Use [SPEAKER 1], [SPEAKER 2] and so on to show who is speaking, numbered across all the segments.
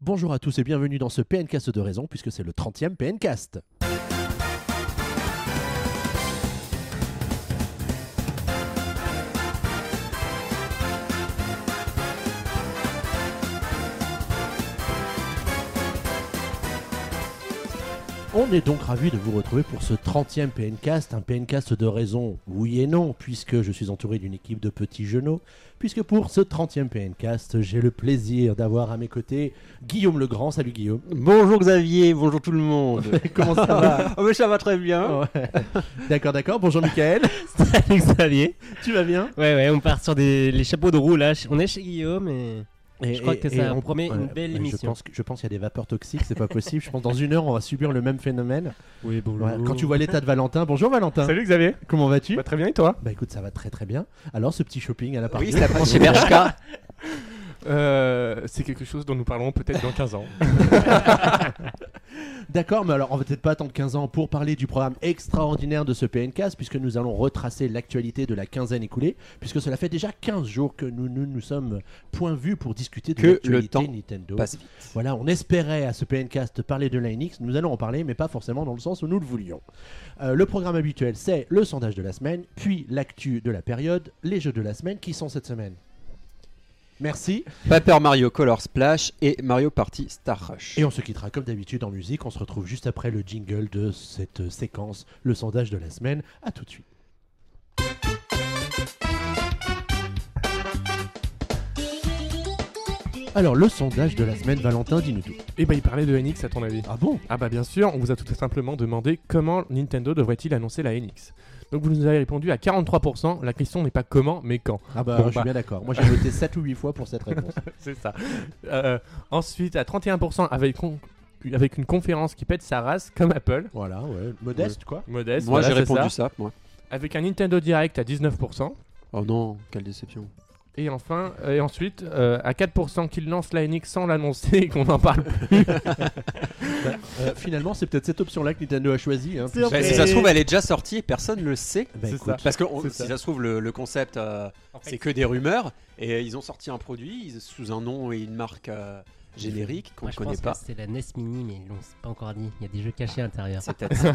[SPEAKER 1] Bonjour à tous et bienvenue dans ce PNcast de raison puisque c'est le 30e PNcast. On est donc ravi de vous retrouver pour ce 30e PNcast, un PNcast de raison, oui et non, puisque je suis entouré d'une équipe de petits genoux, puisque pour ce 30e PNcast, j'ai le plaisir d'avoir à mes côtés Guillaume Legrand. Salut Guillaume.
[SPEAKER 2] Bonjour Xavier, bonjour tout le monde.
[SPEAKER 1] Comment ça va
[SPEAKER 2] Ah mais ça va très bien.
[SPEAKER 1] Ouais. D'accord, d'accord. Bonjour Michael.
[SPEAKER 3] Oh, Salut Xavier.
[SPEAKER 1] Tu vas bien
[SPEAKER 3] Ouais, ouais, on part sur des, les chapeaux de roue là. On est chez Guillaume et. Je crois que ça promet une belle
[SPEAKER 1] je
[SPEAKER 3] émission.
[SPEAKER 1] pense que- Je pense qu'il y a des vapeurs toxiques, c'est pas possible. Je pense que dans une heure, on va subir le même phénomène.
[SPEAKER 3] Oui, bon.
[SPEAKER 1] Voilà. Quand tu vois l'état de Valentin, bonjour Valentin.
[SPEAKER 4] Salut Xavier.
[SPEAKER 1] Comment vas-tu
[SPEAKER 4] Bah, très bien et toi
[SPEAKER 1] Bah écoute, ça va très très bien. Alors ce petit shopping à la partie.
[SPEAKER 2] c'est après chez Bershka.
[SPEAKER 4] Euh, C'est quelque chose dont nous parlerons peut-être dans 15 ans.
[SPEAKER 1] D'accord, mais alors on va peut-être pas attendre 15 ans pour parler du programme extraordinaire de ce PNCast, puisque nous allons retracer l'actualité de la quinzaine écoulée, puisque cela fait déjà 15 jours que nous nous, nous sommes point vus pour discuter de
[SPEAKER 2] Que le
[SPEAKER 1] l'actualité
[SPEAKER 2] temps
[SPEAKER 1] Nintendo.
[SPEAKER 2] Passe vite.
[SPEAKER 1] Voilà, on espérait à ce PNcast parler de la NX, nous allons en parler, mais pas forcément dans le sens où nous le voulions. Euh, le programme habituel, c'est le sondage de la semaine, puis l'actu de la période, les jeux de la semaine qui sont cette semaine. Merci.
[SPEAKER 2] Paper Mario Color Splash et Mario Party Star Rush.
[SPEAKER 1] Et on se quittera comme d'habitude en musique. On se retrouve juste après le jingle de cette séquence, le sondage de la semaine. À tout de suite. Alors, le sondage de la semaine, Valentin, dis-nous tout.
[SPEAKER 4] et bah il parlait de NX à ton avis
[SPEAKER 1] Ah bon
[SPEAKER 4] Ah bah bien sûr, on vous a tout simplement demandé comment Nintendo devrait-il annoncer la NX. Donc vous nous avez répondu à 43%, la question n'est pas comment mais quand.
[SPEAKER 1] Ah bah,
[SPEAKER 4] Bon,
[SPEAKER 1] je suis
[SPEAKER 4] bah.
[SPEAKER 1] bien d'accord. Moi, j'ai voté 7 ou 8 fois pour cette réponse.
[SPEAKER 4] C'est ça. Euh, ensuite à 31% avec, con- avec une conférence qui pète sa race comme Apple.
[SPEAKER 1] Voilà, ouais. Modeste, quoi.
[SPEAKER 4] Modeste,
[SPEAKER 2] moi
[SPEAKER 4] voilà,
[SPEAKER 2] j'ai
[SPEAKER 4] c'est
[SPEAKER 2] répondu
[SPEAKER 4] ça.
[SPEAKER 2] ça. moi.
[SPEAKER 4] Avec un Nintendo Direct à 19%.
[SPEAKER 2] Oh non, quelle déception.
[SPEAKER 4] Et enfin, et ensuite, euh, à 4% qu'il lance la NX sans l'annoncer et qu'on en parle
[SPEAKER 1] Euh, finalement, c'est peut-être cette option-là que Nintendo a choisie. Hein,
[SPEAKER 3] Surprise.
[SPEAKER 1] puisque-
[SPEAKER 3] Bah,
[SPEAKER 2] si ça se trouve, elle est déjà sortie et personne ne le sait.
[SPEAKER 1] Bah,
[SPEAKER 4] C'est
[SPEAKER 1] écoute,
[SPEAKER 4] ça.
[SPEAKER 2] Parce que on-
[SPEAKER 4] C'est
[SPEAKER 2] si
[SPEAKER 4] ça.
[SPEAKER 2] ça se trouve, le, le concept, euh, c'est que des rumeurs. Et euh, ils ont sorti un produit ils- sous un nom et une marque euh, générique qu'on
[SPEAKER 3] Moi,
[SPEAKER 2] ne
[SPEAKER 3] je
[SPEAKER 2] connaît
[SPEAKER 3] pense
[SPEAKER 2] pas.
[SPEAKER 3] que c'est la NES Mini, mais ils l'ont pas encore dit. Il y a des jeux cachés à l'intérieur.
[SPEAKER 2] C'est peut-être ça.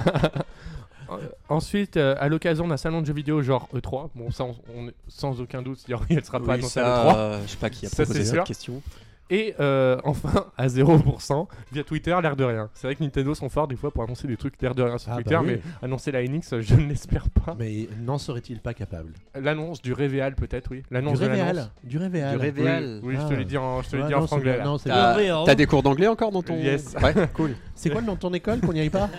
[SPEAKER 4] Euh, ensuite, euh, à l'occasion d'un salon de jeux vidéo genre E3, bon, ça, on, on est- sans aucun doute, il y aura- elle sera pas
[SPEAKER 2] Oui,
[SPEAKER 4] annoncée
[SPEAKER 2] ça,
[SPEAKER 4] à l'E3.
[SPEAKER 2] euh, je sais pas qui a
[SPEAKER 4] Ça,
[SPEAKER 2] posé
[SPEAKER 4] c'est
[SPEAKER 2] cette
[SPEAKER 4] sûr.
[SPEAKER 2] question.
[SPEAKER 4] Et euh, enfin, à 0%, via Twitter, l'air de rien. C'est vrai que Nintendo sont forts des fois pour annoncer des trucs l'air de rien sur
[SPEAKER 1] Ah,
[SPEAKER 4] Twitter,
[SPEAKER 1] bah oui.
[SPEAKER 4] mais annoncer la NX, euh, je ne l'espère pas.
[SPEAKER 1] Mais n'en serait-il pas capable
[SPEAKER 4] L'annonce du Révéal, peut-être, oui. L'annonce
[SPEAKER 1] Du
[SPEAKER 4] de
[SPEAKER 1] révéal.
[SPEAKER 4] l'annonce.
[SPEAKER 1] Du révéal.
[SPEAKER 2] Du révéal.
[SPEAKER 4] Oui, oui, je te
[SPEAKER 1] Ah.
[SPEAKER 4] l'ai dit en, je te l'ai
[SPEAKER 1] Ah,
[SPEAKER 4] dit
[SPEAKER 1] non,
[SPEAKER 4] en
[SPEAKER 1] c'est
[SPEAKER 4] franglais.
[SPEAKER 1] bien,
[SPEAKER 4] là.
[SPEAKER 1] non, c'est bien.
[SPEAKER 2] T'as
[SPEAKER 3] vrai, hein.
[SPEAKER 2] t'as des cours d'anglais encore dans ton.
[SPEAKER 4] Yes.
[SPEAKER 2] Ouais, cool.
[SPEAKER 1] C'est quoi le nom de ton école qu'on n'y aille pas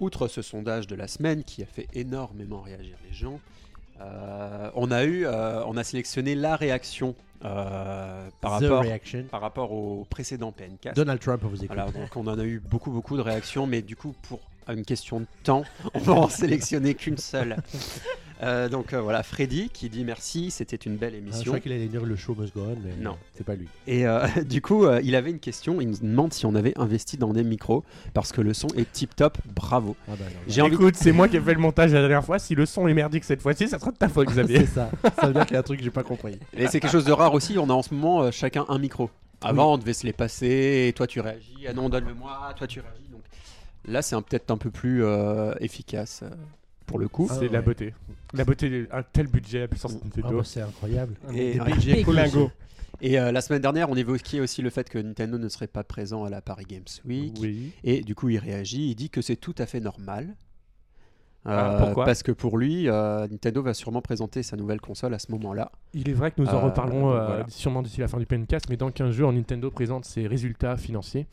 [SPEAKER 2] Outre ce sondage de la semaine qui a fait énormément réagir les gens, euh, on a eu, euh, on a sélectionné la réaction euh, par,
[SPEAKER 1] The
[SPEAKER 2] rapport,
[SPEAKER 1] Reaction.
[SPEAKER 2] par rapport au précédent PNK.
[SPEAKER 1] Donald Trump, Ah, on vous écoute.
[SPEAKER 2] Voilà, donc on en a eu beaucoup beaucoup de réactions, mais du coup pour une question de temps, on va en sélectionner qu'une seule. Euh, donc euh, voilà, Freddy qui dit merci, c'était une belle
[SPEAKER 1] Ah, je
[SPEAKER 2] émission.
[SPEAKER 1] crois qu'il allait dire le show must go on, mais
[SPEAKER 2] Non.
[SPEAKER 1] c'est pas lui.
[SPEAKER 2] Et euh, du coup, euh, il avait une question, il nous demande si on avait investi dans des micros, parce que le son est tip top, bravo.
[SPEAKER 1] Ah bah non,
[SPEAKER 2] J'ai envie
[SPEAKER 4] Écoute, c'est moi qui ai fait le montage la dernière fois. Si le son est merdique cette fois-ci, ça sera de ta faute, Xavier.
[SPEAKER 1] Ah, c'est ça. Ça veut dire qu'il y a un truc que j'ai pas compris.
[SPEAKER 2] Et c'est quelque chose de rare aussi, on a en ce moment euh, chacun un micro. Avant, on devait se les passer, et toi tu réagis, ah non, donne-le-moi, toi tu réagis. Donc là, c'est un- peut-être un peu plus euh, efficace euh, pour le coup.
[SPEAKER 1] Ah,
[SPEAKER 4] c'est
[SPEAKER 1] ouais.
[SPEAKER 4] la beauté. La beauté, un tel budget, la puissance de
[SPEAKER 1] Ah
[SPEAKER 4] Nintendo.
[SPEAKER 1] bah, c'est incroyable.
[SPEAKER 4] Ah,
[SPEAKER 2] Et,
[SPEAKER 1] Des
[SPEAKER 2] ouais.
[SPEAKER 1] budgets colossaux.
[SPEAKER 4] Lingot.
[SPEAKER 2] Et, euh, la semaine dernière, on évoquait aussi le fait que Nintendo ne serait pas présent à la Paris Games Week.
[SPEAKER 4] Oui.
[SPEAKER 2] Et du coup, il réagit, il dit que c'est tout à fait normal.
[SPEAKER 4] Ah,
[SPEAKER 2] Euh,
[SPEAKER 4] pourquoi
[SPEAKER 2] parce que pour lui, euh, Nintendo va sûrement présenter sa nouvelle console à ce moment-là.
[SPEAKER 4] Il est vrai que nous en
[SPEAKER 2] Euh,
[SPEAKER 4] reparlerons
[SPEAKER 2] donc
[SPEAKER 4] euh,
[SPEAKER 2] voilà.
[SPEAKER 4] sûrement d'ici la fin du PNCast, mais dans 15 jours, Nintendo présente ses résultats financiers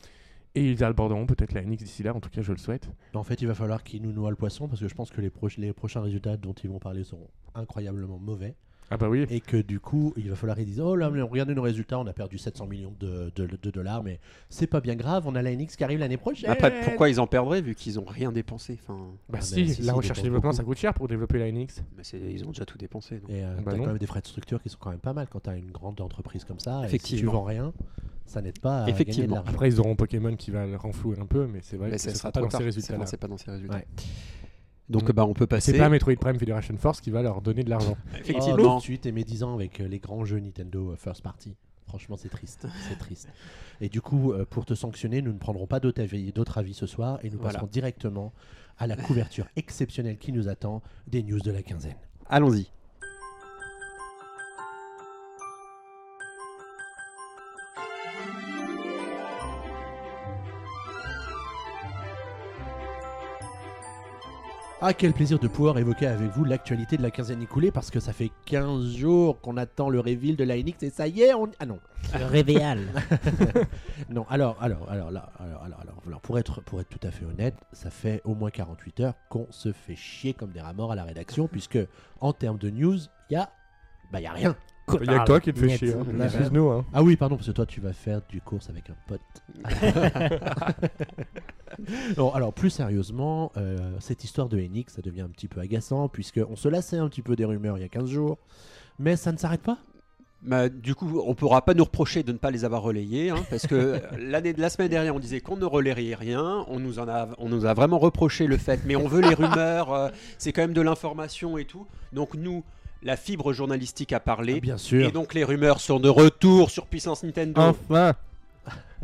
[SPEAKER 4] et ils aborderont peut-être la NX d'ici là, en tout cas je le souhaite.
[SPEAKER 1] Mais En fait, il va falloir qu'il nous noie le poisson parce que je pense que les, proches- les prochains résultats dont ils vont parler seront incroyablement mauvais
[SPEAKER 4] Ah bah oui,
[SPEAKER 1] et que du coup, il va falloir qu'ils disent Oh là, mais regardez nos résultats, on a perdu 700 millions de, de- de dollars, mais c'est pas bien grave, on a la NX qui arrive l'année prochaine.
[SPEAKER 2] Après, pourquoi ils en perdraient vu qu'ils n'ont rien dépensé enfin,
[SPEAKER 4] bah
[SPEAKER 1] Ah,
[SPEAKER 4] si,
[SPEAKER 1] mais si, si,
[SPEAKER 4] la
[SPEAKER 1] ils
[SPEAKER 4] recherche
[SPEAKER 1] dépensent
[SPEAKER 4] et développement
[SPEAKER 1] beaucoup.
[SPEAKER 4] ça coûte cher pour développer la NX.
[SPEAKER 2] mais c'est- Ils ont déjà tout dépensé. donc.
[SPEAKER 1] Et euh,
[SPEAKER 4] Bah
[SPEAKER 1] t'as
[SPEAKER 4] non.
[SPEAKER 1] quand même des frais de structure qui sont quand même pas mal quand t'as une grande entreprise comme ça. Et si tu
[SPEAKER 2] Effectivement.
[SPEAKER 1] vends rien, ça n'aide pas à gagner de
[SPEAKER 2] Effectivement.
[SPEAKER 1] l'argent.
[SPEAKER 4] Après ils auront Pokémon qui va le renflouer un peu, mais c'est vrai
[SPEAKER 2] Mais
[SPEAKER 4] que
[SPEAKER 2] ça
[SPEAKER 4] ce
[SPEAKER 2] sera
[SPEAKER 4] pas
[SPEAKER 2] trop
[SPEAKER 4] dans
[SPEAKER 2] tard.
[SPEAKER 4] ces
[SPEAKER 2] C'est
[SPEAKER 4] résultats-là.
[SPEAKER 2] bon, c'est pas dans ces résultats.
[SPEAKER 1] Ouais.
[SPEAKER 2] Donc
[SPEAKER 4] Mm.
[SPEAKER 2] bah, on peut passer.
[SPEAKER 4] C'est pas Metroid Prime Federation Force qui va leur donner de l'argent.
[SPEAKER 1] Oh,
[SPEAKER 2] Effectivement.
[SPEAKER 1] tout de suite et mes 10 ans avec euh, les grands jeux Nintendo euh, First Party. Franchement, c'est triste. C'est triste. Et du coup, euh, pour te sanctionner, nous ne prendrons pas d'autres avis, d'autres avis ce soir et nous
[SPEAKER 2] Voilà.
[SPEAKER 1] passerons directement à la couverture exceptionnelle qui nous attend des news de la quinzaine.
[SPEAKER 2] Allons-y.
[SPEAKER 1] Ah, quel plaisir de pouvoir évoquer avec vous l'actualité de la quinzaine écoulée parce que ça fait 15 jours qu'on attend le reveal de la NX et ça y est, on. Ah non,
[SPEAKER 3] Révéal.
[SPEAKER 1] non, alors, alors, alors, là, alors, alors, alors, alors, pour, être, pour être tout à fait honnête, ça fait au moins 48 heures qu'on se fait chier comme des rats morts à la rédaction puisque en termes de news, il y a. Bah, il y a rien.
[SPEAKER 4] Il y a que toi qui te fais chier. hein.
[SPEAKER 1] Là,
[SPEAKER 4] Excuse-nous. hein.
[SPEAKER 1] Ah oui, pardon, parce que toi, tu vas faire du course avec un pote. non, alors, plus sérieusement, euh, cette histoire de Enix, ça devient un petit peu agaçant, puisqu'on se lassait un petit peu des rumeurs il y a 15 jours, mais ça ne s'arrête pas.
[SPEAKER 2] Bah, du coup, on pourra pas nous reprocher de ne pas les avoir relayés, hein, parce que l'année, la semaine dernière, on disait qu'on ne relayait rien. On nous en a, on nous a vraiment reproché le fait, mais on veut les rumeurs. euh, c'est quand même de l'information et tout. Donc nous, la fibre journalistique a parlé.
[SPEAKER 1] Ah, bien sûr, Ah.
[SPEAKER 2] Et donc les rumeurs sont de retour sur Puissance Nintendo.
[SPEAKER 4] Enfin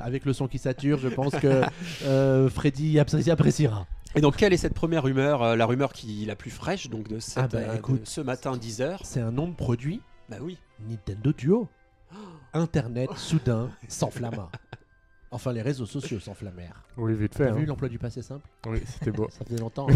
[SPEAKER 1] avec le son qui sature, je pense que euh, Freddy apprécie- appréciera.
[SPEAKER 2] Et donc quelle est cette première rumeur, euh, la rumeur qui la plus fraîche donc de, cette,
[SPEAKER 1] Ah bah,
[SPEAKER 2] euh, de
[SPEAKER 1] écoute.
[SPEAKER 2] ce matin 10h
[SPEAKER 1] C'est un nom de produit
[SPEAKER 2] Bah oui.
[SPEAKER 1] Nintendo Duo. Internet, soudain, s'enflamma. Enfin, les réseaux sociaux s'enflammèrent.
[SPEAKER 4] Oui, vite fait.
[SPEAKER 1] T'as
[SPEAKER 4] hein.
[SPEAKER 1] vu l'emploi du passé simple
[SPEAKER 4] Oui, c'était beau.
[SPEAKER 1] Ça faisait longtemps.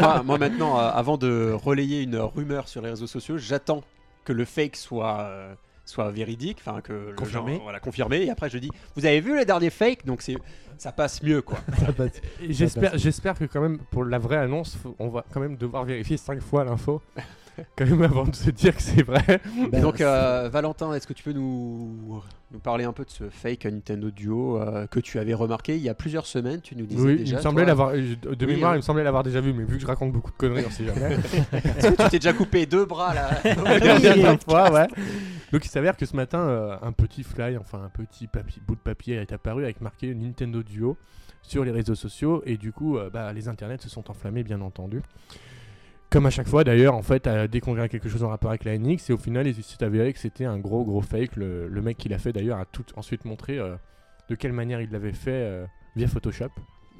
[SPEAKER 2] moi, moi, maintenant, euh, avant de relayer une rumeur sur les réseaux sociaux, j'attends que le fake soit euh, soit véridique, enfin que le
[SPEAKER 1] Confirmé.
[SPEAKER 2] genre, voilà confirmé. Et après je dis, vous avez vu le dernier fake Donc c'est ça passe mieux quoi.
[SPEAKER 1] Ça passe.
[SPEAKER 4] Et J'espère, j'espère que quand même pour la vraie annonce, faut- on va quand même devoir vérifier cinq fois l'info, quand même avant de se dire que c'est vrai.
[SPEAKER 2] Et
[SPEAKER 1] Ben,
[SPEAKER 2] donc euh, Valentin, est-ce que tu peux nous nous parler un peu de ce fake Nintendo Duo euh, que tu avais remarqué il y a plusieurs semaines Tu nous disais
[SPEAKER 4] Oui,
[SPEAKER 2] déjà.
[SPEAKER 4] il me semblait
[SPEAKER 2] toi,
[SPEAKER 4] l'avoir, euh, de
[SPEAKER 2] Oui,
[SPEAKER 4] mémoire,
[SPEAKER 2] hein.
[SPEAKER 4] il me semblait l'avoir déjà vu, mais vu que je raconte beaucoup de conneries, on sait jamais.
[SPEAKER 2] Parce que tu t'es déjà coupé deux bras là.
[SPEAKER 4] La dernière fois, ouais. Donc il s'avère que ce matin, euh, un petit fly, enfin un petit papi- bout de papier est apparu avec marqué Nintendo Duo sur les réseaux sociaux et du coup, euh, bah, les internets se sont enflammés, bien entendu. Comme à chaque fois d'ailleurs, en fait, euh, dès qu'on verra quelque chose en rapport avec la NX, et au final, il s'est avéré que c'était un gros gros fake. Le, le mec qui l'a fait d'ailleurs a tout ensuite montré euh, de quelle manière il l'avait fait euh, via Photoshop.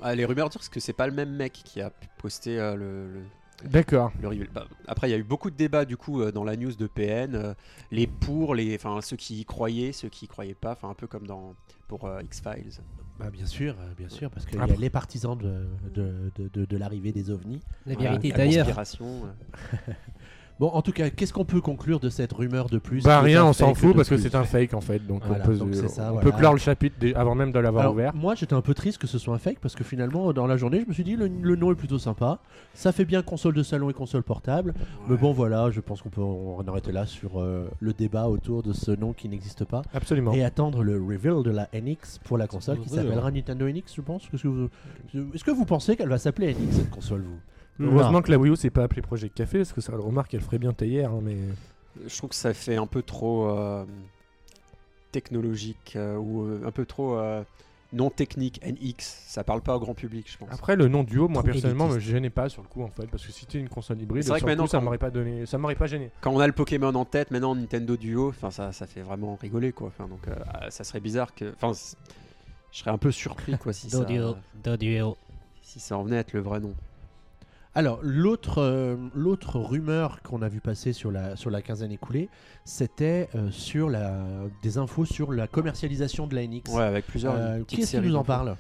[SPEAKER 2] Ah, les rumeurs disent que c'est pas le même mec qui a posté euh, le, le-
[SPEAKER 4] D'accord.
[SPEAKER 2] le reveal. Bah, après, il y a eu beaucoup de débats du coup euh, dans la news de PN, euh, les pour, les, enfin ceux qui y croyaient, ceux qui y croyaient pas, enfin un peu comme dans pour euh, X Files.
[SPEAKER 1] Bah, bien sûr, euh, bien sûr, parce qu'il y a
[SPEAKER 4] Après-
[SPEAKER 1] les partisans de, de, de- de- de l'arrivée des ovnis.
[SPEAKER 3] La vérité est
[SPEAKER 2] Ah, la
[SPEAKER 3] ailleurs.
[SPEAKER 2] conspiration, euh.
[SPEAKER 1] Bon, en tout cas, qu'est-ce qu'on peut conclure de cette rumeur de plus
[SPEAKER 4] Bah
[SPEAKER 1] que
[SPEAKER 4] rien,
[SPEAKER 1] d'un
[SPEAKER 4] on s'en
[SPEAKER 1] fake
[SPEAKER 4] fout
[SPEAKER 1] de
[SPEAKER 4] parce que
[SPEAKER 1] plus
[SPEAKER 4] c'est un fake en fait, donc
[SPEAKER 1] Voilà,
[SPEAKER 4] on peut,
[SPEAKER 1] donc c'est ça,
[SPEAKER 4] on
[SPEAKER 1] voilà.
[SPEAKER 4] peut clore le chapitre dès- avant même de l'avoir
[SPEAKER 1] Alors,
[SPEAKER 4] ouvert.
[SPEAKER 1] Moi, j'étais un peu triste que ce soit un fake parce que finalement, dans la journée, je me suis dit le, le nom est plutôt sympa. Ça fait bien console de salon et console portable. Mais bon, voilà, je pense qu'on peut en arrêter là sur euh, le débat autour de ce nom qui n'existe pas.
[SPEAKER 4] Absolument.
[SPEAKER 1] Et attendre le reveal de la NX pour la console qui
[SPEAKER 3] Reveal.
[SPEAKER 1] s'appellera Nintendo NX, je pense. Qu'est-ce que vous- Est-ce que vous pensez qu'elle va s'appeler NX cette console, vous
[SPEAKER 4] Heureusement que la Wii U s'est pas appelée Projet Café, parce que ça, on le remarque, elle ferait bien taillère, hein, mais...
[SPEAKER 2] Je trouve que ça fait un peu trop euh, technologique euh, ou euh, un peu trop euh, non technique NX. Ça parle pas au grand public, je pense.
[SPEAKER 3] Ah.
[SPEAKER 4] Après, le nom duo, moi,
[SPEAKER 3] Trop
[SPEAKER 4] personnellement, me
[SPEAKER 3] élitiste.
[SPEAKER 4] gênait pas sur le coup, en fait, parce que si c'était une console hybride,
[SPEAKER 2] C'est vrai que
[SPEAKER 4] sur le coup,
[SPEAKER 2] maintenant,
[SPEAKER 4] ça
[SPEAKER 2] quand-
[SPEAKER 4] m'aurait pas donné... Ça m'aurait pas gêné.
[SPEAKER 2] Quand on a le Pokémon en tête, maintenant Nintendo Duo, enfin ça, ça fait vraiment rigoler quoi. Enfin, donc euh, ah, ça serait bizarre que, enfin, c- je serais un peu surpris quoi si ça,
[SPEAKER 3] Dodio. Dodio.
[SPEAKER 2] si ça en venait à être le vrai nom.
[SPEAKER 1] Alors, l'autre, euh, l'autre rumeur qu'on a vu passer sur la, sur la quinzaine écoulée, c'était euh, sur la, des infos sur la commercialisation de la NX.
[SPEAKER 2] Ouais, avec plusieurs.
[SPEAKER 1] Euh,
[SPEAKER 2] petites
[SPEAKER 1] qui est-ce qui
[SPEAKER 2] séries
[SPEAKER 1] nous en
[SPEAKER 2] d'infos.
[SPEAKER 1] parle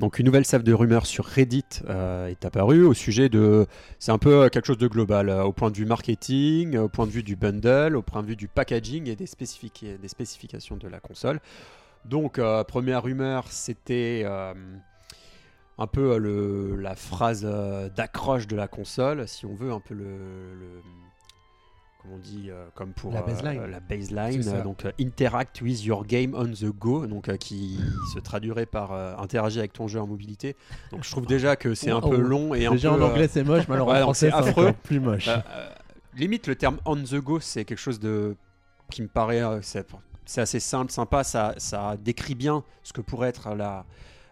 [SPEAKER 2] Donc une nouvelle salve de rumeurs sur Reddit euh, est apparue au sujet de... C'est un peu euh, quelque chose de global, euh, au point de vue marketing, euh, au point de vue du bundle, au point de vue du packaging et des, spécifiques- et des spécifications de la console. Donc euh, première rumeur, c'était euh, un peu euh, le- la phrase euh, d'accroche de la console, si on veut, un peu le... le- comment on dit, euh, comme pour
[SPEAKER 1] La
[SPEAKER 2] euh,
[SPEAKER 1] baseline.
[SPEAKER 2] la baseline,
[SPEAKER 4] C'est ça.
[SPEAKER 2] euh, donc euh, interact with your game on the go, donc euh, qui
[SPEAKER 1] Hmm.
[SPEAKER 2] se traduirait par euh, interagir avec ton jeu en mobilité. Donc je trouve déjà que c'est un
[SPEAKER 1] Wow.
[SPEAKER 2] peu long et un
[SPEAKER 1] Ah. Déjà
[SPEAKER 2] peu
[SPEAKER 1] en
[SPEAKER 2] euh,
[SPEAKER 1] anglais c'est moche, mais alors
[SPEAKER 2] ouais,
[SPEAKER 1] en
[SPEAKER 2] donc
[SPEAKER 1] français
[SPEAKER 2] c'est
[SPEAKER 1] c'est
[SPEAKER 2] affreux.
[SPEAKER 1] encore plus moche.
[SPEAKER 2] euh, euh, limite le terme on the go, c'est quelque chose de qui me paraît euh, c'est c'est assez simple, sympa, ça ça décrit bien ce que pourrait être la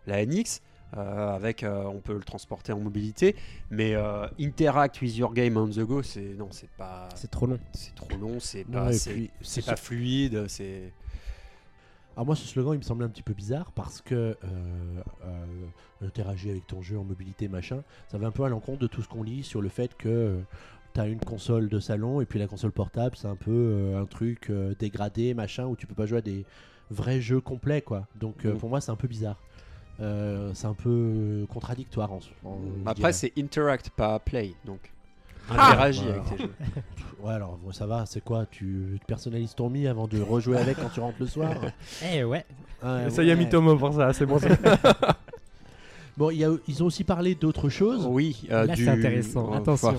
[SPEAKER 2] la NX. euh, avec, euh, on peut le transporter en mobilité, mais euh, interact with your game on the go, c'est non, c'est pas,
[SPEAKER 3] C'est trop long.
[SPEAKER 2] c'est trop long, c'est
[SPEAKER 1] Ouais,
[SPEAKER 2] pas,
[SPEAKER 1] et
[SPEAKER 2] Ah, c'est-
[SPEAKER 1] puis,
[SPEAKER 2] c'est
[SPEAKER 1] ce-
[SPEAKER 2] pas fluide, c'est
[SPEAKER 1] Alors Ah, moi, ce slogan, il me semblait un petit peu bizarre parce que euh, euh, interagir avec ton jeu en mobilité, machin, ça va un peu à l'encontre de tout ce qu'on lit sur le fait que euh, t'as une console de salon et puis la console portable, c'est un peu euh, un truc euh, dégradé, machin, où tu peux pas jouer à des vrais jeux complets, quoi. Donc euh,
[SPEAKER 2] Mhm.
[SPEAKER 1] pour moi, c'est un peu bizarre. Euh, c'est un peu euh, contradictoire. En, en- je dirais.
[SPEAKER 2] Bah, Après, c'est interact, pas play, donc
[SPEAKER 4] Ah,
[SPEAKER 2] interagis
[SPEAKER 1] Voilà.
[SPEAKER 2] avec tes jeux.
[SPEAKER 1] ouais, alors bon, ça va. C'est quoi Tu personnalises ton mi avant de rejouer avec quand tu rentres le soir
[SPEAKER 3] Eh ouais.
[SPEAKER 1] Ouais,
[SPEAKER 4] Ça y a
[SPEAKER 1] ouais.
[SPEAKER 4] mis Tomo pour ça, c'est bon. c'est-
[SPEAKER 1] Bon, il y a- ils ont aussi parlé d'autres choses.
[SPEAKER 2] Oui, euh,
[SPEAKER 3] Là,
[SPEAKER 2] du-
[SPEAKER 3] c'est intéressant.
[SPEAKER 2] euh,
[SPEAKER 3] Attention.
[SPEAKER 2] enfin,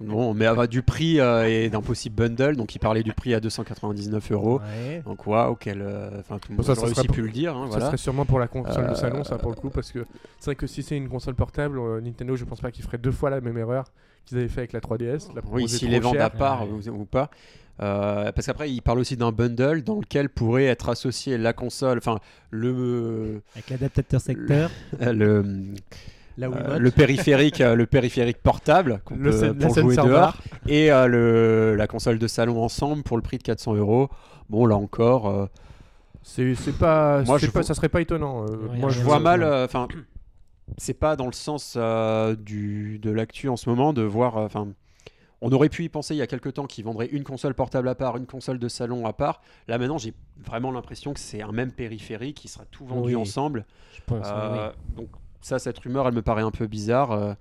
[SPEAKER 2] Bon, mais euh, du prix euh, et d'un possible bundle, donc il parlait du prix à 299 euros.
[SPEAKER 3] Ouais.
[SPEAKER 2] Donc waouh, quel, euh, enfin tout le
[SPEAKER 4] Bon,
[SPEAKER 2] monde
[SPEAKER 4] ça, ça
[SPEAKER 2] aurait
[SPEAKER 4] serait
[SPEAKER 2] aussi
[SPEAKER 4] pas-
[SPEAKER 2] pu le dire. hein,
[SPEAKER 4] Ça
[SPEAKER 2] voilà.
[SPEAKER 4] serait sûrement pour la console
[SPEAKER 2] Euh,
[SPEAKER 4] de salon, ça pour le coup, parce que c'est vrai que si c'est une console portable, euh, Nintendo, je pense pas qu'ils feraient deux fois la même erreur qu'ils avaient fait avec la 3DS. La
[SPEAKER 2] Oui,
[SPEAKER 4] proposer
[SPEAKER 2] s'ils
[SPEAKER 4] trop
[SPEAKER 2] les vendent
[SPEAKER 4] cher.
[SPEAKER 2] à part
[SPEAKER 3] Ouais.
[SPEAKER 2] ou, ou pas. Euh, parce qu'après, il parle aussi d'un bundle dans lequel pourrait être associé la console, enfin le,
[SPEAKER 3] Avec l'adaptateur secteur.
[SPEAKER 2] euh, le,
[SPEAKER 1] La
[SPEAKER 2] euh,
[SPEAKER 1] Wiimote.
[SPEAKER 2] le périphérique, euh, le périphérique portable qu'on
[SPEAKER 4] Ah Le
[SPEAKER 2] peut- euh,
[SPEAKER 4] scène- la
[SPEAKER 2] pour
[SPEAKER 4] scène
[SPEAKER 2] jouer
[SPEAKER 4] serveur.
[SPEAKER 2] dehors et euh, le, la console de salon ensemble pour le prix de 400 euros. Bon, là encore, euh,
[SPEAKER 4] C'est c'est pas,
[SPEAKER 2] Moi,
[SPEAKER 4] c'est
[SPEAKER 2] je
[SPEAKER 4] pas-
[SPEAKER 2] vois-
[SPEAKER 4] ça serait pas étonnant. euh,
[SPEAKER 3] Ouais,
[SPEAKER 4] moi,
[SPEAKER 3] ouais,
[SPEAKER 2] je
[SPEAKER 3] ouais.
[SPEAKER 2] vois
[SPEAKER 4] euh,
[SPEAKER 2] mal. euh, Enfin, c'est pas dans le sens euh, du de l'actu en ce moment de voir. euh, Enfin, on aurait pu y penser il y a quelques temps qu'ils vendraient une console portable à part, une console de salon à part. Là maintenant, j'ai vraiment l'impression que c'est un même périphérique qui sera tout vendu
[SPEAKER 3] Oui.
[SPEAKER 2] ensemble.
[SPEAKER 3] Je pense.
[SPEAKER 2] Euh, Donc ça, cette rumeur, elle me paraît un peu bizarre. euh.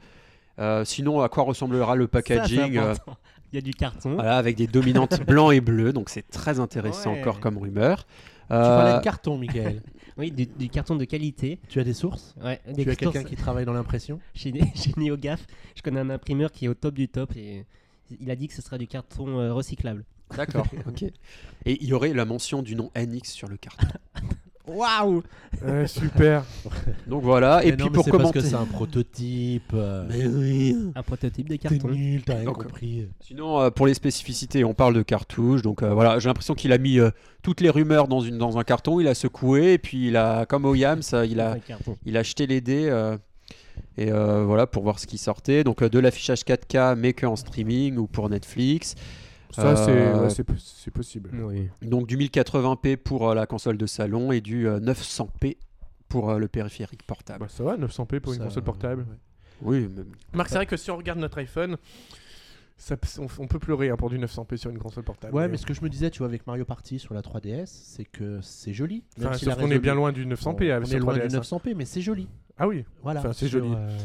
[SPEAKER 2] Euh, sinon, à quoi ressemblera le packaging euh, Ah.
[SPEAKER 3] Il y a du carton.
[SPEAKER 2] voilà, avec des dominantes blancs et bleus, donc c'est très intéressant
[SPEAKER 3] Ouais.
[SPEAKER 2] encore comme rumeur.
[SPEAKER 1] Tu parlais
[SPEAKER 2] Euh,
[SPEAKER 1] de carton, Michael.
[SPEAKER 3] Oui, du, du carton de qualité.
[SPEAKER 1] tu as des sources
[SPEAKER 3] Ouais, des
[SPEAKER 1] Tu as
[SPEAKER 3] cartons-
[SPEAKER 1] quelqu'un qui travaille dans l'impression
[SPEAKER 3] Chez, chez NeoGaf, je connais un imprimeur qui est au top du top et il a dit que ce sera du carton euh, recyclable.
[SPEAKER 2] D'accord, ok. Et il y aurait la mention du nom NX sur le carton.
[SPEAKER 3] Waouh
[SPEAKER 4] ouais, super.
[SPEAKER 2] Donc voilà,
[SPEAKER 1] Mais
[SPEAKER 2] et puis
[SPEAKER 1] Eh non, mais
[SPEAKER 2] pour
[SPEAKER 1] c'est
[SPEAKER 2] commenter.
[SPEAKER 1] Parce que c'est un prototype. euh,
[SPEAKER 3] Un prototype de
[SPEAKER 1] T'es
[SPEAKER 3] carton.
[SPEAKER 1] nul, t'as rien
[SPEAKER 2] Donc,
[SPEAKER 1] compris.
[SPEAKER 2] Sinon, euh, pour les spécificités, on parle de cartouches. Donc euh, voilà, j'ai l'impression qu'il a mis euh, toutes les rumeurs dans, une, dans un carton, il a secoué, et puis il a, comme au Yams, euh, il a,
[SPEAKER 3] Un carton.
[SPEAKER 2] il a jeté les dés. euh, et euh, voilà, pour voir ce qui sortait. Donc euh, de l'affichage 4K, mais que en streaming ou pour Netflix.
[SPEAKER 4] Ça, c'est
[SPEAKER 2] Euh,
[SPEAKER 4] ouais, c'est po- c'est possible.
[SPEAKER 3] Oui.
[SPEAKER 2] Donc du 1080p pour euh, la console de salon et du euh, 900p pour euh, le périphérique portable.
[SPEAKER 4] Bah, ça va, 900p pour une
[SPEAKER 1] Ça-
[SPEAKER 4] console portable.
[SPEAKER 2] Oui, mais
[SPEAKER 4] Marc, c'est vrai que si on regarde notre iPhone, ça p- on, on peut pleurer hein, pour du 900p sur une console portable.
[SPEAKER 1] Ouais, mais ce que je me disais, tu vois, avec Mario Party sur la 3DS, c'est que c'est joli.
[SPEAKER 4] Enfin,
[SPEAKER 1] même si
[SPEAKER 4] sauf
[SPEAKER 1] la
[SPEAKER 4] qu'on est bien
[SPEAKER 1] résolu-
[SPEAKER 4] loin du 900p
[SPEAKER 1] On
[SPEAKER 4] avec
[SPEAKER 1] est
[SPEAKER 4] sur
[SPEAKER 1] loin
[SPEAKER 4] 3DS,
[SPEAKER 1] du
[SPEAKER 4] hein.
[SPEAKER 1] 900p, mais c'est joli.
[SPEAKER 4] Ah oui.
[SPEAKER 1] Voilà.
[SPEAKER 4] Enfin, c'est
[SPEAKER 1] Sur,
[SPEAKER 4] joli.
[SPEAKER 1] euh,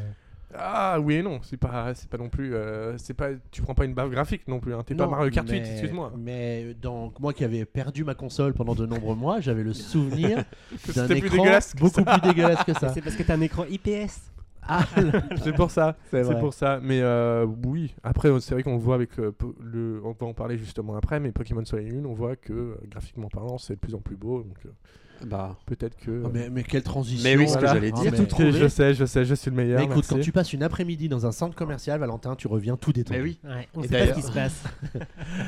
[SPEAKER 4] Ah oui et non, c'est pas c'est pas non plus euh, c'est pas tu prends pas une baffe graphique non plus hein. T'es pas
[SPEAKER 1] non,
[SPEAKER 4] Mario Kart 8,
[SPEAKER 1] mais-
[SPEAKER 4] excuse-moi.
[SPEAKER 1] Mais donc, moi qui avais perdu ma console pendant de nombreux mois, j'avais le souvenir d'un
[SPEAKER 4] c'était plus
[SPEAKER 1] écran
[SPEAKER 4] dégueulasse que
[SPEAKER 1] beaucoup plus dégueulasse que ça.
[SPEAKER 3] Ah, C'est parce que t'as un écran IPS.
[SPEAKER 1] Ah,
[SPEAKER 4] C'est pour ça, c'est
[SPEAKER 1] vrai.
[SPEAKER 4] pour ça. Mais euh, oui, après euh, c'est vrai qu'on le voit avec euh, po- le on va en parler justement après mais Pokémon Soleil et Lune, on voit que euh, graphiquement parlant, c'est de plus en plus beau donc euh,
[SPEAKER 2] bah.
[SPEAKER 4] peut-être que euh,
[SPEAKER 1] Oh, mais, mais quelle transition.
[SPEAKER 2] Mais oui, ce que
[SPEAKER 4] Voilà.
[SPEAKER 2] j'allais
[SPEAKER 1] Ah,
[SPEAKER 2] dire.
[SPEAKER 1] mais-
[SPEAKER 4] Et Je sais, je sais, je suis le meilleur.
[SPEAKER 1] Mais écoute, quand
[SPEAKER 4] merci.
[SPEAKER 1] tu passes une après-midi dans un centre commercial, Valentin, tu reviens tout détendu.
[SPEAKER 2] Mais oui.
[SPEAKER 3] Ouais, on
[SPEAKER 2] Et
[SPEAKER 3] sait pas ce
[SPEAKER 2] d'ailleurs-
[SPEAKER 3] qui se passe.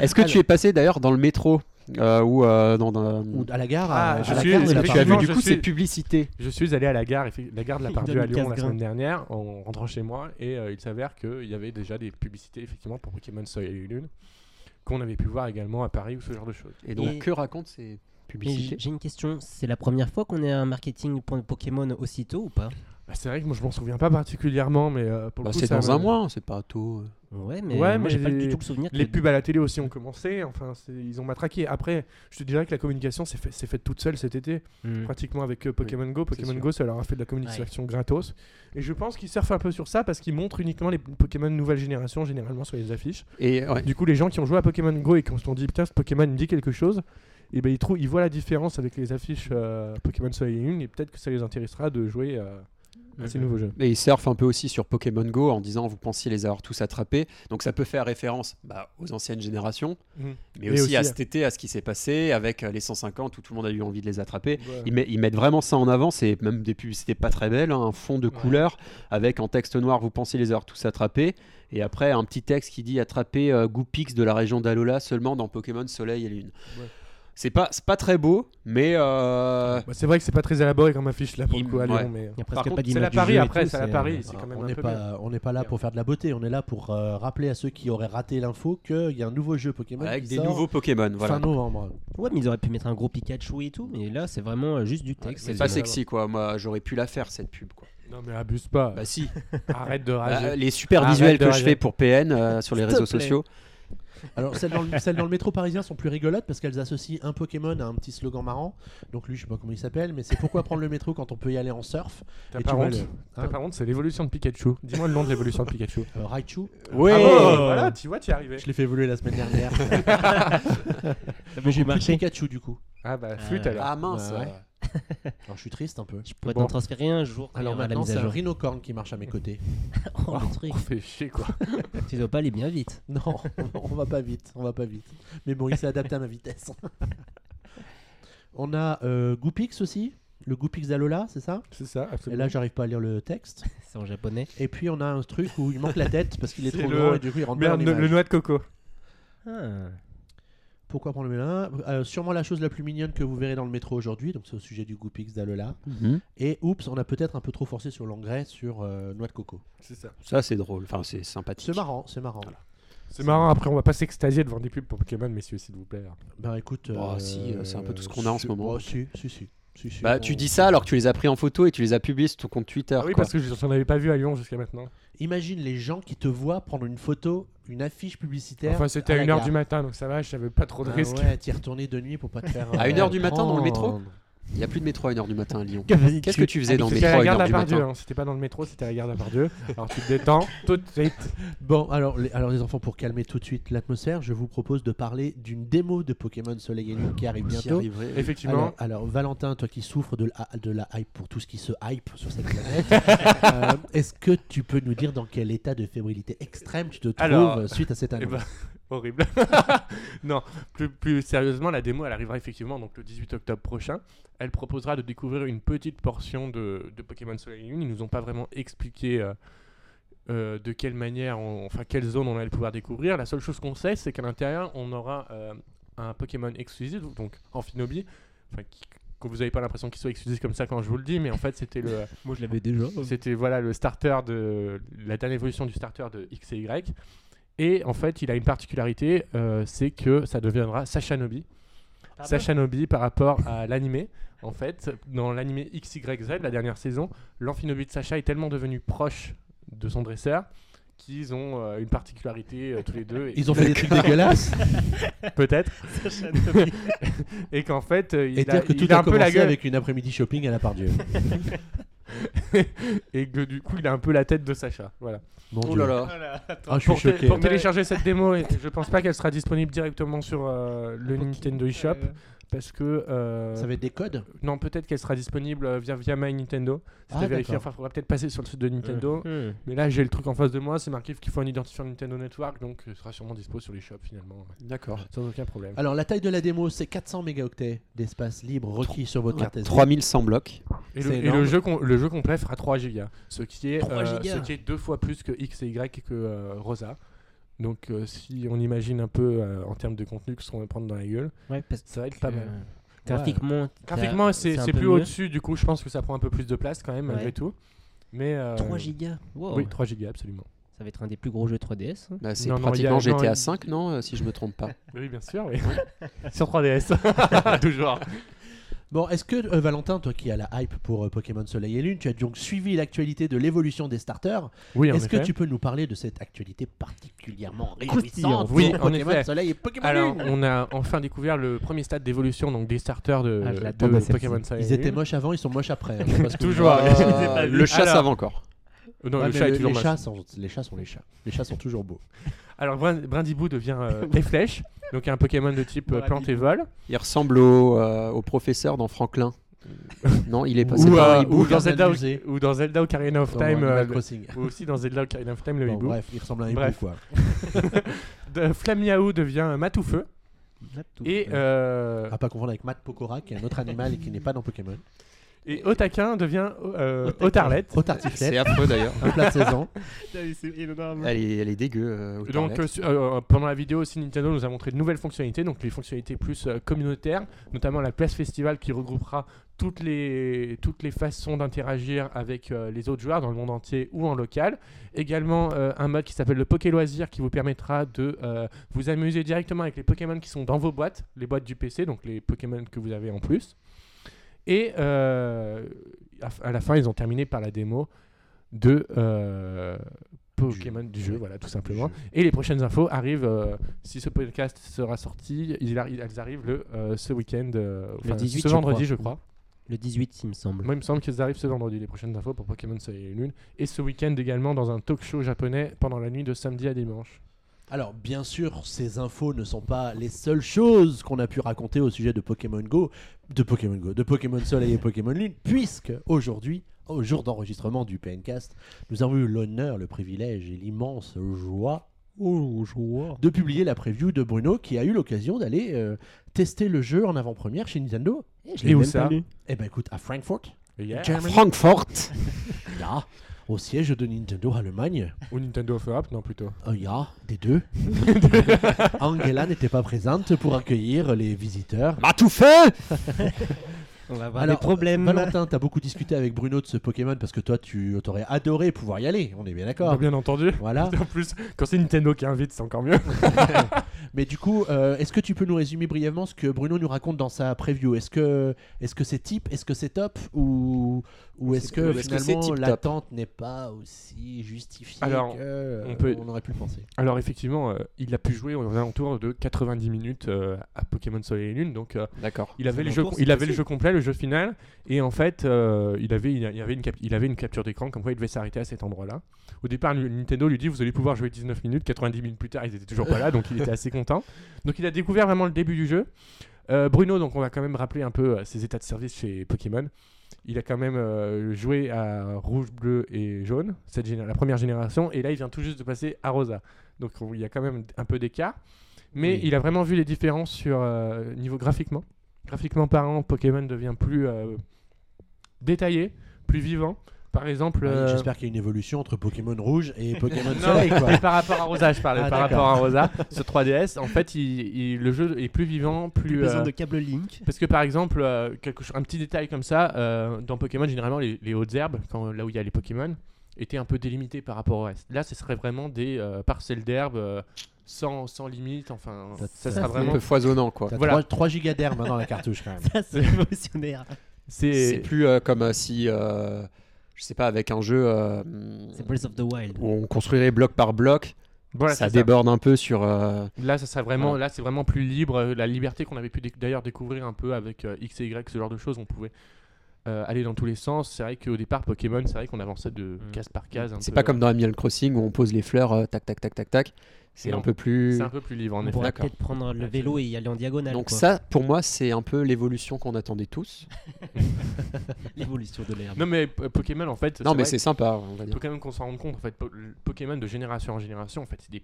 [SPEAKER 2] Est-ce que tu es passé d'ailleurs dans le métro euh, ou euh, dans un-
[SPEAKER 1] Ou à la gare,
[SPEAKER 4] Ah,
[SPEAKER 1] à, à
[SPEAKER 4] je
[SPEAKER 1] la
[SPEAKER 4] suis-
[SPEAKER 1] gare de la
[SPEAKER 4] je
[SPEAKER 2] Tu as vu
[SPEAKER 1] Pardieu.
[SPEAKER 4] Effectivement,
[SPEAKER 2] du
[SPEAKER 4] je
[SPEAKER 2] coup
[SPEAKER 4] suis-
[SPEAKER 2] ces publicités
[SPEAKER 4] Je suis allé à la gare, effe- la gare de la
[SPEAKER 3] Il
[SPEAKER 4] Pardieu
[SPEAKER 3] donne
[SPEAKER 4] à Lyon la
[SPEAKER 3] casse-grain.
[SPEAKER 4] semaine dernière, en rentrant chez moi, et euh, il s'avère qu'il y avait déjà des publicités effectivement pour Pokémon Soleil et Lune, qu'on avait pu voir également à Paris ou ce genre de choses.
[SPEAKER 2] Et donc
[SPEAKER 3] Et-
[SPEAKER 2] que racontent ces
[SPEAKER 3] Mais j-
[SPEAKER 2] publicités
[SPEAKER 3] j'ai une question. C'est la première fois qu'on est à un marketing pour Pokémon aussitôt ou pas
[SPEAKER 4] Bah, c'est vrai que moi je m'en souviens pas particulièrement, mais euh, pour le
[SPEAKER 2] Bah,
[SPEAKER 4] coup,
[SPEAKER 2] C'est
[SPEAKER 4] ça
[SPEAKER 2] dans
[SPEAKER 4] me-
[SPEAKER 2] un mois, c'est pas tôt. euh.
[SPEAKER 3] Ouais, mais moi
[SPEAKER 4] Ouais, mais
[SPEAKER 3] j'ai pas
[SPEAKER 4] les-
[SPEAKER 3] du tout le souvenir.
[SPEAKER 4] Les
[SPEAKER 3] que-
[SPEAKER 4] pubs à la télé aussi ont commencé, enfin c'est- ils ont matraqué. Après, je te dirais que la communication s'est fait- s'est faite toute seule cet été,
[SPEAKER 3] Hmm.
[SPEAKER 4] pratiquement avec euh, Pokémon Go.
[SPEAKER 2] c'est
[SPEAKER 4] Pokémon
[SPEAKER 2] sûr.
[SPEAKER 4] Go, ça leur a fait de la communication gratos. Et je pense qu'ils surfent un peu sur ça parce qu'ils montrent uniquement les Pokémon nouvelle génération généralement sur les affiches.
[SPEAKER 2] Et ouais.
[SPEAKER 4] Du coup, les gens qui ont joué à Pokémon Go et qui se sont dit putain, ce Pokémon me dit quelque chose, et ben ils trouvent, ils voient la différence avec les affiches euh, Pokémon Soleil et Lune, et peut-être que ça les intéressera de jouer euh,
[SPEAKER 1] Ah,
[SPEAKER 4] à ces nouveaux jeux.
[SPEAKER 2] Et ils surfent un peu aussi sur Pokémon Go en disant vous pensiez les avoir tous attrapés. Donc ça peut faire référence bah, aux anciennes générations, mais
[SPEAKER 4] Mmh. Et
[SPEAKER 2] aussi,
[SPEAKER 4] aussi
[SPEAKER 2] à
[SPEAKER 4] à-
[SPEAKER 2] cet été, à ce qui s'est passé avec euh, les 150 où tout le monde a eu envie de les attraper.
[SPEAKER 4] Voilà.
[SPEAKER 2] Ils, met- ils mettent vraiment ça en avant, c'est même des publicités pas très belles, hein, un fond de
[SPEAKER 4] Ouais.
[SPEAKER 2] couleur avec en texte noir vous pensez les avoir tous attrapés, et après un petit texte qui dit attraper euh, Goupix de la région d'Alola seulement dans Pokémon Soleil et Lune.
[SPEAKER 4] Ouais.
[SPEAKER 2] C'est pas, c'est pas très beau, mais. euh,
[SPEAKER 4] Bah, c'est vrai que c'est pas très élaboré comme affiche là pour
[SPEAKER 2] Il-
[SPEAKER 4] le coup à Lyon,
[SPEAKER 2] ouais.
[SPEAKER 4] mais.
[SPEAKER 3] Il y a presque
[SPEAKER 4] Par
[SPEAKER 3] pas
[SPEAKER 4] contre, c'est
[SPEAKER 3] d'image
[SPEAKER 4] la
[SPEAKER 3] du
[SPEAKER 4] Paris
[SPEAKER 3] jeu et
[SPEAKER 4] après,
[SPEAKER 3] tout,
[SPEAKER 4] c'est la
[SPEAKER 3] c'est-
[SPEAKER 4] Paris, c'est quand même
[SPEAKER 1] on
[SPEAKER 4] un
[SPEAKER 1] n'est
[SPEAKER 4] peu mieux.
[SPEAKER 1] pas, on n'est pas là pour faire de la beauté, on est là pour euh, rappeler à ceux qui auraient raté l'info qu'il y a un nouveau jeu Pokémon
[SPEAKER 2] voilà, avec
[SPEAKER 1] qui
[SPEAKER 2] des
[SPEAKER 1] sort
[SPEAKER 2] nouveaux Pokémon, voilà.
[SPEAKER 1] fin novembre.
[SPEAKER 3] euh, Ouais, mais ils auraient pu mettre un gros Pikachu et tout, mais là, c'est vraiment euh, juste du texte.
[SPEAKER 2] C'est
[SPEAKER 4] c'est
[SPEAKER 2] pas
[SPEAKER 4] vrai.
[SPEAKER 2] sexy, quoi. Moi, j'aurais pu la faire, cette pub, quoi.
[SPEAKER 4] Non mais abuse pas,
[SPEAKER 2] Bah, si.
[SPEAKER 4] arrête de
[SPEAKER 2] Bah,
[SPEAKER 4] rager.
[SPEAKER 2] les super
[SPEAKER 4] Arrête
[SPEAKER 2] visuels
[SPEAKER 4] de
[SPEAKER 2] que je
[SPEAKER 4] rager.
[SPEAKER 2] fais pour PN euh, sur les
[SPEAKER 3] S'il te
[SPEAKER 2] réseaux
[SPEAKER 3] plaît.
[SPEAKER 2] sociaux.
[SPEAKER 1] Alors celles dans, le, celles dans le métro parisien sont plus rigolotes parce qu'elles associent un Pokémon à un petit slogan marrant. Donc lui, je sais pas comment il s'appelle, mais c'est pourquoi prendre le métro quand on peut y aller en surf
[SPEAKER 4] T'as
[SPEAKER 1] Et
[SPEAKER 4] pas
[SPEAKER 1] tu vois
[SPEAKER 4] honte
[SPEAKER 1] le-
[SPEAKER 4] T'as
[SPEAKER 1] hein
[SPEAKER 4] pas honte, c'est l'évolution de Pikachu. Dis-moi le nom de l'évolution de Pikachu.
[SPEAKER 1] Euh, Raichu,
[SPEAKER 2] Oui.
[SPEAKER 4] Ah bon,
[SPEAKER 1] Oh.
[SPEAKER 4] voilà, tu vois, tu es arrivé.
[SPEAKER 1] je l'ai fait évoluer la semaine dernière.
[SPEAKER 3] Mais j'ai
[SPEAKER 1] Plus de
[SPEAKER 3] marché.
[SPEAKER 1] Pikachu du coup.
[SPEAKER 4] Ah bah flûte alors.
[SPEAKER 2] Ah mince.
[SPEAKER 1] Bah ouais. Alors je suis triste un peu.
[SPEAKER 3] Je pourrais
[SPEAKER 4] Bon.
[SPEAKER 3] t'en transférer un jour. quand
[SPEAKER 1] Alors
[SPEAKER 3] il y aura la
[SPEAKER 1] maintenant,
[SPEAKER 3] mise
[SPEAKER 1] c'est
[SPEAKER 3] à
[SPEAKER 1] un
[SPEAKER 3] jour.
[SPEAKER 1] rhinocorne qui marche à mes côtés.
[SPEAKER 3] Oh, le truc.
[SPEAKER 4] On fait chier quoi.
[SPEAKER 3] Tu dois pas aller bien vite.
[SPEAKER 1] Non, on va pas vite, on va pas vite. Mais bon, il s'est adapté à ma vitesse. on a euh, Goopix aussi, le Goopix d'Alola, c'est ça
[SPEAKER 4] C'est ça,
[SPEAKER 1] Et là, j'arrive pas à lire le texte.
[SPEAKER 3] C'est en japonais.
[SPEAKER 1] Et puis on a un truc où il manque la tête parce qu'il est,
[SPEAKER 4] C'est
[SPEAKER 1] trop
[SPEAKER 4] le-
[SPEAKER 1] grand et du coup il rentre pas
[SPEAKER 4] Merde,
[SPEAKER 1] dans
[SPEAKER 4] le, le
[SPEAKER 1] l'image.
[SPEAKER 4] noix de coco.
[SPEAKER 3] Ah.
[SPEAKER 1] Pourquoi prendre le mélin Euh, Sûrement la chose la plus mignonne que vous verrez dans le métro aujourd'hui, donc c'est au sujet du Goopix d'Alola.
[SPEAKER 2] Mhm.
[SPEAKER 1] Et oups, on a peut-être un peu trop forcé sur l'engrais sur euh, noix de coco.
[SPEAKER 4] C'est ça.
[SPEAKER 2] Ça, c'est drôle. Enfin, c'est sympathique.
[SPEAKER 1] C'est marrant, c'est marrant.
[SPEAKER 4] C'est marrant, après on va pas s'extasier devant des pubs pour Pokémon, messieurs, s'il vous plaît.
[SPEAKER 1] Bah écoute.
[SPEAKER 2] Bah, si, euh, c'est un peu tout ce qu'on a en ce
[SPEAKER 1] si-
[SPEAKER 2] moment.
[SPEAKER 1] bah, si, si, si. si, si,
[SPEAKER 2] Bah,
[SPEAKER 1] on-
[SPEAKER 2] tu dis ça alors que tu les as pris en photo et tu les as publiés sur ton compte Twitter.
[SPEAKER 4] Ah oui,
[SPEAKER 2] quoi.
[SPEAKER 4] parce que j'en avais pas vu à Lyon jusqu'à maintenant.
[SPEAKER 1] Imagine les gens qui te voient prendre une photo, une affiche publicitaire.
[SPEAKER 4] Enfin, c'était à
[SPEAKER 1] la
[SPEAKER 4] 1h
[SPEAKER 1] gare.
[SPEAKER 4] du matin, donc ça va, je savais pas trop de
[SPEAKER 1] Ah
[SPEAKER 4] risques.
[SPEAKER 1] ouais, t'y retourner de nuit pour pas te faire.
[SPEAKER 2] À
[SPEAKER 1] euh,
[SPEAKER 2] une heure du matin dans le métro
[SPEAKER 1] prendre.
[SPEAKER 2] Il y a plus de métro à 1h du matin à Lyon.
[SPEAKER 3] Qu'est-ce
[SPEAKER 2] Qu'est-ce que tu faisais dans le
[SPEAKER 4] C'était
[SPEAKER 2] métro
[SPEAKER 4] à
[SPEAKER 2] à
[SPEAKER 4] Ah, la gare
[SPEAKER 2] 1h du
[SPEAKER 4] d'Apardieu,
[SPEAKER 2] matin
[SPEAKER 4] hein. c'était pas dans le métro, c'était à la gare d'Apardieu. Alors tu te détends tout de suite.
[SPEAKER 1] Bon, alors les, alors les enfants, pour calmer tout de suite l'atmosphère, je vous propose de parler d'une démo de Pokémon Soleil et Lune qui arrive bientôt.
[SPEAKER 4] Effectivement,
[SPEAKER 1] Alors, alors, Valentin, toi qui souffres de la, de la hype pour tout ce qui se hype sur cette planète, euh, est-ce que tu peux nous dire dans quel état de fébrilité extrême tu te trouves
[SPEAKER 4] Alors,
[SPEAKER 1] euh, suite à cette annonce
[SPEAKER 4] ben, horrible. non, plus, plus sérieusement, la démo, elle arrivera effectivement donc le 18 octobre prochain. Elle proposera de découvrir une petite portion de, de Pokémon Soleil et Lune. Ils nous ont pas vraiment expliqué euh, euh, de quelle manière, on- enfin quelle zone on allait pouvoir découvrir. La seule chose qu'on sait, c'est qu'à l'intérieur, on aura euh, un Pokémon exclusif, donc Amphinobi, enfin, qui- que vous n'avez pas l'impression qu'il soit exclusif comme ça quand je vous le dis, mais en fait c'était le
[SPEAKER 3] Moi, je l'avais déjà.
[SPEAKER 4] c'était voilà le starter de la dernière évolution du starter de X et Y. Et en fait, il a une particularité, euh, c'est que ça deviendra Sachanobi. Sachanobi par rapport à l'animé. En fait, dans l'animé XYZ, la dernière saison, l'amphinobi de Sacha est tellement devenu proche de son dresseur qu'ils ont euh, une particularité euh, tous les deux. Et
[SPEAKER 1] Ils ont fait des trucs dégueulasses
[SPEAKER 4] peut-être. Et qu'en fait, euh, il
[SPEAKER 1] et
[SPEAKER 4] a,
[SPEAKER 1] dire que
[SPEAKER 4] il
[SPEAKER 1] tout
[SPEAKER 4] a
[SPEAKER 1] a,
[SPEAKER 4] un peu la
[SPEAKER 1] commencé
[SPEAKER 4] gueule.
[SPEAKER 1] avec une après-midi shopping à la part Dieu.
[SPEAKER 4] Et que du coup, il a un peu la tête de Sacha. Voilà.
[SPEAKER 1] Mon
[SPEAKER 2] Oh
[SPEAKER 1] Dieu.
[SPEAKER 2] là là.
[SPEAKER 1] Ah, je suis
[SPEAKER 4] pour, té-
[SPEAKER 1] choqué.
[SPEAKER 4] pour télécharger cette démo, et je pense pas qu'elle sera disponible directement sur euh, le Nintendo eShop
[SPEAKER 3] Euh,
[SPEAKER 4] parce que euh,
[SPEAKER 1] Ça va être des codes
[SPEAKER 4] non, peut-être qu'elle sera disponible euh, via via My Nintendo. C'est
[SPEAKER 1] Ah,
[SPEAKER 4] à vérifier.
[SPEAKER 1] d'accord.
[SPEAKER 4] Enfin, faudra peut-être passer sur le site de Nintendo.
[SPEAKER 3] Euh.
[SPEAKER 4] Mais là, j'ai le truc en face de moi, c'est marqué qu'il faut un identifiant Nintendo Network, donc euh, il sera sûrement dispo sur l'eShop finalement,
[SPEAKER 2] D'accord.
[SPEAKER 4] sans aucun problème.
[SPEAKER 1] Alors, la taille de la démo, c'est 400 mégaoctets d'espace libre requis sur votre carte SD.
[SPEAKER 2] 3100 blocs.
[SPEAKER 4] Et,
[SPEAKER 1] c'est
[SPEAKER 4] le, et le
[SPEAKER 1] énorme.
[SPEAKER 4] jeu com- le jeu complet fera 3 gigas, ce qui est
[SPEAKER 3] 3
[SPEAKER 4] euh,
[SPEAKER 3] gigas.
[SPEAKER 4] ce qui est deux fois plus que X et Y et que euh, Rosa. Donc euh, si on imagine un peu euh, en termes de contenu que ce qu'on va prendre dans la gueule,
[SPEAKER 3] Ouais, parce que.
[SPEAKER 4] ça va être pas mal.
[SPEAKER 3] euh, Graphiquement, t'as-
[SPEAKER 4] Graphiquement, Bah, c'est
[SPEAKER 3] un
[SPEAKER 4] c'est
[SPEAKER 3] peu
[SPEAKER 4] plus
[SPEAKER 3] mieux.
[SPEAKER 4] au-dessus, du coup, je pense que ça prend un peu plus de place quand même, malgré
[SPEAKER 3] Ouais.
[SPEAKER 4] tout. Mais, euh,
[SPEAKER 3] 3 gigas. Wow.
[SPEAKER 4] Oui, 3 gigas, absolument.
[SPEAKER 3] Ça va être un des plus gros jeux 3DS. hein.
[SPEAKER 2] Bah, c'est
[SPEAKER 4] Non, non, il y a-
[SPEAKER 2] pratiquement
[SPEAKER 4] non,
[SPEAKER 2] GTA
[SPEAKER 4] il-
[SPEAKER 2] 5, non euh, Si je me trompe pas.
[SPEAKER 4] Oui, bien sûr, oui. Sur 3DS, toujours.
[SPEAKER 1] Bon, est-ce que, euh, Valentin, toi qui as la hype pour euh, Pokémon Soleil et Lune, tu as donc suivi l'actualité de l'évolution des starters
[SPEAKER 4] Oui, en
[SPEAKER 1] Est-ce que
[SPEAKER 4] effet.
[SPEAKER 1] tu peux nous parler de cette actualité particulièrement
[SPEAKER 4] Croustillante.
[SPEAKER 1] réjouissante
[SPEAKER 4] Oui,
[SPEAKER 1] pour
[SPEAKER 4] en
[SPEAKER 1] Pokémon
[SPEAKER 4] effet.
[SPEAKER 1] Soleil et Pokémon
[SPEAKER 4] Alors, euh,
[SPEAKER 1] Lune
[SPEAKER 4] on a enfin découvert le premier stade d'évolution donc des starters de,
[SPEAKER 3] Ah, je
[SPEAKER 4] de
[SPEAKER 3] l'attendais, celle-ci.
[SPEAKER 4] Pokémon Soleil. et
[SPEAKER 1] Ils étaient
[SPEAKER 4] Lune.
[SPEAKER 1] moches avant, ils sont moches après. hein, je sais pas ce que vous
[SPEAKER 4] Toujours.
[SPEAKER 1] en pensez.
[SPEAKER 4] Je les ai pas
[SPEAKER 2] Euh,
[SPEAKER 4] vus.
[SPEAKER 2] le chat, ça
[SPEAKER 4] Alors-
[SPEAKER 2] va encore.
[SPEAKER 4] Euh, Non,
[SPEAKER 1] Ouais,
[SPEAKER 4] le
[SPEAKER 1] mais
[SPEAKER 4] chat est
[SPEAKER 1] le-
[SPEAKER 4] toujours
[SPEAKER 1] les,
[SPEAKER 4] moche.
[SPEAKER 1] chats sont, les chats sont les chats. Les chats sont toujours beaux.
[SPEAKER 4] Alors, Brin- Brindibou devient euh, Efflèche, donc un Pokémon de type euh, plante et vol.
[SPEAKER 2] Il ressemble au, euh, au professeur dans Franklin. Euh, non, il est passé
[SPEAKER 4] Ou,
[SPEAKER 2] par
[SPEAKER 4] euh,
[SPEAKER 2] un hibou.
[SPEAKER 4] ou dans
[SPEAKER 1] Gardien
[SPEAKER 4] Zelda,
[SPEAKER 1] du musée.
[SPEAKER 4] ou dans Zelda Ocarina of
[SPEAKER 1] Dans
[SPEAKER 4] Time,
[SPEAKER 1] Animal
[SPEAKER 4] euh, le-
[SPEAKER 1] Crossing.
[SPEAKER 4] ou aussi dans Zelda Ocarina of Time, le
[SPEAKER 1] Bon,
[SPEAKER 4] hibou.
[SPEAKER 1] bref, il ressemble à un hibou
[SPEAKER 4] Bref.
[SPEAKER 1] quoi.
[SPEAKER 4] De- Flamiaou devient euh, Matoufeu.
[SPEAKER 3] Là, tout-
[SPEAKER 4] Et
[SPEAKER 3] euh,
[SPEAKER 4] euh,
[SPEAKER 1] Ah. À pas confondre avec Matt Pokora qui est un autre animal et qui n'est pas dans Pokémon.
[SPEAKER 4] Et Otaquin devient euh, Otarlette.
[SPEAKER 1] Au
[SPEAKER 2] C'est
[SPEAKER 1] tartiflette,
[SPEAKER 2] affreux d'ailleurs.
[SPEAKER 1] un plat de saison.
[SPEAKER 3] C'est énorme.
[SPEAKER 2] Elle est, elle est dégueu. euh, aux
[SPEAKER 4] Donc
[SPEAKER 2] tartelettes.
[SPEAKER 4] euh, su- euh, pendant la vidéo aussi Nintendo nous a montré de nouvelles fonctionnalités, donc les fonctionnalités plus euh, communautaires, notamment la place festival qui regroupera toutes les, toutes les façons d'interagir avec euh, les autres joueurs dans le monde entier ou en local. Également euh, un mode qui s'appelle le Poké Loisir qui vous permettra de euh, vous amuser directement avec les Pokémon qui sont dans vos boîtes, les boîtes du PC, donc les Pokémon que vous avez en plus. Et euh, à- à la fin, ils ont terminé par la démo de euh, Pokémon du, jeu, voilà, tout simplement. Et les prochaines infos arrivent, euh, si ce podcast sera sorti, ils arri- elles arrivent le, euh, ce week-end, euh,
[SPEAKER 3] Le
[SPEAKER 4] enfin,
[SPEAKER 3] 18,
[SPEAKER 4] ce
[SPEAKER 3] je
[SPEAKER 4] vendredi,
[SPEAKER 3] crois. Mmh.
[SPEAKER 4] je crois.
[SPEAKER 3] Le 18, il me semble.
[SPEAKER 4] Moi, il me semble qu'elles arrivent ce vendredi, les prochaines infos pour Pokémon Soleil et Lune. Et ce week-end également dans un talk show japonais pendant la nuit de samedi à dimanche.
[SPEAKER 1] Alors, bien sûr, ces infos ne sont pas les seules choses qu'on a pu raconter au sujet de Pokémon Go, de Pokémon Go, de Pokémon Soleil et Pokémon Lune, puisque aujourd'hui, au jour d'enregistrement du PNcast, nous avons eu l'honneur, le privilège et l'immense joie
[SPEAKER 4] Oh,
[SPEAKER 1] de publier la preview de Bruno qui a eu l'occasion d'aller euh, tester le jeu en avant-première chez Nintendo.
[SPEAKER 4] l'ai Et où même ça pas
[SPEAKER 1] Eh ben écoute, à Frankfurt,
[SPEAKER 2] À Francfort.
[SPEAKER 1] là, au siège de Nintendo Allemagne,
[SPEAKER 4] Ou Nintendo of Europe, non plutôt.
[SPEAKER 1] Il y a des deux. Angela n'était pas présente pour accueillir les visiteurs.
[SPEAKER 2] M'a tout fait
[SPEAKER 3] On va avoir
[SPEAKER 1] Alors,
[SPEAKER 3] des problèmes.
[SPEAKER 1] Valentin, t'as beaucoup discuté avec Bruno de ce Pokémon parce que toi, tu t'aurais adoré pouvoir y aller. On est bien d'accord.
[SPEAKER 4] Bien entendu.
[SPEAKER 1] Voilà.
[SPEAKER 4] En plus, quand c'est Nintendo qui invite, c'est encore mieux.
[SPEAKER 1] Mais du coup, euh, est-ce que tu peux nous résumer brièvement ce que Bruno nous raconte dans sa preview Est-ce que, est-ce que c'est type Est-ce que c'est top Ou, ou est-ce
[SPEAKER 2] c'est-
[SPEAKER 1] que
[SPEAKER 2] ou est-ce que c'est
[SPEAKER 1] finalement
[SPEAKER 2] tip-top
[SPEAKER 1] l'attente n'est pas aussi justifiée
[SPEAKER 4] Alors,
[SPEAKER 1] que, euh,
[SPEAKER 4] on peut-
[SPEAKER 1] on aurait pu le penser
[SPEAKER 4] Alors effectivement, euh, il a pu jouer aux alentours de 90 minutes euh, à Pokémon Soleil et Lune, donc euh,
[SPEAKER 2] D'accord.
[SPEAKER 4] il avait,
[SPEAKER 3] Aux
[SPEAKER 4] le jeu,
[SPEAKER 3] alentours,
[SPEAKER 4] il
[SPEAKER 3] c'est
[SPEAKER 4] avait le
[SPEAKER 3] possible.
[SPEAKER 4] jeu complet, le jeu final, et en fait, euh, il, avait, il, avait une cap- il avait une capture d'écran, comme quoi il devait s'arrêter à cet endroit-là. Au départ, lui- Nintendo lui dit, vous allez pouvoir jouer 19 minutes, 90 minutes plus tard, ils étaient toujours pas là, donc il était assez content. Donc il a découvert vraiment le début du jeu. Euh, Bruno, donc on va quand même rappeler un peu euh, ses états de service chez Pokémon. Il a quand même euh, joué à rouge, bleu et jaune, cette géné- la première génération, et là il vient tout juste de passer à Rosa. Donc on- il y a quand même un peu d'écart. Mais
[SPEAKER 1] Oui.
[SPEAKER 4] il a vraiment vu les différences sur euh, niveau graphiquement. Graphiquement parlant, Pokémon devient plus euh, détaillé, plus vivant. Par exemple,
[SPEAKER 1] Ouais,
[SPEAKER 4] euh,
[SPEAKER 1] Bah J'espère qu'il y a une évolution entre Pokémon rouge et Pokémon
[SPEAKER 4] Non,
[SPEAKER 1] soleil. quoi.
[SPEAKER 4] mais par rapport à Rosa, je parlais.
[SPEAKER 1] Ah,
[SPEAKER 4] par
[SPEAKER 1] d'accord.
[SPEAKER 4] rapport à Rosa, ce 3DS, en fait, il- il- le jeu est plus vivant, plus.
[SPEAKER 3] Plus besoin
[SPEAKER 4] euh,
[SPEAKER 3] de câble Link.
[SPEAKER 4] Parce que par exemple, euh, quelque cho- un petit détail comme ça, euh, dans Pokémon, généralement, les, les hautes herbes, quand, là où il y a les Pokémon, étaient un peu délimitées par rapport au reste. Là, ce serait vraiment des euh, parcelles d'herbe euh, sans, sans limite. Enfin,
[SPEAKER 1] Ça-
[SPEAKER 4] ça,
[SPEAKER 1] ça-
[SPEAKER 4] sera
[SPEAKER 2] Un
[SPEAKER 4] vraiment.
[SPEAKER 2] peu foisonnant quoi.
[SPEAKER 1] T'as
[SPEAKER 4] Voilà.
[SPEAKER 1] 3, gigas d'air maintenant hein, la cartouche quand même.
[SPEAKER 3] Ça, c'est émotionnaire.
[SPEAKER 2] C'est
[SPEAKER 4] C'est.
[SPEAKER 2] plus euh, comme euh, si, euh, je sais pas, avec un jeu euh,
[SPEAKER 3] C'est Breath of the Wild.
[SPEAKER 2] où on construirait bloc par bloc,
[SPEAKER 4] Voilà,
[SPEAKER 2] ça
[SPEAKER 4] c'est ça.
[SPEAKER 2] déborde un peu sur. euh,
[SPEAKER 4] Là, ça serait vraiment, là, c'est vraiment plus libre. euh, La liberté qu'on avait pu déc- d'ailleurs découvrir un peu avec euh, X et Y, ce genre de choses, on pouvait euh, aller dans tous les sens. C'est vrai qu'au départ, Pokémon, c'est vrai qu'on avançait de
[SPEAKER 3] Mm.
[SPEAKER 4] case par case. un
[SPEAKER 2] c'est
[SPEAKER 4] peu.
[SPEAKER 2] pas comme dans Animal Crossing où on pose les fleurs, euh, tac tac tac tac tac. C'est
[SPEAKER 4] Non.
[SPEAKER 2] un peu plus.
[SPEAKER 4] euh, C'est un peu plus libre en
[SPEAKER 3] On
[SPEAKER 4] effet.
[SPEAKER 3] pourrait
[SPEAKER 2] d'accord.
[SPEAKER 3] peut-être prendre le vélo et y aller en diagonale.
[SPEAKER 2] Donc
[SPEAKER 3] quoi.
[SPEAKER 2] ça, pour moi, c'est un peu l'évolution qu'on attendait tous.
[SPEAKER 3] L'évolution de l'herbe.
[SPEAKER 4] Non mais P- Pokémon, en fait,
[SPEAKER 2] Non,
[SPEAKER 4] vrai
[SPEAKER 2] mais c'est sympa, on va dire.
[SPEAKER 4] Pokémon qu'on s'en rende compte, en fait, po- le Pokémon de génération en génération, en fait, c'est des,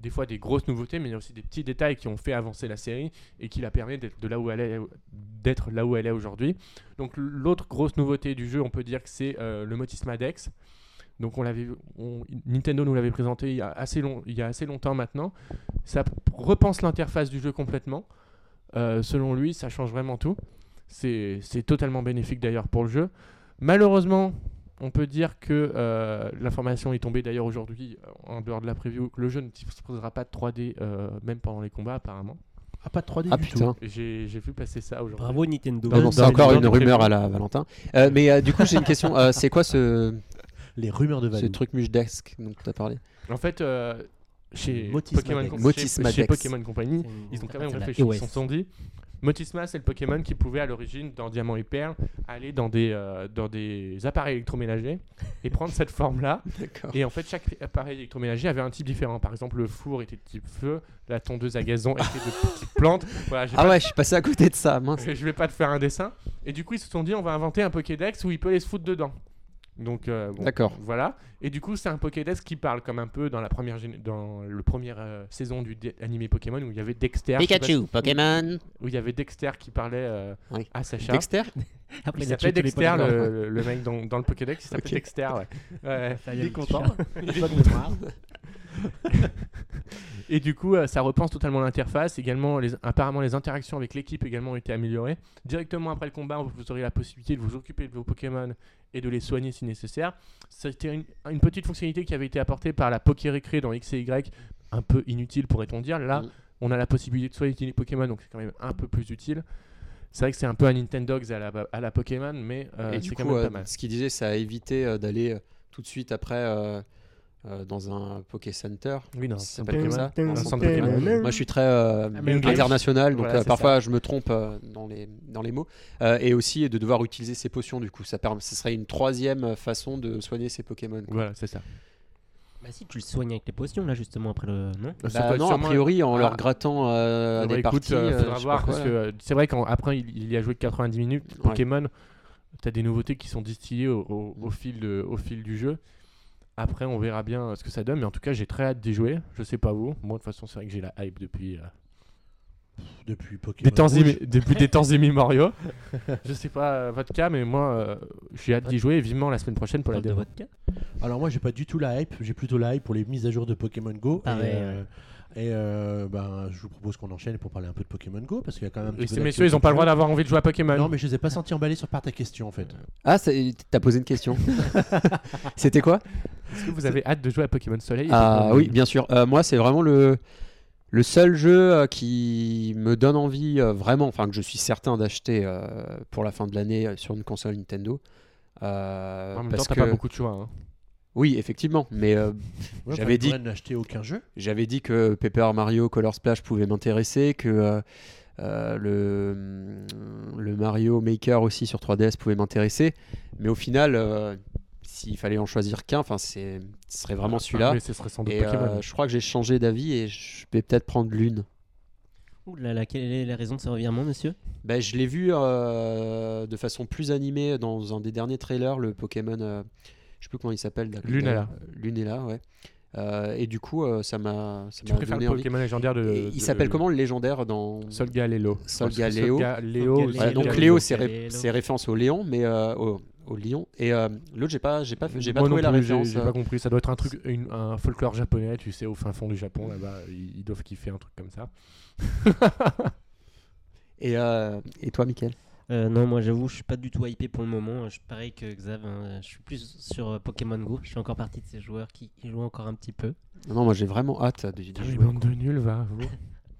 [SPEAKER 4] des fois des grosses nouveautés, mais il y a aussi des petits détails qui ont fait avancer la série et qui la permet d'être de là où elle est, d'être là où elle est aujourd'hui. Donc l'autre grosse nouveauté du jeu, on peut dire que c'est euh, le Motisma Dex. Donc on l'avait, on- Nintendo nous l'avait présenté il y a assez long, il y a assez longtemps maintenant. Ça p- repense l'interface du jeu complètement. Euh, selon lui, ça change vraiment tout. C'est c'est totalement bénéfique d'ailleurs pour le jeu. Malheureusement, on peut dire que euh, l'information est tombée d'ailleurs aujourd'hui, euh, en dehors de la preview, que le jeu ne disposera pas de 3D, euh, même pendant les combats apparemment.
[SPEAKER 1] Ah, pas de 3D
[SPEAKER 2] Ah
[SPEAKER 1] du
[SPEAKER 2] putain.
[SPEAKER 1] tout.
[SPEAKER 4] J'ai j'ai vu passer ça aujourd'hui.
[SPEAKER 3] Bravo Nintendo.
[SPEAKER 2] Bah Non, non, c'est
[SPEAKER 1] dans-
[SPEAKER 2] encore
[SPEAKER 4] dans
[SPEAKER 2] une
[SPEAKER 4] le
[SPEAKER 2] rumeur
[SPEAKER 4] prévu.
[SPEAKER 2] à la Valentin. Euh, mais euh, du coup, j'ai une question. Euh, c'est quoi ce,
[SPEAKER 1] Les rumeurs de
[SPEAKER 2] ce
[SPEAKER 1] Valou.
[SPEAKER 2] truc Mushdesk dont tu as parlé
[SPEAKER 4] En fait, euh, chez,
[SPEAKER 1] Motisma
[SPEAKER 4] Pokémon
[SPEAKER 1] Dex. E
[SPEAKER 4] Com-
[SPEAKER 2] Motisma
[SPEAKER 4] chez, chez
[SPEAKER 2] Dex.
[SPEAKER 4] Pokémon Company, ils ont quand même réfléchi,
[SPEAKER 3] Ouais.
[SPEAKER 4] ils se sont dit Motisma, c'est le Pokémon qui pouvait à l'origine, dans Diamant et Perle, aller dans des, euh, dans des appareils électroménagers et prendre cette forme-là.
[SPEAKER 2] D'accord.
[SPEAKER 4] Et en fait, chaque appareil électroménager avait un type différent. Par exemple, le four était de type feu, la tondeuse à gazon était de type plante. Voilà, j'ai
[SPEAKER 2] Ah ouais, je suis passé à côté de ça, mince.
[SPEAKER 4] je vais pas te faire un dessin. Et du coup, ils se sont dit, on va inventer un Pokédex où il peut aller se foutre dedans. Donc euh, bon,
[SPEAKER 2] D'accord.
[SPEAKER 4] voilà. Et du coup, c'est un Pokédex qui parle comme un peu dans la première gén- dans le première euh, saison du dé- animé Pokémon où il y avait Dexter, je sais pas si-
[SPEAKER 5] Pikachu, Pokémon.
[SPEAKER 4] où il y avait Dexter qui parlait euh,
[SPEAKER 2] Oui.
[SPEAKER 4] à Sacha.
[SPEAKER 2] Dexter
[SPEAKER 3] Après,
[SPEAKER 4] il
[SPEAKER 3] a tué
[SPEAKER 4] s'appelait
[SPEAKER 3] tous les
[SPEAKER 4] Dexter,
[SPEAKER 3] Pokémon.
[SPEAKER 4] le, le- le mec dans, dans le Pokédex, il s'appelait
[SPEAKER 2] Ok.
[SPEAKER 4] Dexter. Ouais. Ouais,
[SPEAKER 3] Ça y est,
[SPEAKER 4] il est
[SPEAKER 3] le
[SPEAKER 4] content.
[SPEAKER 3] t-shirt.
[SPEAKER 4] Il est content. Et du coup, euh, ça repense totalement l'interface. Également, les, apparemment, les interactions avec l'équipe également ont été améliorées. Directement après le combat, vous aurez la possibilité de vous occuper de vos Pokémon et de les soigner si nécessaire. C'était une, une petite fonctionnalité qui avait été apportée par la Poké Récré dans X et Y, un peu inutile pourrait-on dire. Là,
[SPEAKER 2] Mm.
[SPEAKER 4] on a la possibilité de soigner les Pokémon, donc c'est quand même un peu plus utile. C'est vrai que c'est un peu un Nintendo à la, à la Pokémon, mais euh,
[SPEAKER 2] Et
[SPEAKER 4] c'est
[SPEAKER 2] du
[SPEAKER 4] quand
[SPEAKER 2] coup,
[SPEAKER 4] même
[SPEAKER 2] euh,
[SPEAKER 4] pas mal.
[SPEAKER 2] ce qu'il disait, ça a évité euh, d'aller euh, tout de suite après euh, euh, dans un Poké Center.
[SPEAKER 4] Oui, non,
[SPEAKER 2] Ça
[SPEAKER 4] c'est
[SPEAKER 2] s'appelle comme ça
[SPEAKER 4] Pokémon.
[SPEAKER 2] Un
[SPEAKER 4] Un
[SPEAKER 2] centre
[SPEAKER 4] centre
[SPEAKER 2] Pokémon.
[SPEAKER 4] Pokémon.
[SPEAKER 2] Moi, je suis très euh,
[SPEAKER 4] American Games.
[SPEAKER 2] international, donc
[SPEAKER 4] Ah, Voilà,
[SPEAKER 2] euh,
[SPEAKER 4] c'est
[SPEAKER 2] parfois je me trompe euh, dans, les, dans les mots. Euh, et aussi de devoir utiliser ses potions, du coup. Ça, permet, ça serait une troisième euh, façon de soigner ses Pokémon. quoi.
[SPEAKER 4] Voilà, c'est ça.
[SPEAKER 3] Bah si, tu le soignes avec les potions là justement après le. Non
[SPEAKER 4] C'est
[SPEAKER 2] Bah
[SPEAKER 4] pas-
[SPEAKER 2] non, a
[SPEAKER 4] sûrement-
[SPEAKER 2] priori, en
[SPEAKER 4] Ah.
[SPEAKER 2] leur grattant euh,
[SPEAKER 4] Ouais,
[SPEAKER 2] des
[SPEAKER 4] écoute,
[SPEAKER 2] parties.
[SPEAKER 4] euh,
[SPEAKER 2] euh,
[SPEAKER 4] faudra
[SPEAKER 2] je sais pas
[SPEAKER 4] voir
[SPEAKER 2] quoi,
[SPEAKER 4] parce que
[SPEAKER 2] là.
[SPEAKER 4] euh, c'est vrai qu'après il, il y a joué 90 minutes.
[SPEAKER 2] Ouais.
[SPEAKER 4] Pokémon, t'as des nouveautés qui sont distillées au, au- au fil de- au fil du jeu. Après, on verra bien euh, ce que ça donne, mais en tout cas, j'ai très hâte d'y jouer. Je sais pas vous. Moi, de toute façon, c'est vrai que j'ai la hype depuis, euh,
[SPEAKER 1] Depuis Pokémon.
[SPEAKER 4] des, temps
[SPEAKER 1] Rouge.
[SPEAKER 4] immé- depuis des temps immémoriaux. je sais pas euh, votre cas, mais moi, euh, j'ai hâte d'y jouer. Et vivement la semaine prochaine pour la
[SPEAKER 3] Parle de
[SPEAKER 4] démo.
[SPEAKER 3] vodka
[SPEAKER 1] Alors moi j'ai pas du tout la hype, j'ai plutôt la hype pour les mises à jour de Pokémon Go.
[SPEAKER 3] Pareil,
[SPEAKER 1] et euh, et, euh, ben, je vous propose qu'on enchaîne pour parler un peu de Pokémon Go parce qu'il y a quand même. un
[SPEAKER 4] Et
[SPEAKER 1] petit peu
[SPEAKER 4] ces messieurs, ils ont pas le droit d'avoir envie de jouer à Pokémon.
[SPEAKER 1] Non mais je les ai pas sentis emballés sur par ta question en fait.
[SPEAKER 2] Ah, c'est- t'as posé une question. C'était quoi
[SPEAKER 4] Est-ce que vous avez hâte de jouer à Pokémon Soleil
[SPEAKER 2] Ah
[SPEAKER 4] Euh,
[SPEAKER 2] oui, bien sûr. Euh, moi, c'est vraiment le, le seul jeu euh, qui me donne envie, euh, vraiment, enfin, que je suis certain d'acheter euh, pour la fin de l'année euh, sur une console Nintendo. Euh,
[SPEAKER 4] En même temps,
[SPEAKER 2] parce
[SPEAKER 4] t'as
[SPEAKER 2] que...
[SPEAKER 4] pas beaucoup de choix. hein.
[SPEAKER 2] Oui, effectivement, mais euh,
[SPEAKER 1] Ouais,
[SPEAKER 2] J'avais
[SPEAKER 1] enfin,
[SPEAKER 2] dit-
[SPEAKER 1] Corinne n'a acheté aucun jeu.
[SPEAKER 2] j'avais dit que Paper Mario Color Splash pouvait m'intéresser, que euh, euh, le, le Mario Maker aussi sur 3DS pouvait m'intéresser, mais au final, euh, s'il fallait en choisir qu'un, enfin, c'est- ce serait vraiment celui-là.
[SPEAKER 4] Mais ce serait Ah, sans doute
[SPEAKER 2] Et
[SPEAKER 4] Pokémon.
[SPEAKER 2] euh, je crois que j'ai changé d'avis et je vais peut-être prendre l'une.
[SPEAKER 3] Ouh là là, quelle est la raison de ce revirement, monsieur
[SPEAKER 2] Bah, je l'ai vu euh, de façon plus animée dans un des derniers trailers, le Pokémon, euh, je sais plus comment il s'appelle. là,
[SPEAKER 4] Lunala.
[SPEAKER 2] euh, Lunala, ouais. Euh, et du coup, euh, ça m'a ça
[SPEAKER 4] Tu
[SPEAKER 2] m'a
[SPEAKER 4] préfères
[SPEAKER 2] donné
[SPEAKER 4] le
[SPEAKER 2] envie.
[SPEAKER 4] Pokémon légendaire de.
[SPEAKER 2] Et
[SPEAKER 4] Euh, de-
[SPEAKER 2] il s'appelle comment le légendaire dans
[SPEAKER 4] Solgaleo.
[SPEAKER 2] Solgaleo.
[SPEAKER 4] Solgaleo,
[SPEAKER 3] Solgaleo.
[SPEAKER 4] ou
[SPEAKER 2] Ouais, donc
[SPEAKER 3] Léo.
[SPEAKER 2] Léo, c'est
[SPEAKER 3] Léo.
[SPEAKER 2] ré- c'est référence au Léon, mais euh, au, au lion. Et euh, l'autre, j'ai pas, j'ai pas, fait- j'ai pas
[SPEAKER 4] Moi non
[SPEAKER 2] trouvé la
[SPEAKER 4] plus, j'ai-
[SPEAKER 2] référence.
[SPEAKER 4] J'ai
[SPEAKER 2] euh.
[SPEAKER 4] pas compris. Ça doit être un truc, une- un folklore japonais, tu sais, au fin fond du Japon, là-bas. Ils, ils doivent kiffer un truc comme ça.
[SPEAKER 2] Et, euh, et toi, Mickaël
[SPEAKER 3] Euh, Non, moi j'avoue, je suis pas du tout hypé pour le moment. Je pareil que Xav, hein, je suis plus sur euh, Pokémon Go. Je suis encore partie de ces joueurs qui y jouent encore un petit peu.
[SPEAKER 2] Non, non, moi j'ai vraiment hâte de,
[SPEAKER 4] Ah,
[SPEAKER 2] de jouer.
[SPEAKER 4] bande de nuls, va.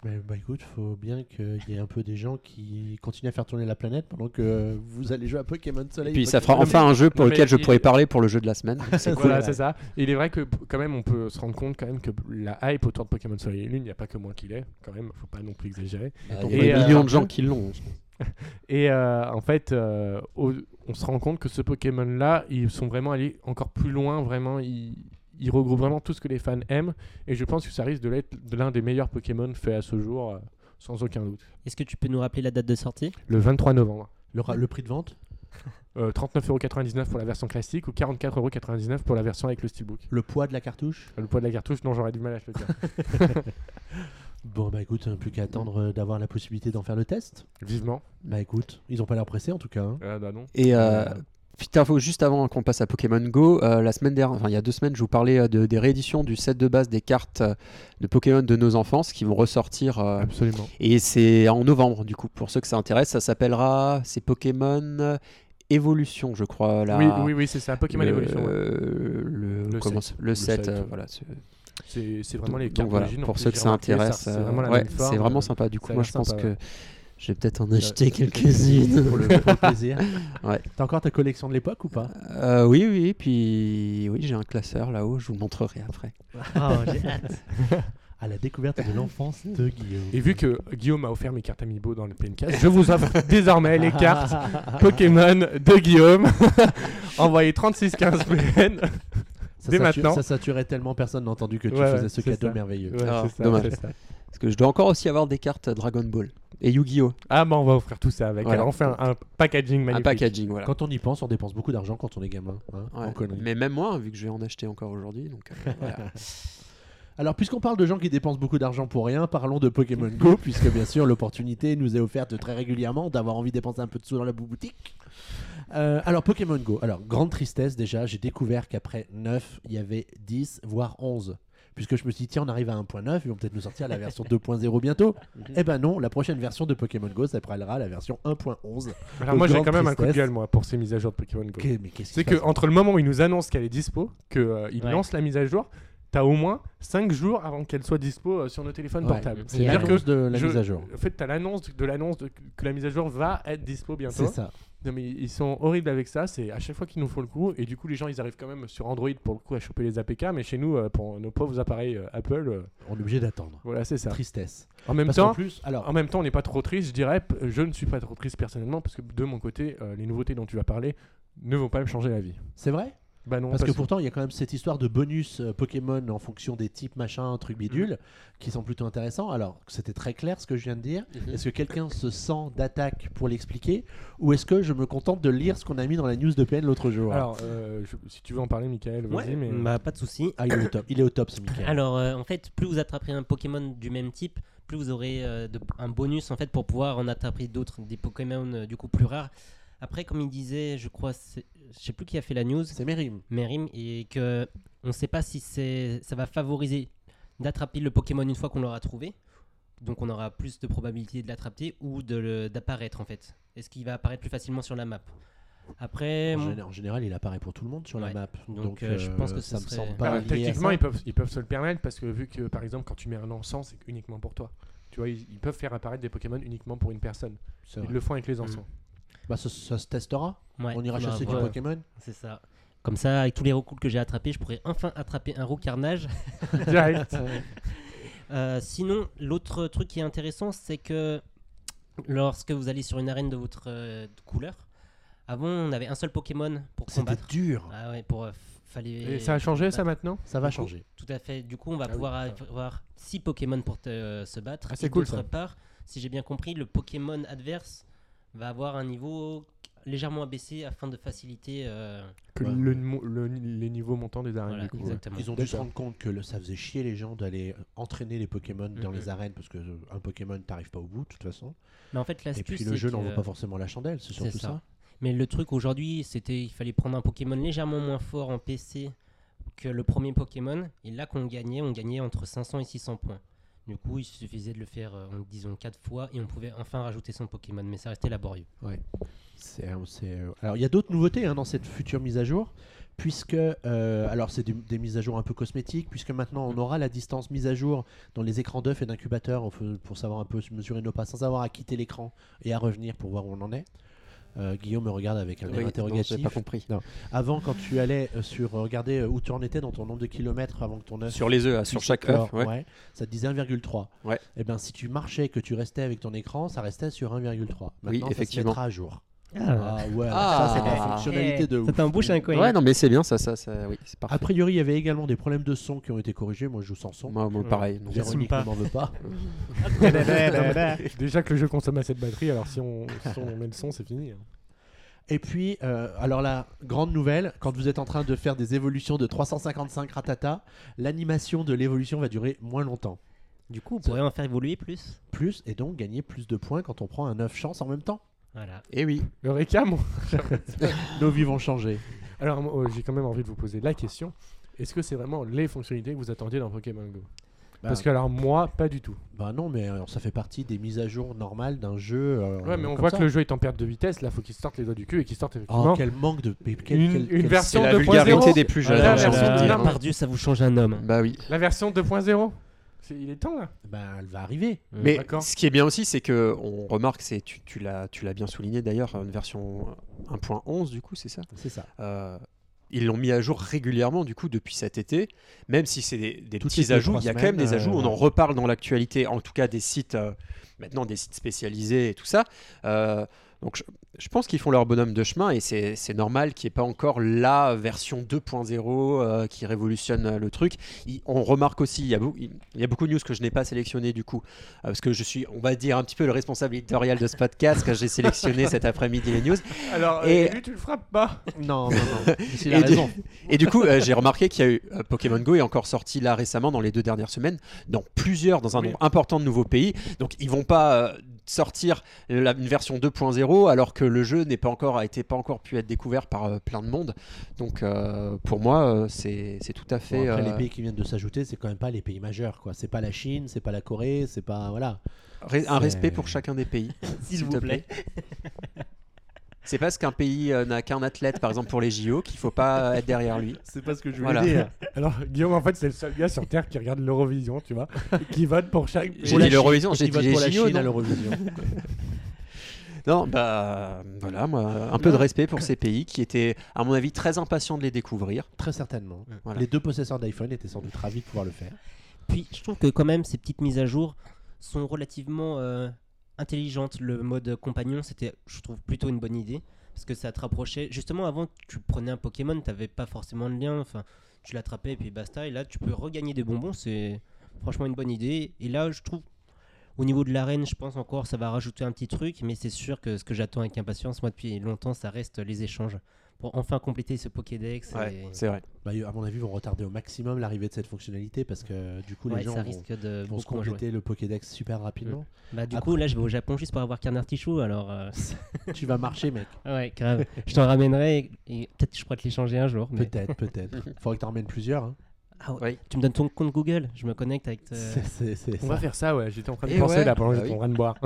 [SPEAKER 1] Mais bah écoute, faut bien qu'il y ait un peu des gens qui continuent à faire tourner la planète pendant que vous allez jouer à Pokémon
[SPEAKER 2] Et
[SPEAKER 1] Soleil.
[SPEAKER 2] puis ça fera
[SPEAKER 1] Pokémon-
[SPEAKER 2] enfin un jeu pour
[SPEAKER 4] Non, mais
[SPEAKER 2] lequel je
[SPEAKER 4] il- Ah,
[SPEAKER 2] pourrais parler pour le jeu de la semaine. C'est cool.
[SPEAKER 4] Voilà, c'est ça. Et il est vrai que, p- quand même, on peut se rendre compte, quand même, que la hype autour de Pokémon Soleil et Lune, il n'y a pas que moi qui l'ai, quand même. Faut pas non plus exagérer.
[SPEAKER 2] Il y a
[SPEAKER 1] Et,
[SPEAKER 2] des
[SPEAKER 4] euh,
[SPEAKER 2] millions de gens qui l'ont.
[SPEAKER 4] Et euh, en fait, euh, au- on se rend compte que ce Pokémon-là, ils sont vraiment allés encore plus loin, vraiment, ils, ils regroupent vraiment tout ce que les fans aiment, et je pense que ça risque de l'être de l'un des meilleurs Pokémon faits à ce jour, euh, sans aucun doute.
[SPEAKER 3] Est-ce que tu peux nous rappeler la date de sortie
[SPEAKER 4] Le 23 novembre.
[SPEAKER 1] Le, ra- le prix de vente,
[SPEAKER 4] Euh, 39,99€ pour la version classique ou 44,99€ pour la version avec le steelbook.
[SPEAKER 1] le poids de la cartouche.
[SPEAKER 4] Le poids de la cartouche, non, j'aurais du mal à te le dire.
[SPEAKER 1] Bon bah écoute, hein, plus qu'à attendre euh, d'avoir la possibilité d'en faire le test.
[SPEAKER 4] Vivement.
[SPEAKER 1] Bah écoute, ils ont pas l'air pressés en tout cas. hein.
[SPEAKER 4] Ah bah non.
[SPEAKER 2] Et euh,
[SPEAKER 1] Euh,
[SPEAKER 2] putain, faut juste avant qu'on passe à Pokémon Go, euh, la semaine dernière, enfin il y a deux semaines, je vous parlais euh, de, des rééditions du set de base des cartes euh, de Pokémon de nos enfances qui vont ressortir. euh,
[SPEAKER 4] Absolument.
[SPEAKER 2] et c'est en novembre, du coup, pour ceux que ça intéresse, ça s'appellera c'est Pokémon euh, Évolution, je crois. La,
[SPEAKER 4] Oui, oui, oui, c'est ça, Pokémon
[SPEAKER 2] le,
[SPEAKER 4] Evolution. ouais.
[SPEAKER 2] euh, le,
[SPEAKER 4] Le
[SPEAKER 2] comment
[SPEAKER 4] set.
[SPEAKER 2] ça- le
[SPEAKER 4] Le
[SPEAKER 2] set,
[SPEAKER 4] set,
[SPEAKER 2] euh,
[SPEAKER 4] ouais.
[SPEAKER 2] voilà. c'est-
[SPEAKER 4] C'est c'est vraiment
[SPEAKER 2] donc-
[SPEAKER 4] les
[SPEAKER 2] donc
[SPEAKER 4] cartes
[SPEAKER 2] voilà,
[SPEAKER 4] d'origine, en
[SPEAKER 2] pour
[SPEAKER 4] plus,
[SPEAKER 2] ceux que
[SPEAKER 4] j'ai
[SPEAKER 2] ça
[SPEAKER 4] remarqué,
[SPEAKER 2] intéresse,
[SPEAKER 4] c'est
[SPEAKER 2] euh,
[SPEAKER 4] vraiment la
[SPEAKER 2] ouais,
[SPEAKER 4] même
[SPEAKER 2] c'est
[SPEAKER 4] forme.
[SPEAKER 2] vraiment sympa. Du coup,
[SPEAKER 4] ça a
[SPEAKER 2] moi,
[SPEAKER 4] l'air
[SPEAKER 2] je pense
[SPEAKER 4] sympa,
[SPEAKER 2] que
[SPEAKER 4] ouais. Euh,
[SPEAKER 2] je vais peut-être en
[SPEAKER 1] ça-
[SPEAKER 2] acheter
[SPEAKER 1] ça fait
[SPEAKER 2] Euh, quelques-unes.
[SPEAKER 1] pour le, pour le plaisir.
[SPEAKER 2] Ouais.
[SPEAKER 1] T'as encore ta collection de l'époque ou pas
[SPEAKER 2] Euh, oui, oui, puis oui, j'ai un classeur là-haut, je vous le montrerai après.
[SPEAKER 3] Oh, j'ai hâte.
[SPEAKER 1] À la découverte de l'enfance de Guillaume.
[SPEAKER 4] Et vu que Guillaume m'a offert mes cartes Amiibo dans le PNK, je vous offre désormais les cartes Pokémon de Guillaume. Envoyez 3615 PN.
[SPEAKER 1] Ah, ça
[SPEAKER 4] dès
[SPEAKER 1] sature-
[SPEAKER 4] maintenant-
[SPEAKER 1] ça saturait tellement personne n'a entendu que tu
[SPEAKER 4] Ouais,
[SPEAKER 1] faisais
[SPEAKER 4] ouais,
[SPEAKER 1] ce
[SPEAKER 4] c'est
[SPEAKER 1] cadeau
[SPEAKER 4] ça.
[SPEAKER 1] merveilleux.
[SPEAKER 4] Ouais,
[SPEAKER 2] Ah,
[SPEAKER 4] c'est ça,
[SPEAKER 2] dommage.
[SPEAKER 4] c'est ça.
[SPEAKER 2] Parce que je dois encore aussi avoir des cartes Dragon Ball. et Yu-Gi-Oh!
[SPEAKER 4] Ah, bah on va offrir tout ça avec.
[SPEAKER 2] Voilà.
[SPEAKER 4] Alors, on fait un, un packaging
[SPEAKER 2] Un
[SPEAKER 4] magnifique.
[SPEAKER 2] packaging, voilà.
[SPEAKER 1] Quand on y pense, on dépense beaucoup d'argent quand on est gamin. hein, en
[SPEAKER 2] Ouais.
[SPEAKER 1] conneries.
[SPEAKER 2] Mais même moi, hein, vu que je vais en acheter encore aujourd'hui, donc euh, voilà.
[SPEAKER 1] Alors, puisqu'on parle de gens qui dépensent beaucoup d'argent pour rien, parlons de Pokémon Go, puisque bien sûr, l'opportunité nous est offerte très régulièrement d'avoir envie de dépenser un peu de sous dans la boutique. Euh, alors, Pokémon Go. Alors, grande tristesse déjà, j'ai découvert qu'après 9, il y avait 10, voire 11. Puisque je me suis dit, tiens, on arrive à 1.9, ils vont peut-être nous sortir la version 2.0 bientôt. eh ben non, la prochaine version de Pokémon Go s'appellera la version 1.11.
[SPEAKER 4] Alors, moi, j'ai
[SPEAKER 1] Grande
[SPEAKER 4] quand même un coup de
[SPEAKER 1] tristesse.
[SPEAKER 4] gueule, moi, pour ces mises à jour de Pokémon Go.
[SPEAKER 1] Que- mais qu'est-ce qui
[SPEAKER 4] C'est
[SPEAKER 1] se
[SPEAKER 4] que
[SPEAKER 1] passe
[SPEAKER 4] entre le moment où ils nous annoncent qu'elle est dispo, qu'ils
[SPEAKER 3] Ouais.
[SPEAKER 4] lancent la mise à jour, t'as au moins 5 jours avant qu'elle soit dispo euh, sur nos téléphones
[SPEAKER 1] Ouais.
[SPEAKER 4] portables.
[SPEAKER 1] C'est
[SPEAKER 4] C'est-à-dire que
[SPEAKER 1] l'annonce de la
[SPEAKER 4] je-
[SPEAKER 1] mise à jour.
[SPEAKER 4] en fait, t'as l'annonce de de l'annonce de- que la mise à jour va être dispo bientôt.
[SPEAKER 1] C'est ça.
[SPEAKER 4] Non, mais ils sont horribles avec ça. C'est à chaque fois qu'ils nous font le coup, et du coup, les gens ils arrivent quand même sur Android pour le coup à choper les APK, mais chez nous, euh, pour nos pauvres appareils euh, Apple, euh,
[SPEAKER 1] On est obligé d'attendre.
[SPEAKER 4] voilà, c'est ça.
[SPEAKER 1] Tristesse.
[SPEAKER 4] En même
[SPEAKER 1] Parce
[SPEAKER 4] temps,
[SPEAKER 1] qu'en plus, alors,
[SPEAKER 4] en même temps, on n'est pas trop triste, je dirais. P- Je ne suis pas trop triste personnellement parce que de mon côté, euh, les nouveautés dont tu vas parler ne vont pas me changer la vie.
[SPEAKER 1] c'est vrai
[SPEAKER 4] Bah non,
[SPEAKER 1] Parce que pourtant, il y a quand même cette histoire de bonus euh, Pokémon en fonction des types, machin, trucs bidule,
[SPEAKER 3] Mm.
[SPEAKER 1] qui sont plutôt intéressants. Alors, c'était très clair ce que je viens de dire. Est-ce que quelqu'un se sent d'attaque pour l'expliquer Ou est-ce que je me contente de lire ce qu'on a mis dans la news de PN l'autre jour
[SPEAKER 4] Alors, euh, je- si tu veux en parler, Michael, vas-y.
[SPEAKER 3] Ouais,
[SPEAKER 4] mais...
[SPEAKER 3] bah, pas de souci.
[SPEAKER 1] Ah, il est au top, il est au top ce Michael.
[SPEAKER 3] Alors, euh, en fait, plus vous attraperez un Pokémon du même type, plus vous aurez euh, de- un bonus en fait pour pouvoir en attraper d'autres, des Pokémon euh, du coup plus rares. Après, comme il disait, je crois, c'est- je sais plus qui a fait la news,
[SPEAKER 1] c'est Mérim.
[SPEAKER 3] Merim, et que on ne sait pas si c'est, ça va favoriser d'attraper le Pokémon une fois qu'on l'aura trouvé. Donc, on aura plus de probabilité de l'attraper ou de le- d'apparaître en fait. Est-ce qu'il va apparaître plus facilement sur la map Après,
[SPEAKER 1] En,
[SPEAKER 3] mon-
[SPEAKER 1] gén- en général, il apparaît pour tout le monde sur la
[SPEAKER 3] Ouais.
[SPEAKER 1] map.
[SPEAKER 3] Donc,
[SPEAKER 1] Donc,
[SPEAKER 3] euh, je pense que
[SPEAKER 1] ça
[SPEAKER 3] ce
[SPEAKER 1] me
[SPEAKER 3] serait-
[SPEAKER 1] semble
[SPEAKER 4] Bah,
[SPEAKER 1] pas. lié à
[SPEAKER 4] techniquement,
[SPEAKER 1] ça.
[SPEAKER 4] ils peuvent, ils peuvent se le permettre parce que vu que par exemple, quand tu mets un encens, c'est uniquement pour toi. Tu vois, ils, ils peuvent faire apparaître des Pokémon uniquement pour une personne.
[SPEAKER 1] C'est
[SPEAKER 4] Ils
[SPEAKER 1] vrai.
[SPEAKER 4] le font avec les encens.
[SPEAKER 1] Bah, ça, ça se testera.
[SPEAKER 3] ouais, Bah,
[SPEAKER 1] On ira
[SPEAKER 3] faudra
[SPEAKER 1] chasser du
[SPEAKER 3] voir.
[SPEAKER 1] Pokémon.
[SPEAKER 3] C'est ça. Comme ça, avec tous les recoups que j'ai attrapés, je pourrais enfin attraper un roux carnage.
[SPEAKER 4] Direct.
[SPEAKER 3] Euh, sinon, l'autre truc qui est intéressant, c'est que lorsque vous allez sur une arène de votre euh, couleur, avant on avait un seul Pokémon pour
[SPEAKER 1] C'était
[SPEAKER 3] combattre.
[SPEAKER 1] dur.
[SPEAKER 3] Ah ouais, pour euh, f- fallait.
[SPEAKER 4] Et ça a changé ça maintenant
[SPEAKER 1] Ça va
[SPEAKER 3] Du coup,
[SPEAKER 1] changer.
[SPEAKER 3] Tout à fait. Du coup, on va
[SPEAKER 4] Ah oui,
[SPEAKER 3] pouvoir
[SPEAKER 4] ça.
[SPEAKER 3] avoir 6 Pokémon pour te- euh, se battre.
[SPEAKER 4] Ah, c'est
[SPEAKER 3] Et
[SPEAKER 4] cool,
[SPEAKER 3] d'autre
[SPEAKER 4] ça.
[SPEAKER 3] part, si j'ai bien compris, le Pokémon adverse va avoir un niveau légèrement abaissé afin de faciliter. euh,
[SPEAKER 4] Que
[SPEAKER 1] Ouais.
[SPEAKER 4] le, mo- le- les niveaux montants des arènes.
[SPEAKER 3] voilà,
[SPEAKER 4] Ah du coup, ouais.
[SPEAKER 3] exactement.
[SPEAKER 1] Ils ont dû se
[SPEAKER 4] D'accord.
[SPEAKER 1] rendre compte que le- ça faisait chier les gens d'aller entraîner les Pokémon dans
[SPEAKER 3] Mhm.
[SPEAKER 1] les arènes parce que euh, un Pokémon t'arrive pas au bout de toute façon.
[SPEAKER 3] Mais en fait,
[SPEAKER 1] Et
[SPEAKER 3] l'astuce.
[SPEAKER 1] puis le
[SPEAKER 3] c'est
[SPEAKER 1] jeu n'en
[SPEAKER 3] que-
[SPEAKER 1] vaut pas forcément la chandelle, c'est surtout ça.
[SPEAKER 3] Mais le truc aujourd'hui, c'était il fallait prendre un Pokémon légèrement moins fort en PC que le premier Pokémon. Et là qu'on gagnait, on gagnait entre 500 et 600 points. Du coup, il suffisait de le faire, euh, disons, 4 fois et on pouvait enfin rajouter son Pokémon. Mais ça restait laborieux.
[SPEAKER 1] C'est- euh, c'est, euh, Alors il y a d'autres nouveautés hein, dans cette future mise à jour, puisque euh, alors c'est des, des mises à jour un peu cosmétiques, puisque maintenant
[SPEAKER 2] Mm.
[SPEAKER 1] on aura la distance mise à jour dans les écrans d'œufs et d'incubateurs on peut- pour savoir un peu se mesurer nos pas, sans avoir à quitter l'écran et à revenir pour voir où on en est. Euh, Guillaume me regarde avec un air
[SPEAKER 2] Oui, non, j'ai
[SPEAKER 1] interrogatif.
[SPEAKER 2] pas compris.
[SPEAKER 1] Avant, quand tu allais euh, sur euh, regarder euh, où tu en étais dans ton nombre de kilomètres avant que ton œuf
[SPEAKER 2] Sur les œufs, ah, sur
[SPEAKER 1] puisse
[SPEAKER 2] chaque
[SPEAKER 1] éclore,
[SPEAKER 2] œuf, ouais.
[SPEAKER 1] ouais, ça te disait 1,3.
[SPEAKER 2] Ouais.
[SPEAKER 1] Et ben si tu marchais, que tu restais avec ton écran, ça restait sur 1,3.
[SPEAKER 2] Oui,
[SPEAKER 1] Maintenant, ça se
[SPEAKER 2] effectivement.
[SPEAKER 1] mettra à jour.
[SPEAKER 3] Ah.
[SPEAKER 1] Ah ouais,
[SPEAKER 2] Ah.
[SPEAKER 1] ça c'est la
[SPEAKER 2] Ah.
[SPEAKER 1] fonctionnalité de ouf.
[SPEAKER 3] t'embouche Eh, un coin.
[SPEAKER 2] Ouais, non, mais c'est bien, ça, ça, ça, oui, c'est
[SPEAKER 1] A
[SPEAKER 2] parfait.
[SPEAKER 1] priori, il y avait également des problèmes de son qui ont été corrigés. Moi, je joue sans son.
[SPEAKER 2] Moi, moi, pareil. donc-
[SPEAKER 4] J'assume
[SPEAKER 1] Véronique
[SPEAKER 4] pas.
[SPEAKER 1] ne m'en veut pas.
[SPEAKER 2] ben,
[SPEAKER 4] Déjà que le jeu consomme assez de batterie, alors si on, si on met le son, c'est fini. hein.
[SPEAKER 1] Et puis, euh, alors la grande nouvelle, quand vous êtes en train de faire des évolutions de 355 ratata, l'animation de l'évolution va durer moins longtemps.
[SPEAKER 3] Du coup, on pourrait en faire évoluer plus.
[SPEAKER 1] Plus, et donc gagner plus de points quand on prend un œuf chance en même temps.
[SPEAKER 3] Voilà.
[SPEAKER 2] Eh oui.
[SPEAKER 4] Le récam,
[SPEAKER 1] Nos vies vont changer.
[SPEAKER 4] Alors, moi, euh, j'ai quand même envie de vous poser la question. Est-ce que c'est vraiment les fonctionnalités que vous attendiez dans Pokémon Go Parce que alors moi, pas du tout.
[SPEAKER 1] Bah non, mais euh, ça fait partie des mises à jour normales d'un jeu. euh,
[SPEAKER 4] Ouais, mais on
[SPEAKER 1] comme
[SPEAKER 4] voit
[SPEAKER 1] ça.
[SPEAKER 4] que le jeu est en perte de vitesse. Là, faut qu'il sorte les doigts du cul et qu'il sorte
[SPEAKER 1] Oh,
[SPEAKER 4] effectivement
[SPEAKER 1] quel manque de. mais quel-
[SPEAKER 4] une,
[SPEAKER 1] quel-
[SPEAKER 4] une
[SPEAKER 1] quel-
[SPEAKER 4] version
[SPEAKER 2] C'est la
[SPEAKER 4] 2.0.
[SPEAKER 2] vulgarité des plus jeunes,
[SPEAKER 4] Ah, la
[SPEAKER 2] j'ai envie
[SPEAKER 4] version
[SPEAKER 2] de dire. hein.
[SPEAKER 4] d'un
[SPEAKER 3] par Dieu, Euh, ça vous change un homme.
[SPEAKER 2] Bah oui.
[SPEAKER 4] La version 2.0. C'est- Il est temps là.
[SPEAKER 1] Bah, elle va arriver.
[SPEAKER 2] Mais
[SPEAKER 4] D'accord.
[SPEAKER 2] ce qui est bien aussi, c'est que on remarque, c'est tu, tu l'as, tu l'as bien souligné d'ailleurs, une version 1.11 du coup, c'est ça.
[SPEAKER 1] C'est ça.
[SPEAKER 2] Euh, ils l'ont mis à jour régulièrement du coup depuis cet été, même si c'est des, des
[SPEAKER 1] Toutes les
[SPEAKER 2] petits
[SPEAKER 1] deux,
[SPEAKER 2] ajouts.
[SPEAKER 1] trois
[SPEAKER 2] Il y a quand
[SPEAKER 1] semaines,
[SPEAKER 2] même des
[SPEAKER 1] euh,
[SPEAKER 2] ajouts. On en
[SPEAKER 1] ouais.
[SPEAKER 2] reparle dans l'actualité, en tout cas des sites euh, maintenant des sites spécialisés et tout ça. Euh, Donc je, je pense qu'ils font leur bonhomme de chemin et c'est c'est normal qu'il n'y ait pas encore la version 2.0 euh, qui révolutionne euh, le truc. Il- on remarque aussi, il y, a beau- il il y a beaucoup de news que je n'ai pas sélectionnées du coup, euh, parce que je suis, on va dire, un petit peu le responsable éditorial de ce podcast, car j'ai sélectionné cet après-midi les news.
[SPEAKER 4] Alors,
[SPEAKER 2] Et-
[SPEAKER 4] et... lui, tu le frappes pas
[SPEAKER 1] Non, non, non. C'est la
[SPEAKER 2] Et du,
[SPEAKER 1] raison.
[SPEAKER 2] et du coup, euh, j'ai remarqué qu'il y a eu euh, Pokémon Go est encore sorti là récemment dans les deux dernières semaines, dans plusieurs, dans un
[SPEAKER 4] Oui.
[SPEAKER 2] nombre important de nouveaux pays. Donc ils vont pas euh, sortir la, une version 2.0 alors que le jeu n'est pas encore a été pas encore pu être découvert par euh, plein de monde. Donc euh, pour moi, euh, c'est c'est tout à
[SPEAKER 1] Bon,
[SPEAKER 2] fait.
[SPEAKER 1] après,
[SPEAKER 2] euh,
[SPEAKER 1] les pays qui viennent de s'ajouter, c'est quand même pas les pays majeurs, quoi. C'est pas la Chine, c'est pas la Corée, c'est pas voilà.
[SPEAKER 2] Re- un
[SPEAKER 1] C'est-
[SPEAKER 2] respect pour chacun des pays, s'il
[SPEAKER 3] vous
[SPEAKER 2] te plaît. C'est parce qu'un pays euh, n'a qu'un athlète, par exemple pour les JO, qu'il faut pas être derrière lui.
[SPEAKER 1] C'est pas ce que je
[SPEAKER 2] voulais Voilà.
[SPEAKER 1] dire.
[SPEAKER 4] Alors, Guillaume, en fait, c'est le seul gars sur Terre qui regarde l'Eurovision, tu vois, et qui vote pour chaque.
[SPEAKER 2] J'ai dit l'Eurovision, j'ai dit les
[SPEAKER 1] pour la
[SPEAKER 2] JO,
[SPEAKER 1] Chine à
[SPEAKER 2] non
[SPEAKER 1] l'Eurovision.
[SPEAKER 2] Non, bah voilà, moi, un peu de respect pour ces pays qui étaient, à mon avis, très impatients de les découvrir.
[SPEAKER 1] Très certainement.
[SPEAKER 2] Voilà.
[SPEAKER 1] Les deux possesseurs d'iPhone étaient sans doute ravis de pouvoir le faire.
[SPEAKER 3] Puis je trouve que quand même ces petites mises à jour sont relativement euh, intelligentes. Le mode compagnon, c'était, je trouve, plutôt une bonne idée. Parce que ça te rapprochait. Justement, avant, tu prenais un Pokémon, t'avais pas forcément de lien. Enfin, tu l'attrapais et puis basta. Et là, tu peux regagner des bonbons. C'est franchement une bonne idée. Et là, je trouve, au niveau de l'arène, je pense encore, ça va rajouter un petit truc. Mais c'est sûr que ce que j'attends avec impatience, moi, depuis longtemps, ça reste les échanges. Pour enfin compléter ce Pokédex.
[SPEAKER 2] Ouais,
[SPEAKER 3] et-
[SPEAKER 2] c'est vrai.
[SPEAKER 1] Bah, à mon avis, ils vont retarder au maximum l'arrivée de cette fonctionnalité parce que du coup,
[SPEAKER 3] Ouais,
[SPEAKER 1] les gens
[SPEAKER 3] ça
[SPEAKER 1] vont,
[SPEAKER 3] risque de
[SPEAKER 1] vont se
[SPEAKER 3] beaucoup en jouer.
[SPEAKER 1] compléter le Pokédex super rapidement.
[SPEAKER 3] Bah du
[SPEAKER 1] Après-
[SPEAKER 3] coup là je vais au Japon juste pour avoir qu'un artichaut alors euh,
[SPEAKER 1] tu vas marcher, mec.
[SPEAKER 3] ouais grave je t'en ramènerai et, et peut-être que je pourrais te l'échanger un jour mais...
[SPEAKER 1] Peut-être, peut-être. Faudrait que t'en remènes plusieurs. hein.
[SPEAKER 3] Ah ouais,
[SPEAKER 2] Oui.
[SPEAKER 3] tu me donnes ton compte Google je me connecte avec euh,
[SPEAKER 1] C'est- c'est- c'est
[SPEAKER 4] On
[SPEAKER 1] ça.
[SPEAKER 4] va faire ça, ouais. J'étais en train de
[SPEAKER 2] Et
[SPEAKER 4] penser
[SPEAKER 2] ouais.
[SPEAKER 4] là pendant que
[SPEAKER 2] Bah
[SPEAKER 4] j'étais
[SPEAKER 2] oui.
[SPEAKER 4] en train de boire.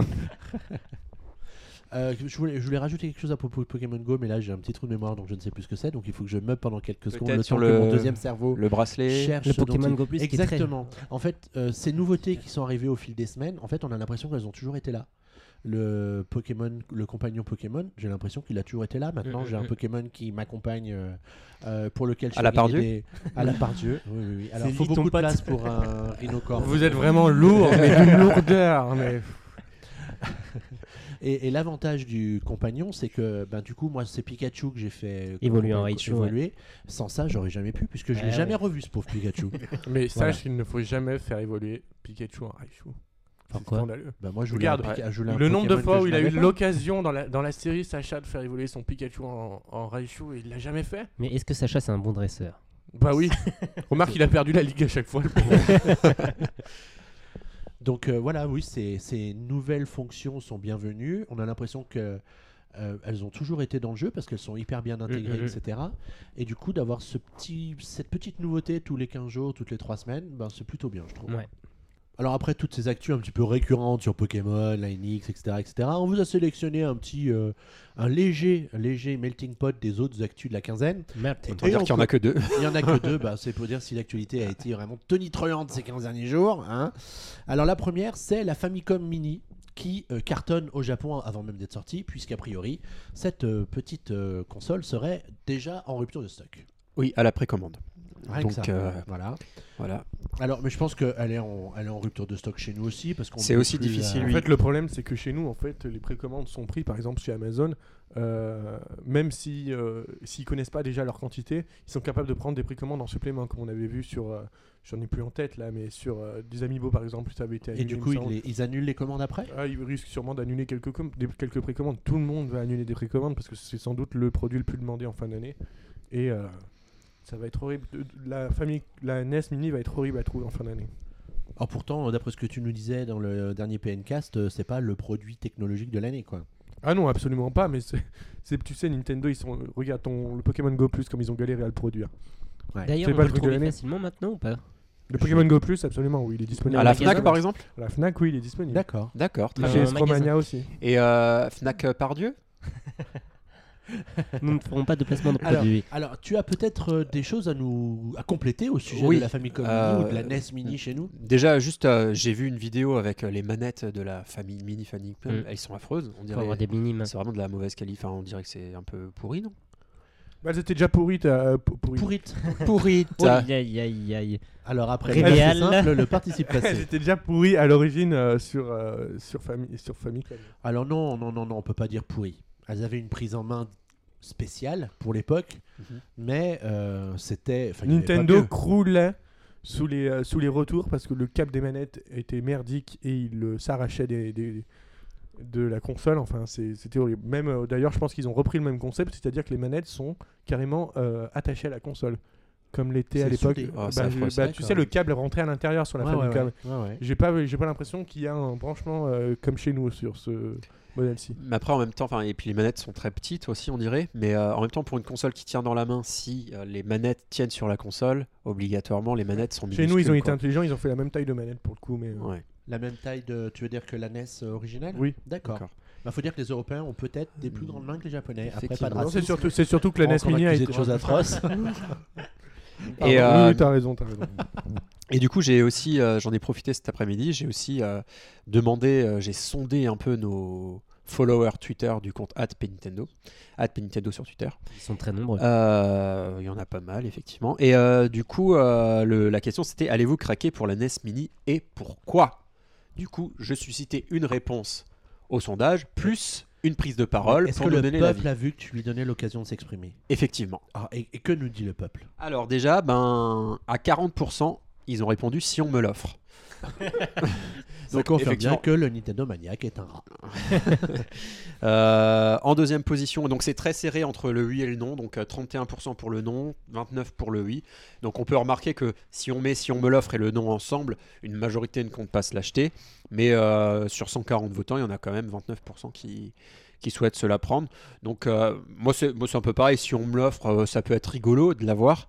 [SPEAKER 1] Euh, je, voulais, je voulais rajouter quelque chose à propos de Pokémon Go, mais là j'ai un petit trou de mémoire donc je ne sais plus ce que c'est. Donc il faut que je meuble pendant quelques secondes le
[SPEAKER 2] Peut-être sur
[SPEAKER 1] temps que
[SPEAKER 2] le-
[SPEAKER 1] mon deuxième cerveau
[SPEAKER 2] Le bracelet.
[SPEAKER 1] cherche
[SPEAKER 3] le
[SPEAKER 1] ce dont
[SPEAKER 3] Pokémon
[SPEAKER 1] il-
[SPEAKER 3] Go Plus qui est très-
[SPEAKER 1] Exactement. En fait, euh, ces nouveautés qui sont arrivées au fil des semaines, en fait, on a l'impression qu'elles ont toujours été là. Le Pokémon, le compagnon Pokémon, j'ai l'impression qu'il a toujours été là. Maintenant,
[SPEAKER 4] Euh,
[SPEAKER 3] Mm,
[SPEAKER 1] j'ai
[SPEAKER 3] mm,
[SPEAKER 1] un
[SPEAKER 3] mm.
[SPEAKER 1] Pokémon qui m'accompagne, euh, euh, pour lequel je
[SPEAKER 2] À la
[SPEAKER 1] fais gagner
[SPEAKER 2] Pardieu
[SPEAKER 1] des- à la part Dieu. Oui, oui, oui. Alors,
[SPEAKER 4] C'est
[SPEAKER 1] faut
[SPEAKER 4] lui ton
[SPEAKER 1] beaucoup de
[SPEAKER 4] pote.
[SPEAKER 1] place pour un rhinocorne.
[SPEAKER 4] Vous êtes vraiment lourd, mais d'une lourdeur. Mais...
[SPEAKER 1] Et, et l'avantage du compagnon, c'est que ben, du coup, moi, c'est Pikachu que j'ai fait
[SPEAKER 3] Évoluer en
[SPEAKER 1] euh,
[SPEAKER 3] Raichu,
[SPEAKER 1] évoluer. Sans ça, j'aurais jamais pu, puisque je
[SPEAKER 3] Ah
[SPEAKER 4] Eh
[SPEAKER 1] l'ai
[SPEAKER 3] ouais.
[SPEAKER 1] jamais revu, ce pauvre Pikachu.
[SPEAKER 4] mais
[SPEAKER 1] Voilà.
[SPEAKER 4] sache qu'il ne faut jamais faire évoluer Pikachu en Raichu. C'est
[SPEAKER 3] Pourquoi
[SPEAKER 4] scandaleux.
[SPEAKER 1] ben, moi, je voulais
[SPEAKER 4] Regarde,
[SPEAKER 1] un Pika- je voulais un
[SPEAKER 4] Le nombre de
[SPEAKER 1] Pokémon
[SPEAKER 4] fois
[SPEAKER 1] que
[SPEAKER 4] où
[SPEAKER 1] je
[SPEAKER 4] il a eu
[SPEAKER 1] n'avais pas.
[SPEAKER 4] l'occasion dans la, dans la série Sacha de faire évoluer son Pikachu en, en Raichu et il l'a jamais fait
[SPEAKER 3] mais est-ce que Sacha c'est un bon dresseur
[SPEAKER 4] Bah oui. Remarque, il a perdu la ligue à chaque fois. le pauvre.
[SPEAKER 1] Donc euh, voilà, oui, ces, ces nouvelles fonctions sont bienvenues. On a l'impression que euh, elles ont toujours été dans le jeu parce qu'elles sont hyper bien intégrées,
[SPEAKER 3] mm, mm.
[SPEAKER 1] etc. Et du coup, d'avoir ce petit, cette petite nouveauté tous les 15 jours, toutes les 3 semaines, ben, c'est plutôt bien, je trouve.
[SPEAKER 3] Ouais.
[SPEAKER 1] Alors après toutes ces actus un petit peu récurrentes sur Pokémon, Linux, etc., etc., on vous a sélectionné un petit, euh, un léger, léger melting pot des autres actus de la quinzaine.
[SPEAKER 3] Merde
[SPEAKER 2] Autant
[SPEAKER 1] Et
[SPEAKER 2] dire
[SPEAKER 1] on
[SPEAKER 2] qu'il y en a que deux.
[SPEAKER 1] Il n'y en a que deux, bah, c'est pour dire si l'actualité a été vraiment tonitruante ces 15 derniers jours. hein. Alors la première, c'est la Famicom Mini qui euh, cartonne au Japon avant même d'être sortie, puisqu'a priori, cette euh, petite euh, console serait déjà en rupture de stock.
[SPEAKER 2] Oui, à la précommande.
[SPEAKER 1] Rien
[SPEAKER 2] Donc
[SPEAKER 1] que ça.
[SPEAKER 2] euh,
[SPEAKER 1] Voilà.
[SPEAKER 2] voilà.
[SPEAKER 1] Alors, mais je pense qu'elle est, en- elle est en rupture de stock chez nous aussi, parce qu'on
[SPEAKER 2] C'est
[SPEAKER 1] ne peut
[SPEAKER 2] aussi
[SPEAKER 1] plus,
[SPEAKER 2] difficile,
[SPEAKER 1] euh,
[SPEAKER 4] En
[SPEAKER 2] Oui.
[SPEAKER 4] fait, le problème, c'est que chez nous, en fait, les précommandes sont prises, par exemple, chez Amazon. euh, même si euh, s'ils connaissent pas déjà leur quantité, ils sont capables de prendre des précommandes en supplément, comme on avait vu sur, euh, j'en ai plus en tête là, mais sur euh, des Amiibo par exemple, ça avait été
[SPEAKER 1] Et
[SPEAKER 4] annulé,
[SPEAKER 1] du
[SPEAKER 4] me
[SPEAKER 1] coup, ils,
[SPEAKER 4] semble.
[SPEAKER 1] les- ils annulent les commandes après
[SPEAKER 4] Ah, ils risquent sûrement d'annuler quelques, com- des- quelques précommandes. Tout le monde va annuler des précommandes parce que c'est sans doute le produit le plus demandé en fin d'année. Et euh, ça va être horrible. De- de- La, famille, la NES Mini va être horrible à trouver en fin d'année.
[SPEAKER 1] Alors pourtant, d'après ce que tu nous disais dans le dernier PNcast, euh, c'est pas le produit technologique de l'année, quoi.
[SPEAKER 4] Ah non, absolument pas, mais c'est, c'est- tu sais, Nintendo, ils sont. Regarde ton, le Pokémon Go Plus, comme ils ont galéré à le produire.
[SPEAKER 3] d'ailleurs
[SPEAKER 4] C'est
[SPEAKER 3] on peut le
[SPEAKER 4] pas le truc de
[SPEAKER 3] trouver
[SPEAKER 4] l'année.
[SPEAKER 3] facilement maintenant ou pas
[SPEAKER 4] Le Pokémon Go Plus, absolument, oui, il est disponible.
[SPEAKER 3] Dans
[SPEAKER 2] à la
[SPEAKER 3] le magasin,
[SPEAKER 2] Fnac, par exemple
[SPEAKER 4] À la Fnac, oui, il est
[SPEAKER 2] Mm.
[SPEAKER 4] disponible.
[SPEAKER 1] D'accord.
[SPEAKER 2] D'accord, très
[SPEAKER 3] Non.
[SPEAKER 2] bien.
[SPEAKER 4] Chez
[SPEAKER 3] Dans un magasin.
[SPEAKER 4] Stromania aussi.
[SPEAKER 2] Et euh, Fnac euh, Pardieu
[SPEAKER 3] nous ne ferons pas de placement de
[SPEAKER 1] Alors,
[SPEAKER 3] produits
[SPEAKER 1] alors, tu as peut-être euh, des choses à nous à compléter au sujet
[SPEAKER 2] Oui,
[SPEAKER 1] de la Famicom
[SPEAKER 2] euh,
[SPEAKER 1] Mini ou de la NES Mini chez nous
[SPEAKER 2] Déjà, juste, euh, j'ai vu une vidéo avec euh, les manettes de la famille Mini Fanny.
[SPEAKER 3] Mm.
[SPEAKER 2] Elles sont affreuses. On
[SPEAKER 3] il faut
[SPEAKER 2] dirait.
[SPEAKER 3] avoir des minimes
[SPEAKER 2] C'est vraiment de la mauvaise qualité. Enfin, on dirait que c'est un peu pourri, non
[SPEAKER 4] Bah, elles étaient déjà pourries. t'as- euh, pour- pourries.
[SPEAKER 1] Pourrite.
[SPEAKER 2] Pourri.
[SPEAKER 3] Oh, aïe aïe aïe aïe
[SPEAKER 1] Alors après,
[SPEAKER 3] Réveal.
[SPEAKER 1] là, c'est simple, le participe
[SPEAKER 4] Elles
[SPEAKER 1] passé.
[SPEAKER 4] étaient déjà pourries à l'origine euh, sur, euh, sur, Fami- sur Famicom.
[SPEAKER 1] Alors non, non, non, non, on peut pas dire pourri. Elles avaient une prise en main spéciale pour l'époque,
[SPEAKER 2] Mhm.
[SPEAKER 1] mais euh, c'était. enfin, il y avait pas
[SPEAKER 4] Nintendo
[SPEAKER 1] mieux.
[SPEAKER 4] croulait sous les, euh, sous les retours parce que le cap des manettes était merdique et il euh, s'arrachait des, des- de la console. Enfin, c'est- c'était horrible. Même euh, d'ailleurs, je pense qu'ils ont repris le même concept, c'est-à-dire que les manettes sont carrément euh, attachées à la console, comme l'était à
[SPEAKER 1] C'est
[SPEAKER 4] l'époque.
[SPEAKER 1] soudé.
[SPEAKER 2] Ah, c'est
[SPEAKER 4] Bah,
[SPEAKER 2] affreux,
[SPEAKER 4] bah,
[SPEAKER 1] ça,
[SPEAKER 4] tu
[SPEAKER 1] quand
[SPEAKER 4] sais,
[SPEAKER 1] même.
[SPEAKER 4] le câble rentrait à l'intérieur sur la
[SPEAKER 1] Ouais,
[SPEAKER 4] fin
[SPEAKER 1] ouais,
[SPEAKER 4] du câble.
[SPEAKER 1] ouais, ouais, ouais.
[SPEAKER 4] J'ai pas, j'ai pas l'impression qu'il y a un branchement euh, comme chez nous sur ce modèle-ci.
[SPEAKER 2] Mais après, en même temps, enfin, et puis les manettes sont très petites aussi, on dirait. Mais euh, en même temps, pour une console qui tient dans la main, si euh, les manettes tiennent sur la console, obligatoirement, les manettes sont
[SPEAKER 4] Chez nous, ils ont été
[SPEAKER 2] minuscules,
[SPEAKER 4] intelligents, ils ont fait la même taille de manette pour le coup, mais euh,
[SPEAKER 2] quoi. Ouais,
[SPEAKER 1] La même taille de. Tu veux dire que la NES originale
[SPEAKER 4] oui.
[SPEAKER 1] D'accord.
[SPEAKER 2] d'accord.
[SPEAKER 1] Il faut dire que les Européens ont peut-être des plus grandes mains que les Japonais. Après, pas de
[SPEAKER 2] Effectivement.
[SPEAKER 4] Non, C'est
[SPEAKER 1] racisme.
[SPEAKER 4] surtout, c'est surtout que la
[SPEAKER 1] On va
[SPEAKER 4] NES
[SPEAKER 1] encore
[SPEAKER 4] Mini a
[SPEAKER 1] accuser
[SPEAKER 4] été
[SPEAKER 1] de choses atroces.
[SPEAKER 4] Pardon,
[SPEAKER 2] Et,
[SPEAKER 4] oui,
[SPEAKER 2] euh,
[SPEAKER 4] oui, t'as raison, t'as raison.
[SPEAKER 2] Et du coup, j'ai aussi, euh, j'en ai profité cet après-midi, j'ai aussi euh, demandé, euh, j'ai sondé un peu nos followers Twitter du compte @pnintendo, @pnintendo sur Twitter.
[SPEAKER 3] Ils sont très nombreux.
[SPEAKER 2] Euh, Il y en a pas mal, effectivement. Et euh, du coup, euh, le- la question c'était allez-vous craquer pour la NES Mini et pourquoi Du coup, je suscitais une réponse au sondage, plus une prise de parole
[SPEAKER 1] Est-ce
[SPEAKER 2] pour
[SPEAKER 1] que
[SPEAKER 2] nous
[SPEAKER 1] le
[SPEAKER 2] donner la
[SPEAKER 1] peuple a vu que tu lui donnais l'occasion de s'exprimer
[SPEAKER 2] Effectivement.
[SPEAKER 1] Ah, et, et que nous dit le peuple
[SPEAKER 2] Alors, déjà, ben, à 40%, ils ont répondu si on me l'offre.
[SPEAKER 1] Ça confirme bien que le Nintendo Maniac est un rat.
[SPEAKER 2] Euh, en deuxième position, donc c'est très serré entre le oui et le non, donc euh, 31% pour le non, 29% pour le oui. Donc on peut remarquer que si on met si on me l'offre et le non ensemble, une majorité ne compte pas se l'acheter, mais euh, sur 140 votants, il y en a quand même 29% qui, qui souhaitent se la prendre. Donc euh, moi c'est moi, c'est un peu pareil, si on me l'offre, euh, ça peut être rigolo de l'avoir.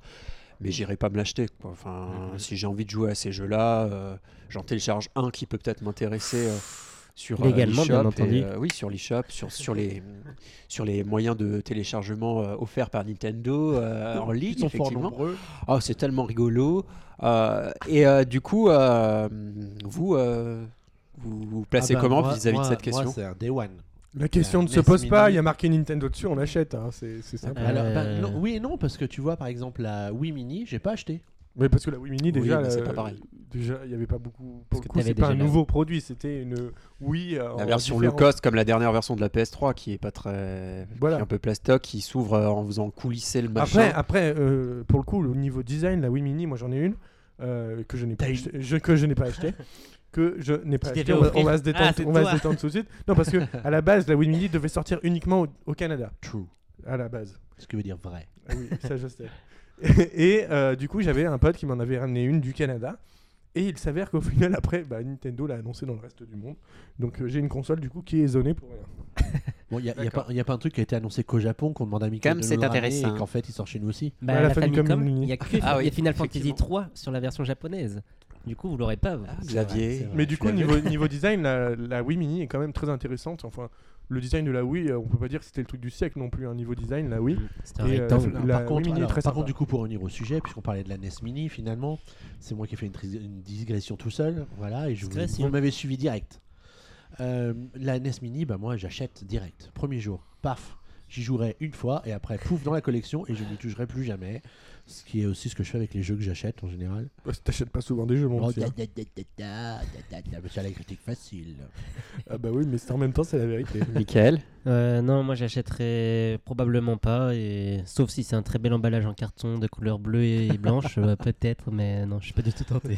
[SPEAKER 2] Mais j'irai pas me l'acheter. quoi. Enfin,
[SPEAKER 3] Mhm.
[SPEAKER 2] si j'ai envie de jouer à ces jeux-là, euh, j'en télécharge un qui peut peut-être m'intéresser euh, sur euh,
[SPEAKER 3] Légalement, bien
[SPEAKER 2] l'eShop et,
[SPEAKER 3] entendu.
[SPEAKER 2] euh, oui, sur l'eShop, sur, sur, les, sur les moyens de téléchargement euh, offerts par Nintendo euh, en ligne.
[SPEAKER 1] Ils sont fort
[SPEAKER 2] effectivement.
[SPEAKER 1] nombreux.
[SPEAKER 2] Oh, c'est tellement rigolo. Euh, et euh, du coup, euh, vous, euh, vous vous placez
[SPEAKER 1] Ah bah,
[SPEAKER 2] comment
[SPEAKER 1] moi-
[SPEAKER 2] vis-à-vis
[SPEAKER 1] moi-
[SPEAKER 2] de cette question
[SPEAKER 1] Moi, c'est un Day One.
[SPEAKER 4] La question
[SPEAKER 1] La
[SPEAKER 4] ne se
[SPEAKER 1] NES
[SPEAKER 4] pose pas,
[SPEAKER 1] Mini.
[SPEAKER 4] il y a marqué Nintendo dessus, on achète, hein, c'est c'est simple.
[SPEAKER 3] Euh,
[SPEAKER 1] Alors, bah, non, oui et non, parce que tu vois, par exemple, la Wii Mini, j'ai pas acheté.
[SPEAKER 4] Mais parce que la Wii Mini,
[SPEAKER 2] Oui,
[SPEAKER 4] déjà,
[SPEAKER 2] mais c'est
[SPEAKER 4] euh,
[SPEAKER 2] pas pareil.
[SPEAKER 4] déjà, il n'y avait pas beaucoup. Pour
[SPEAKER 3] que
[SPEAKER 4] le coup,
[SPEAKER 3] t'avais
[SPEAKER 4] c'est pas
[SPEAKER 3] déjà
[SPEAKER 4] un
[SPEAKER 3] la-
[SPEAKER 4] nouveau produit, c'était une Wii. euh, en
[SPEAKER 2] La version low
[SPEAKER 4] différent.
[SPEAKER 2] cost, comme la dernière version de la PS3, qui est pas très,
[SPEAKER 4] Voilà.
[SPEAKER 2] qui est un peu plastoc, qui s'ouvre euh, en faisant coulisser le machin.
[SPEAKER 4] Après, après euh, pour le coup, le niveau design, la Wii Mini, moi j'en ai une euh, que je n'ai pas
[SPEAKER 1] T'as
[SPEAKER 4] acheté, je- que je n'ai pas acheté. Que je n'ai pas
[SPEAKER 3] Tu
[SPEAKER 4] acheté.
[SPEAKER 3] devais
[SPEAKER 4] On va,
[SPEAKER 3] offrir.
[SPEAKER 4] on va se détendre,
[SPEAKER 3] Ah, c'est
[SPEAKER 4] on va
[SPEAKER 3] toi.
[SPEAKER 4] se détendre tout de suite. Non, parce que à la base, la Wii Mini devait sortir uniquement au, au Canada.
[SPEAKER 1] True.
[SPEAKER 4] À la base.
[SPEAKER 1] Ce qui veut dire vrai.
[SPEAKER 4] Ah Oui, ça je sais. Et euh, du coup, j'avais un pote qui m'en avait ramené une du Canada. Et il s'avère qu'au final, après, bah, Nintendo l'a annoncé dans le reste du monde. Donc euh, j'ai une console du coup qui est zonée pour rien.
[SPEAKER 1] Bon, il n'y a,
[SPEAKER 4] D'accord.
[SPEAKER 1] pas- y a pas un truc qui a été annoncé qu'au Japon, qu'on demande à Mika
[SPEAKER 2] Comme
[SPEAKER 1] de nous
[SPEAKER 2] c'est
[SPEAKER 1] le ramener
[SPEAKER 2] intéressant.
[SPEAKER 1] et qu'en fait, il sort chez nous aussi.
[SPEAKER 3] Bah,
[SPEAKER 4] Voilà,
[SPEAKER 3] la,
[SPEAKER 4] la Famicom
[SPEAKER 3] Famicom,
[SPEAKER 4] Mini.
[SPEAKER 3] il y a que
[SPEAKER 2] Ah
[SPEAKER 3] il y
[SPEAKER 2] oui,
[SPEAKER 3] a Final Fantasy
[SPEAKER 2] effectivement.
[SPEAKER 3] 3 sur la version japonaise. Du coup, vous l'aurez pas. vous.
[SPEAKER 2] Ah, Xavier.
[SPEAKER 1] C'est vrai,
[SPEAKER 4] Mais du
[SPEAKER 1] tu
[SPEAKER 4] coup,
[SPEAKER 1] l'avais.
[SPEAKER 4] niveau, niveau design, la, la Wii Mini est quand même très intéressante. Enfin, le design de la Wii, euh, on peut pas dire que c'était le truc du siècle non plus. Un niveau design, la Wii.
[SPEAKER 3] C'était un
[SPEAKER 4] Et, euh,
[SPEAKER 3] rectangle.
[SPEAKER 1] Non,
[SPEAKER 4] La
[SPEAKER 1] par contre,
[SPEAKER 4] Wii Mini est
[SPEAKER 1] alors,
[SPEAKER 4] très
[SPEAKER 1] par
[SPEAKER 4] sympa.
[SPEAKER 1] contre, du coup, pour revenir au sujet, puisqu'on parlait de la NES Mini, finalement, c'est moi qui ai fait une, tris- une digression tout seul. Voilà, et je vous,
[SPEAKER 3] Digression.
[SPEAKER 1] vous m'avez suivi direct. Euh, la NES Mini, bah, moi, j'achète direct. Premier jour, paf, j'y jouerai une fois, et après, pouf, dans la collection, et je n'y toucherai plus jamais. Ce qui est aussi ce que je fais avec les jeux que j'achète en général.
[SPEAKER 4] Bah, T'achètes pas souvent des jeux, mon
[SPEAKER 1] Oh,
[SPEAKER 4] petit. hein.
[SPEAKER 1] da, da, da, da, da, da, da, da, mais C'est la critique facile.
[SPEAKER 4] Ah bah oui, mais c'est- en même temps, c'est la vérité. Bah,
[SPEAKER 2] Michael.
[SPEAKER 3] Euh, non, moi j'achèterais probablement pas, et... sauf si c'est un très bel emballage en carton de couleur bleue et blanche, euh, peut-être, mais non, je suis pas du tout tenté.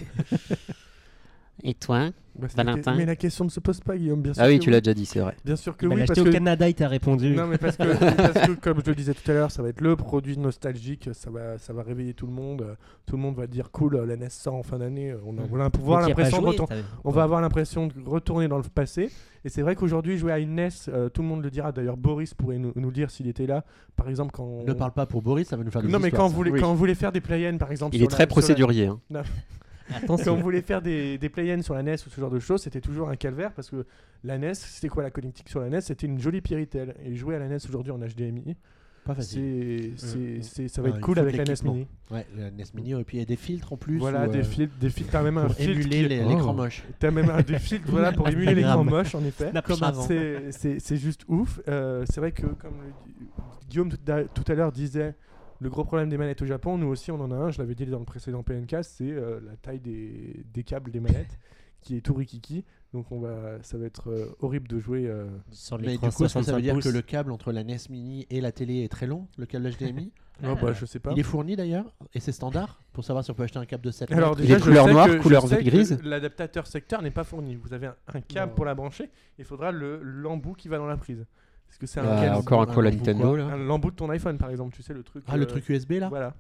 [SPEAKER 2] Et toi
[SPEAKER 4] Bah, c'était-
[SPEAKER 2] Valentin.
[SPEAKER 4] Mais la question ne se pose pas, Guillaume, bien sûr.
[SPEAKER 2] Ah oui,
[SPEAKER 4] que
[SPEAKER 2] tu l'as Bah, déjà dit, c'est vrai.
[SPEAKER 4] Bien sûr que
[SPEAKER 3] Tu vas
[SPEAKER 4] oui, parce
[SPEAKER 3] Bah, l'acheter au
[SPEAKER 4] que
[SPEAKER 3] Canada, il t'a répondu.
[SPEAKER 4] Non, mais parce que, parce que, comme je le disais tout à l'heure, ça va être le produit nostalgique, ça va, ça va réveiller tout le monde. euh, Tout le monde va dire cool, euh, la NES sort en fin d'année. euh, On, a- on va
[SPEAKER 3] Mm.
[SPEAKER 4] avoir
[SPEAKER 3] Donc, il y a pas
[SPEAKER 4] l'impression de
[SPEAKER 3] joué,
[SPEAKER 4] retour-
[SPEAKER 3] t'as-
[SPEAKER 4] on va avoir l'impression de retourner dans le passé. Et c'est vrai qu'aujourd'hui, jouer à une NES, euh, tout le monde le dira. D'ailleurs, Boris pourrait nous, nous le dire s'il était là. Par exemple, quand. on-
[SPEAKER 1] Ne parle pas pour Boris, ça va nous faire des
[SPEAKER 4] non, mais
[SPEAKER 1] histoires,
[SPEAKER 4] quand on,
[SPEAKER 1] ça.
[SPEAKER 4] voulait,
[SPEAKER 2] Oui.
[SPEAKER 4] quand on voulait faire des play-ins, par exemple.
[SPEAKER 2] Il
[SPEAKER 4] sur la-
[SPEAKER 2] est très
[SPEAKER 4] sur la-
[SPEAKER 2] procédurier. hein.
[SPEAKER 4] quand
[SPEAKER 3] Attention.
[SPEAKER 4] on voulait faire des, des play-ins sur la NES ou ce genre de choses, c'était toujours un calvaire parce que la NES, c'était quoi la connectique sur la NES C'était une jolie Piritel. Et jouer à la NES aujourd'hui en HDMI,
[SPEAKER 1] Pas facile.
[SPEAKER 4] c'est,
[SPEAKER 1] Mm.
[SPEAKER 4] c'est, c'est- ça va
[SPEAKER 1] Ah,
[SPEAKER 4] être
[SPEAKER 1] il
[SPEAKER 4] cool
[SPEAKER 1] faut
[SPEAKER 4] avec
[SPEAKER 1] de
[SPEAKER 4] la NES
[SPEAKER 1] l'équipement.
[SPEAKER 4] Mini.
[SPEAKER 1] Ouais, la NES Mini, et puis il y a des filtres en plus.
[SPEAKER 4] Voilà,
[SPEAKER 1] ou,
[SPEAKER 4] des
[SPEAKER 1] euh,
[SPEAKER 4] filtres, des filtres, t'as même un
[SPEAKER 1] pour
[SPEAKER 4] filtre.
[SPEAKER 1] émuler
[SPEAKER 4] qui-
[SPEAKER 1] les-
[SPEAKER 4] Oh.
[SPEAKER 1] l'écran moche.
[SPEAKER 4] T'as même un des filtres, voilà, pour émuler l'écran
[SPEAKER 1] Instagram.
[SPEAKER 4] moche, en effet.
[SPEAKER 1] Snap comme avant.
[SPEAKER 4] C'est, c'est, c'est juste ouf. Euh, c'est vrai que, comme le- Guillaume tout à- tout à l'heure disait, le gros problème des manettes au Japon, nous aussi on en a un, je l'avais dit dans le précédent PNK, c'est euh, la taille des, des câbles des manettes qui est tout rikiki. Donc on va, ça va être euh, horrible de jouer. euh,
[SPEAKER 3] Sur
[SPEAKER 1] Mais
[SPEAKER 3] les
[SPEAKER 1] du coup, est-ce que ça
[SPEAKER 3] 65
[SPEAKER 1] veut dire
[SPEAKER 3] pouces.
[SPEAKER 1] que le câble entre la NES Mini et la télé est très long, le câble HDMI
[SPEAKER 4] Non, bah, je sais pas.
[SPEAKER 1] Il est fourni d'ailleurs Et c'est standard Pour savoir si on peut acheter un câble de 7
[SPEAKER 4] Alors
[SPEAKER 2] Il
[SPEAKER 4] déjà,
[SPEAKER 2] est
[SPEAKER 4] je
[SPEAKER 2] couleur
[SPEAKER 4] sais
[SPEAKER 2] noire,
[SPEAKER 4] que- je
[SPEAKER 2] couleur
[SPEAKER 4] sais que
[SPEAKER 2] grise.
[SPEAKER 4] L'adaptateur secteur n'est pas fourni. Vous avez un, un câble
[SPEAKER 1] Non.
[SPEAKER 4] pour la brancher. Il faudra le l'embout qui va dans la prise. Parce que c'est
[SPEAKER 1] Euh,
[SPEAKER 4] un,
[SPEAKER 2] Ah,
[SPEAKER 4] câble-
[SPEAKER 2] encore un call à
[SPEAKER 1] Pourquoi
[SPEAKER 2] Nintendo là.
[SPEAKER 4] un- l'embout de ton iPhone, par exemple. Tu sais le truc.
[SPEAKER 1] Ah, le
[SPEAKER 4] euh,
[SPEAKER 1] truc USB là
[SPEAKER 4] Voilà.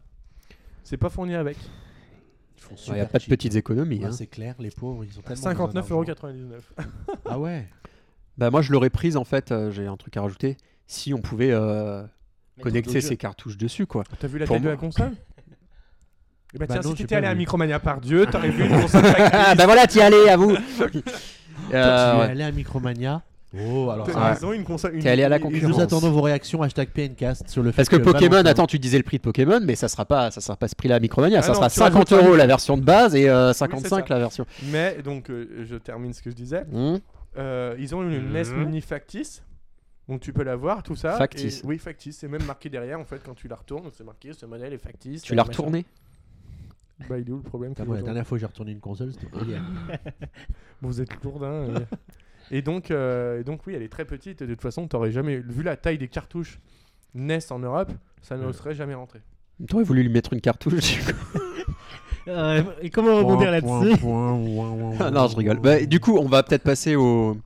[SPEAKER 4] C'est pas fourni avec.
[SPEAKER 1] Ils font
[SPEAKER 2] Il
[SPEAKER 1] super
[SPEAKER 2] n'y a pas de
[SPEAKER 1] cheap.
[SPEAKER 2] petites économies.
[SPEAKER 1] Ouais,
[SPEAKER 2] hein.
[SPEAKER 1] C'est clair, les pauvres, ils ont tellement. besoin
[SPEAKER 4] 59,99€.
[SPEAKER 1] d'argent. Ah ouais
[SPEAKER 2] Bah moi je l'aurais prise en fait, euh, j'ai un truc à rajouter, si on pouvait euh,
[SPEAKER 3] Mettre
[SPEAKER 2] connecter
[SPEAKER 3] d'autres jeux.
[SPEAKER 2] ces cartouches dessus quoi.
[SPEAKER 4] T'as vu la
[SPEAKER 2] Pour
[SPEAKER 4] taille de
[SPEAKER 2] moi.
[SPEAKER 4] la console Eh bah,
[SPEAKER 1] Bah
[SPEAKER 4] tiens,
[SPEAKER 1] non,
[SPEAKER 4] si
[SPEAKER 1] j'ai
[SPEAKER 4] t'étais
[SPEAKER 1] pas
[SPEAKER 4] allé à
[SPEAKER 1] vu.
[SPEAKER 4] Micromania par Dieu, t'aurais vu une console
[SPEAKER 2] ah
[SPEAKER 4] tactile.
[SPEAKER 2] bah voilà, t'y allais à vous
[SPEAKER 1] Toi,
[SPEAKER 2] Euh,
[SPEAKER 1] Tu es
[SPEAKER 2] ouais.
[SPEAKER 1] allé à Micromania Oh, alors.
[SPEAKER 4] T'as
[SPEAKER 1] ça-
[SPEAKER 2] Ouais.
[SPEAKER 4] raison, une console. une-
[SPEAKER 2] T'es allé à la
[SPEAKER 4] une-
[SPEAKER 1] Nous
[SPEAKER 2] concurrence.
[SPEAKER 1] attendons vos réactions, hashtag PNcast sur le fait
[SPEAKER 2] Parce que Pokémon,
[SPEAKER 1] Valentin-
[SPEAKER 2] attends, tu disais le prix de Pokémon, mais ça sera pas, ça sera pas ce prix-là à Micromania,
[SPEAKER 4] Ah
[SPEAKER 2] ça
[SPEAKER 4] non,
[SPEAKER 2] sera
[SPEAKER 4] tu rajoutes
[SPEAKER 2] 50 euros la version de base et euh, 55 la version.
[SPEAKER 4] Mais donc, euh, je termine ce que je disais.
[SPEAKER 2] Hmm.
[SPEAKER 4] Euh, ils ont une NES
[SPEAKER 3] Mhm.
[SPEAKER 4] Mini factice. Donc tu peux la voir, tout ça.
[SPEAKER 2] Factice.
[SPEAKER 4] Et- oui, factice. C'est même marqué derrière, en fait, quand tu la retournes, c'est marqué ce modèle est factice.
[SPEAKER 2] Tu l'as
[SPEAKER 4] machin.
[SPEAKER 2] retourné Ah
[SPEAKER 4] Bah, il est où le problème que
[SPEAKER 1] Putain,
[SPEAKER 4] je
[SPEAKER 1] moi, Ah, La
[SPEAKER 4] retourne
[SPEAKER 1] dernière fois que j'ai retourné une console, c'était hier.
[SPEAKER 4] Vous êtes lourde, hein. euh. et, donc, euh, et donc, oui, elle est très petite. et de toute façon, t'aurais jamais. Vu la taille des cartouches NES en Europe, ça ne
[SPEAKER 1] Ouais.
[SPEAKER 4] serait jamais rentré.
[SPEAKER 2] T'aurais voulu lui mettre une cartouche
[SPEAKER 3] Euh, et comment rebondir là-dessus
[SPEAKER 2] Non, je rigole. Bah, du coup, on va peut-être passer au-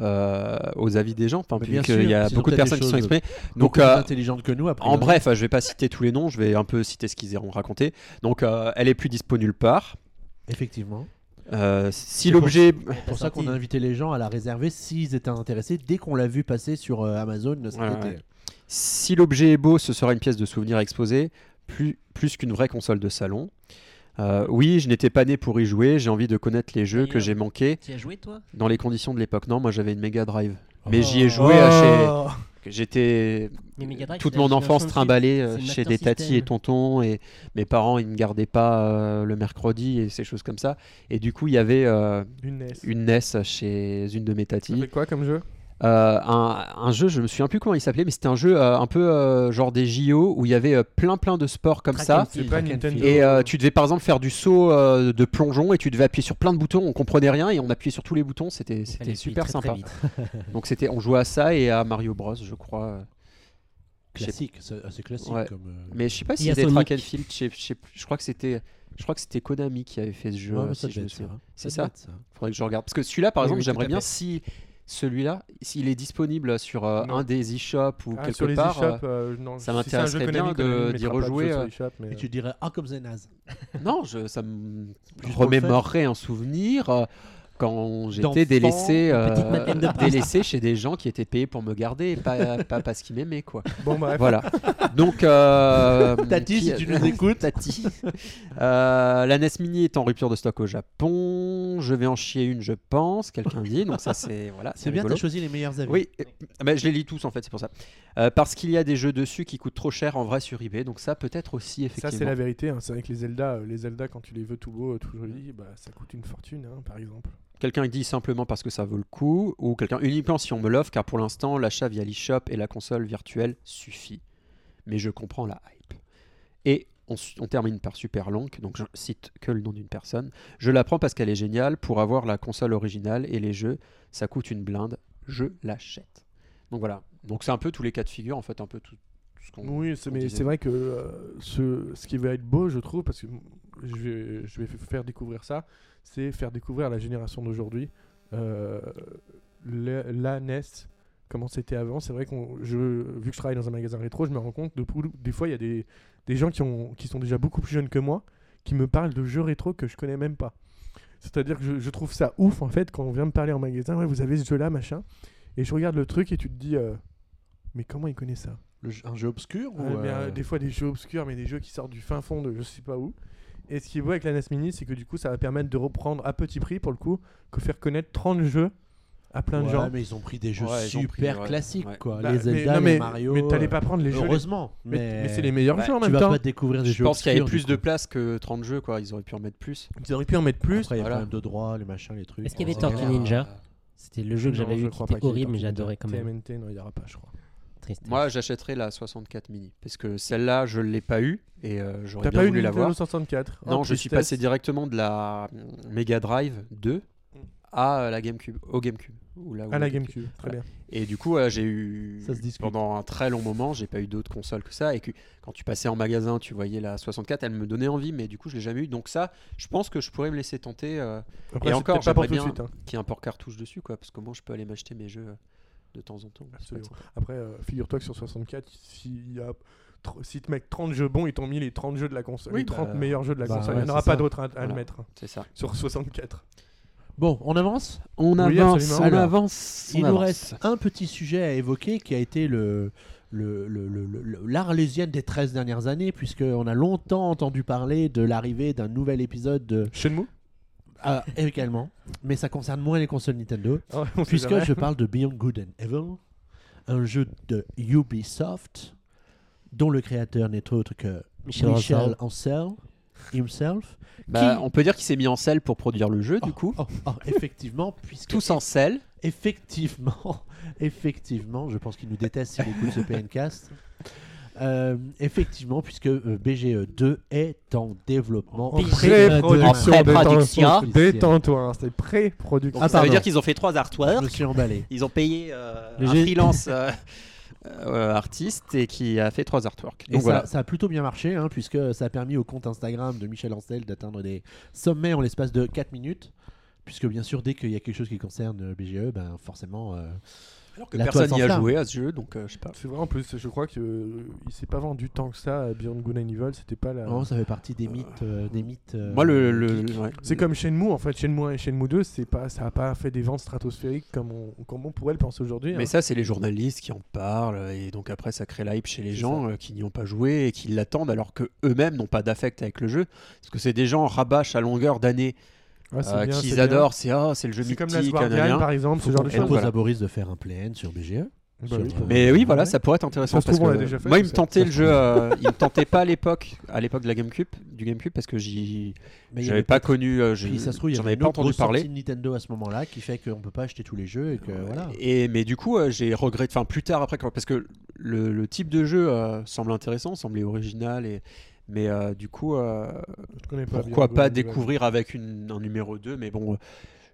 [SPEAKER 2] euh, aux avis des gens, enfin,
[SPEAKER 1] Mais
[SPEAKER 2] vu
[SPEAKER 1] Bah, bien
[SPEAKER 2] qu'il y a
[SPEAKER 1] sûr,
[SPEAKER 2] beaucoup de
[SPEAKER 1] sinon t'as
[SPEAKER 2] personnes
[SPEAKER 1] des
[SPEAKER 2] qui sont
[SPEAKER 1] choses
[SPEAKER 2] exprimées.
[SPEAKER 1] Donc,
[SPEAKER 2] Donc, euh,
[SPEAKER 1] plus intelligente que nous, après.
[SPEAKER 2] En bref, je vais pas citer tous les noms, je vais un peu citer ce qu'ils ont raconté. Donc, euh, elle est plus dispo nulle part.
[SPEAKER 1] Effectivement.
[SPEAKER 2] Euh, si l'objet,
[SPEAKER 1] C'est pour ça qu'on a invité les gens à la réserver s'ils étaient intéressés dès qu'on l'a vu passer sur euh, Amazon cet
[SPEAKER 2] Ouais,
[SPEAKER 1] été.
[SPEAKER 2] ouais. si l'objet est beau, ce sera une pièce de souvenir exposée, plus, plus qu'une vraie console de salon. Euh, oui, je n'étais pas né pour y jouer. J'ai envie de connaître les jeux que
[SPEAKER 3] D'ailleurs.
[SPEAKER 2] j'ai manqués
[SPEAKER 3] Tu as joué toi
[SPEAKER 2] dans les conditions de l'époque. Non, moi j'avais une Mega Drive,
[SPEAKER 1] Oh.
[SPEAKER 2] mais j'y ai joué à chez. que J'étais
[SPEAKER 3] Mais Mega Drive,
[SPEAKER 2] Euh, toute
[SPEAKER 3] c'est la
[SPEAKER 2] mon
[SPEAKER 3] génération
[SPEAKER 2] enfance
[SPEAKER 3] de
[SPEAKER 2] trimballée
[SPEAKER 3] suite.
[SPEAKER 2] euh,
[SPEAKER 3] C'est
[SPEAKER 2] chez
[SPEAKER 3] Master
[SPEAKER 2] des tatis
[SPEAKER 3] System.
[SPEAKER 2] et tontons et mes parents ils ne gardaient pas euh, le mercredi et ces choses comme ça. Et du coup, il y avait euh,
[SPEAKER 4] Une NES.
[SPEAKER 2] une NES chez une de mes
[SPEAKER 4] Ça
[SPEAKER 2] tatis.
[SPEAKER 4] fait quoi comme jeu
[SPEAKER 2] Euh, un, un jeu, je me souviens plus comment il s'appelait, mais c'était un jeu euh, un peu euh, genre des JO où il y avait euh, plein plein de sports comme
[SPEAKER 3] Track and
[SPEAKER 2] ça.
[SPEAKER 3] field.
[SPEAKER 4] C'est pas
[SPEAKER 1] Jack and
[SPEAKER 4] Nintendo.
[SPEAKER 1] Field.
[SPEAKER 2] Ah, Et euh, tu devais par exemple faire du saut euh, de plongeon et tu devais appuyer sur plein de boutons, on comprenait rien et on appuyait sur tous les boutons, c'était
[SPEAKER 3] Il fallait
[SPEAKER 2] c'était
[SPEAKER 3] appuyer
[SPEAKER 2] super
[SPEAKER 3] très, très
[SPEAKER 2] sympa.
[SPEAKER 3] vite.
[SPEAKER 2] Donc c'était on jouait à ça et à Mario Bros, je crois. euh.
[SPEAKER 1] Classique, c'est assez classique
[SPEAKER 2] Ouais.
[SPEAKER 1] comme. euh,
[SPEAKER 2] Mais je sais pas si
[SPEAKER 3] Et à
[SPEAKER 2] c'était track and
[SPEAKER 3] Sonic.
[SPEAKER 2] field, je, sais- je sais- je crois que c'était je crois que c'était Konami qui avait fait ce jeu,
[SPEAKER 1] ouais, mais
[SPEAKER 2] euh,
[SPEAKER 1] ça
[SPEAKER 2] si
[SPEAKER 1] devait
[SPEAKER 2] je me
[SPEAKER 1] être ça,
[SPEAKER 2] souviens.
[SPEAKER 1] hein.
[SPEAKER 2] C'est
[SPEAKER 1] devait
[SPEAKER 2] ça
[SPEAKER 1] être ça.
[SPEAKER 2] Faudrait que je regarde. Parce que celui-là, par
[SPEAKER 3] Oui,
[SPEAKER 2] exemple,
[SPEAKER 3] oui, tout
[SPEAKER 2] j'aimerais
[SPEAKER 3] à
[SPEAKER 2] bien
[SPEAKER 3] fait.
[SPEAKER 2] si celui-là, s'il est disponible sur euh,
[SPEAKER 4] Non.
[SPEAKER 2] un des e-shops ou
[SPEAKER 4] Ah,
[SPEAKER 2] quelque
[SPEAKER 4] sur les
[SPEAKER 2] part. euh,
[SPEAKER 4] eShops, euh, non,
[SPEAKER 2] ça
[SPEAKER 4] si c'est un jeu
[SPEAKER 2] m'intéresserait bien
[SPEAKER 4] Konami,
[SPEAKER 2] de-
[SPEAKER 4] Konami
[SPEAKER 2] d'y
[SPEAKER 4] mettra pas de jeu
[SPEAKER 2] rejouer,
[SPEAKER 4] sur
[SPEAKER 2] euh,
[SPEAKER 4] les shops, mais,
[SPEAKER 1] Et tu dirais, ah, comme c'est naze.
[SPEAKER 2] Non, je- ça me
[SPEAKER 1] Juste pour le
[SPEAKER 2] remémorerait un souvenir euh, quand
[SPEAKER 1] D'enfant,
[SPEAKER 2] j'étais délaissé, euh,
[SPEAKER 3] petite madeleine de Proust.
[SPEAKER 2] délaissé chez des gens qui étaient payés pour me garder, et pas, pas parce qu'ils m'aimaient quoi.
[SPEAKER 4] euh, Bon, bref.
[SPEAKER 2] Voilà. Donc euh,
[SPEAKER 1] Tati, si tu nous
[SPEAKER 2] écoutes, Tati. Euh, la NES Mini est en rupture de stock au Japon. Je vais en chier une, je pense. Quelqu'un dit. Donc ça c'est voilà,
[SPEAKER 1] C'est bien,
[SPEAKER 2] rigolo.
[SPEAKER 1] t'as choisi les meilleurs avis.
[SPEAKER 2] Oui, euh, bah, je les lis tous en fait, c'est pour ça. Euh, parce qu'il y a des jeux dessus qui coûtent trop cher en vrai sur eBay, donc ça peut-être aussi
[SPEAKER 4] Ça,
[SPEAKER 2] effectivement.
[SPEAKER 4] c'est la vérité. hein. C'est vrai que les Zelda, euh, les Zelda, quand tu les veux tout beaux, tout jolis, bah, ça coûte une fortune, hein, par exemple.
[SPEAKER 2] Quelqu'un dit simplement parce que ça vaut le coup, ou quelqu'un uniquement si on me l'offre, car pour l'instant l'achat via l'eShop et la console virtuelle suffit. Mais je comprends la hype. Et on, s- on termine par Superlonk, donc je cite que le nom d'une personne. Je la prends parce qu'elle est géniale, pour avoir la console originale et les jeux, ça coûte une blinde, je l'achète. Donc voilà, donc c'est un peu tous les cas de figure, en fait, un peu tout, tout ce qu'on...
[SPEAKER 4] Oui, c'est-
[SPEAKER 2] on
[SPEAKER 4] mais
[SPEAKER 2] disait.
[SPEAKER 4] c'est vrai que euh, ce, ce qui va être beau, je trouve, parce que m- je vais, je vais f- faire découvrir ça, c'est faire découvrir à la génération d'aujourd'hui euh, le- la NES, comment c'était avant. C'est vrai que vu que je travaille dans un magasin rétro, je me rends compte, de, pou- des fois, il y a des, des gens qui, ont, qui sont déjà beaucoup plus jeunes que moi, qui me parlent de jeux rétro que je connais même pas. C'est-à-dire que je, je trouve ça ouf, en fait, quand on vient me parler en magasin, ouais, vous avez ce jeu-là, machin, et je regarde le truc et tu te dis, euh, mais comment il connaît ça
[SPEAKER 1] Le jeu- un jeu obscur ou,
[SPEAKER 4] Ouais, mais, euh,
[SPEAKER 1] euh,
[SPEAKER 4] des fois des jeux obscurs, mais des jeux qui sortent du fin fond de je sais pas où. Et ce qui est beau avec la NES Mini, c'est que du coup, ça va permettre de reprendre à petit prix, pour le coup, que faire connaître 30 jeux à plein de
[SPEAKER 1] ouais,
[SPEAKER 4] gens.
[SPEAKER 1] mais ils ont pris des jeux
[SPEAKER 2] Ouais, ils ont
[SPEAKER 1] super
[SPEAKER 2] pris, ouais.
[SPEAKER 1] classiques,
[SPEAKER 2] Ouais.
[SPEAKER 1] quoi.
[SPEAKER 4] Bah,
[SPEAKER 1] les
[SPEAKER 4] mais-
[SPEAKER 1] Zelda,
[SPEAKER 4] non, mais,
[SPEAKER 1] les Mario.
[SPEAKER 4] Mais t'allais
[SPEAKER 1] euh,
[SPEAKER 4] pas prendre les jeux. les-
[SPEAKER 1] Heureusement.
[SPEAKER 4] Mais,
[SPEAKER 1] Mais,
[SPEAKER 4] mais c'est les meilleurs
[SPEAKER 2] Ouais,
[SPEAKER 4] jeux en
[SPEAKER 1] Tu
[SPEAKER 4] même
[SPEAKER 1] vas
[SPEAKER 4] temps.
[SPEAKER 1] pas découvrir des
[SPEAKER 2] Je
[SPEAKER 1] jeux
[SPEAKER 2] pense qu'il y avait
[SPEAKER 1] obscurs,
[SPEAKER 2] plus
[SPEAKER 1] du
[SPEAKER 2] de
[SPEAKER 1] coup.
[SPEAKER 2] place que 30 jeux, quoi, ils auraient pu en mettre plus.
[SPEAKER 4] Ils auraient pu en mettre plus.
[SPEAKER 1] Après, il y a
[SPEAKER 2] Voilà.
[SPEAKER 1] problème de droit, les machins, les trucs.
[SPEAKER 3] Est-ce qu'il y avait
[SPEAKER 1] Ah, Ouais.
[SPEAKER 3] Tortue Ninja C'était le jeu que
[SPEAKER 4] Non,
[SPEAKER 3] j'avais
[SPEAKER 4] je
[SPEAKER 3] vu qui
[SPEAKER 4] crois
[SPEAKER 3] était
[SPEAKER 4] pas qu'il y ait
[SPEAKER 3] horrible, mais
[SPEAKER 4] Tortue Ninja.
[SPEAKER 3] j'adorais quand même.
[SPEAKER 4] TMNT, non, il y aura pas, je crois.
[SPEAKER 3] Triste.
[SPEAKER 2] Moi, j'achèterais la 64 mini parce que celle-là, je l'ai pas eu et euh, j'aurais
[SPEAKER 4] T'as
[SPEAKER 2] bien
[SPEAKER 4] pas eu
[SPEAKER 2] voulu
[SPEAKER 4] une
[SPEAKER 2] l'avoir.
[SPEAKER 4] Nintendo 64 Oh,
[SPEAKER 2] Non, je suis
[SPEAKER 4] tristesse.
[SPEAKER 2] passé directement de la euh, Mega Drive 2 à euh, la GameCube, au E GameCube. Ou là où
[SPEAKER 4] À la
[SPEAKER 2] le
[SPEAKER 4] GameCube, très bien.
[SPEAKER 2] Et du coup, euh, j'ai eu
[SPEAKER 1] Ça se discute.
[SPEAKER 2] pendant un très long moment, j'ai pas eu d'autres consoles que ça. Et que quand tu passais en magasin, tu voyais la 64, elle me donnait envie, mais du coup, je l'ai jamais eu. Donc ça, je pense que je pourrais me laisser tenter euh,
[SPEAKER 4] Après,
[SPEAKER 2] Et
[SPEAKER 4] c'est
[SPEAKER 2] encore,
[SPEAKER 4] peut-être pas pour
[SPEAKER 2] j'aimerais
[SPEAKER 4] tout de
[SPEAKER 2] bien-
[SPEAKER 4] suite. hein.
[SPEAKER 2] qu'il y ait un port cartouche dessus, quoi, parce que moi, je peux aller m'acheter mes jeux euh, de temps en temps. C'est pas
[SPEAKER 4] Absolument. Après, euh, figure-toi que sur 64, s'il y a tr- si te mec 30 jeux bons, ils t'ont mis les 30 jeux de la console,
[SPEAKER 2] Oui,
[SPEAKER 4] les 30
[SPEAKER 2] bah,
[SPEAKER 4] meilleurs jeux de la
[SPEAKER 1] bah
[SPEAKER 4] console.
[SPEAKER 1] ouais,
[SPEAKER 4] Il n'y en aura
[SPEAKER 1] c'est
[SPEAKER 4] pas
[SPEAKER 1] ça.
[SPEAKER 4] d'autres à, à
[SPEAKER 2] Voilà.
[SPEAKER 4] le mettre hein,
[SPEAKER 2] C'est ça.
[SPEAKER 4] sur 64.
[SPEAKER 1] Bon, on avance
[SPEAKER 2] On
[SPEAKER 4] Oui,
[SPEAKER 2] avance,
[SPEAKER 4] absolument.
[SPEAKER 2] on
[SPEAKER 1] Alors,
[SPEAKER 2] avance.
[SPEAKER 1] Il
[SPEAKER 2] on
[SPEAKER 1] nous
[SPEAKER 2] avance.
[SPEAKER 1] reste un petit sujet à évoquer qui a été le le- le- le- le- l'Arlésienne des 13 dernières années, puisqu'on a longtemps entendu parler de l'arrivée d'un nouvel épisode de...
[SPEAKER 4] Shenmue
[SPEAKER 1] Ah, également, mais ça concerne moins les consoles Nintendo,
[SPEAKER 4] Oh, on sait
[SPEAKER 1] puisque
[SPEAKER 4] jamais.
[SPEAKER 1] je parle de Beyond Good and Evil, un jeu de Ubisoft, dont le créateur n'est autre que
[SPEAKER 3] Michel,
[SPEAKER 1] Michel Ancel, himself.
[SPEAKER 2] Bah,
[SPEAKER 1] Qui-
[SPEAKER 2] on peut dire qu'il s'est mis en selle pour produire le jeu, du coup.
[SPEAKER 1] Oh, oh, effectivement, puisque...
[SPEAKER 2] Tous en selle.
[SPEAKER 1] Effectivement, effectivement, je pense qu'il nous déteste s'il écoute ce PNcast. Euh, effectivement, puisque euh, BGE 2 est en développement.
[SPEAKER 4] En
[SPEAKER 1] pré-
[SPEAKER 4] pré-production, détends-
[SPEAKER 2] en pré-production.
[SPEAKER 4] détends-toi, hein, c'était pré-production.
[SPEAKER 1] Ah,
[SPEAKER 2] ça veut
[SPEAKER 1] pardon.
[SPEAKER 2] dire qu'ils ont fait trois artworks.
[SPEAKER 1] Je me suis emballé.
[SPEAKER 2] Ils ont payé euh,
[SPEAKER 1] Mais
[SPEAKER 2] un
[SPEAKER 1] j'ai-
[SPEAKER 2] freelance euh, euh, artiste et qui a fait trois artworks.
[SPEAKER 1] Et
[SPEAKER 2] Donc
[SPEAKER 1] ça,
[SPEAKER 2] voilà.
[SPEAKER 1] ça a plutôt bien marché, hein, puisque ça a permis au compte Instagram de Michel Ancel d'atteindre des sommets en l'espace de 4 minutes. Puisque bien sûr, dès qu'il y a quelque chose qui concerne euh, BGE, ben forcément, euh,
[SPEAKER 2] Alors que
[SPEAKER 1] la
[SPEAKER 2] personne
[SPEAKER 1] toile
[SPEAKER 2] n'y a
[SPEAKER 1] s'enflamme.
[SPEAKER 2] joué à ce jeu, donc euh, je sais pas.
[SPEAKER 4] C'est vrai, en plus, je crois qu'il ne s'est pas vendu tant que ça à Beyond Good and Evil. C'était pas la.
[SPEAKER 2] Oh,
[SPEAKER 1] vraiment, oh, ça fait partie des mythes. euh, des mythes euh,
[SPEAKER 2] Moi, le. le- ouais.
[SPEAKER 4] C'est comme Shenmue, en fait. Shenmue 1 et Shenmue 2, c'est pas, ça n'a pas fait des ventes stratosphériques comme on, comme on pourrait le penser aujourd'hui.
[SPEAKER 2] Mais
[SPEAKER 4] hein.
[SPEAKER 2] ça, c'est les journalistes qui en parlent, euh, et donc après, ça crée l'hype chez les
[SPEAKER 4] C'est
[SPEAKER 2] gens euh, qui n'y ont pas joué et qui l'attendent alors que eux-mêmes n'ont pas d'affect avec le jeu. Parce que c'est des gens rabâchent à longueur d'année
[SPEAKER 4] Ah, c'est
[SPEAKER 2] euh,
[SPEAKER 4] bien, c'est
[SPEAKER 2] qu'ils
[SPEAKER 4] bien.
[SPEAKER 2] adorent, c'est ah, c'est le jeu
[SPEAKER 4] C'est
[SPEAKER 2] mythique,
[SPEAKER 4] comme la
[SPEAKER 2] nanana.
[SPEAKER 4] Guardian, par exemple, ce genre de
[SPEAKER 1] Elle
[SPEAKER 4] choses.
[SPEAKER 1] pose à Boris de faire un play sur E. BGE.
[SPEAKER 4] Bah oui.
[SPEAKER 1] Sur-
[SPEAKER 2] Mais oui, voilà,
[SPEAKER 4] Ouais.
[SPEAKER 2] ça pourrait être
[SPEAKER 4] Ça
[SPEAKER 2] intéressant.
[SPEAKER 4] se trouve,
[SPEAKER 2] parce
[SPEAKER 4] on
[SPEAKER 2] que
[SPEAKER 4] l'a déjà fait,
[SPEAKER 2] moi, il
[SPEAKER 4] tout
[SPEAKER 2] me
[SPEAKER 4] ça.
[SPEAKER 2] tentait
[SPEAKER 4] Ça
[SPEAKER 2] le
[SPEAKER 4] se
[SPEAKER 2] jeu, euh, il me tentait pas à l'époque, à l'époque de la GameCube, du GameCube, parce que j'y,
[SPEAKER 1] Mais il y
[SPEAKER 2] j'avais
[SPEAKER 1] avait
[SPEAKER 2] pas connu, euh, j'ai-
[SPEAKER 1] Puis ça se trouve, il y
[SPEAKER 2] j'en
[SPEAKER 1] avait
[SPEAKER 2] avais
[SPEAKER 1] une
[SPEAKER 2] pas
[SPEAKER 1] autre
[SPEAKER 2] entendu
[SPEAKER 1] grosse
[SPEAKER 2] parler.
[SPEAKER 1] sortie de Nintendo à ce moment-là qui fait qu'on peut pas acheter tous les jeux et que voilà.
[SPEAKER 2] Et mais du coup, euh, j'ai regretté. Enfin, plus tard après, quand- parce que le, le type de jeu euh, semble intéressant, semblait original et. Mais euh, du coup, euh,
[SPEAKER 4] Je connais pas Beyond
[SPEAKER 2] pourquoi
[SPEAKER 4] Good
[SPEAKER 2] pas
[SPEAKER 4] and Evil. hein.
[SPEAKER 2] découvrir avec une- un numéro 2 Mais bon, euh,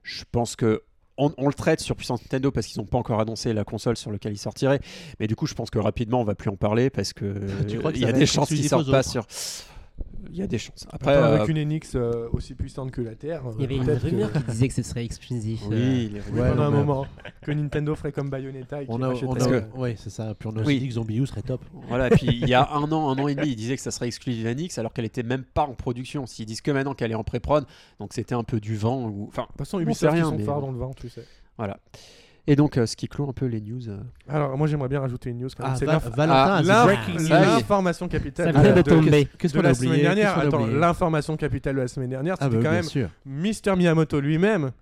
[SPEAKER 2] je pense que on, on le traite sur Puissance Nintendo parce qu'ils n'ont pas encore annoncé la console sur laquelle il sortirait. Mais du coup, je pense que rapidement, on va plus en parler parce que
[SPEAKER 1] Tu crois que
[SPEAKER 2] il y
[SPEAKER 1] ça
[SPEAKER 2] a
[SPEAKER 1] va
[SPEAKER 2] des
[SPEAKER 1] être
[SPEAKER 2] chances qu'ils
[SPEAKER 1] exclusif
[SPEAKER 2] sortent
[SPEAKER 1] aux
[SPEAKER 2] pas
[SPEAKER 1] autres
[SPEAKER 2] sur. Il y a des chances.
[SPEAKER 4] Attends,
[SPEAKER 2] Après,
[SPEAKER 4] avec
[SPEAKER 2] euh,
[SPEAKER 4] une Enix euh, aussi puissante que la Terre.
[SPEAKER 3] Il y avait une
[SPEAKER 4] peut-être que-
[SPEAKER 3] rumeur qui disait que ce serait exclusif. euh,
[SPEAKER 2] oui, les
[SPEAKER 1] Ouais,
[SPEAKER 2] rumeurs.
[SPEAKER 4] pendant un
[SPEAKER 1] mais-
[SPEAKER 4] moment que Nintendo ferait comme Bayonetta et
[SPEAKER 1] On
[SPEAKER 4] qu'il
[SPEAKER 1] a,
[SPEAKER 4] achèterait
[SPEAKER 1] on
[SPEAKER 2] Parce
[SPEAKER 1] a, ouais, c'est ça. Puis on a aussi
[SPEAKER 2] Oui.
[SPEAKER 1] dit que Zombie U serait top.
[SPEAKER 2] Voilà, et puis il y a un an, un an et demi, ils disaient que ça serait exclusive à Nix alors qu'elle était même pas en production. S'ils disent que maintenant qu'elle est en pré-prod, donc c'était un peu du vent. Ou... Enfin,
[SPEAKER 4] De toute façon,
[SPEAKER 2] On
[SPEAKER 4] Ubisoft,
[SPEAKER 2] sait rien,
[SPEAKER 4] ils sont
[SPEAKER 2] mais-
[SPEAKER 4] phares dans le vent, tu sais.
[SPEAKER 2] voilà. Et donc, euh, ce qui clôt un peu les news. euh.
[SPEAKER 4] Alors, moi, j'aimerais bien rajouter une news. quand même.
[SPEAKER 1] Ah,
[SPEAKER 4] C'est
[SPEAKER 1] Va-
[SPEAKER 4] l'inf-
[SPEAKER 1] Valentin a
[SPEAKER 4] l'inf-
[SPEAKER 1] dit
[SPEAKER 3] breaking news.
[SPEAKER 4] l'information
[SPEAKER 3] Ça
[SPEAKER 4] capitale
[SPEAKER 3] vient de
[SPEAKER 4] de,
[SPEAKER 3] tomber.
[SPEAKER 1] Ah, Qu'est-ce
[SPEAKER 4] de
[SPEAKER 1] qu'on a
[SPEAKER 4] la
[SPEAKER 1] oublié
[SPEAKER 4] semaine
[SPEAKER 1] Qu'est-ce
[SPEAKER 4] dernière.
[SPEAKER 1] qu'on a
[SPEAKER 4] Attends,
[SPEAKER 1] oublié
[SPEAKER 4] l'information capitale de la semaine dernière,
[SPEAKER 1] Ah,
[SPEAKER 4] c'était
[SPEAKER 1] bah,
[SPEAKER 4] quand
[SPEAKER 1] bien
[SPEAKER 4] même
[SPEAKER 1] sûr.
[SPEAKER 4] Mister Miyamoto lui-même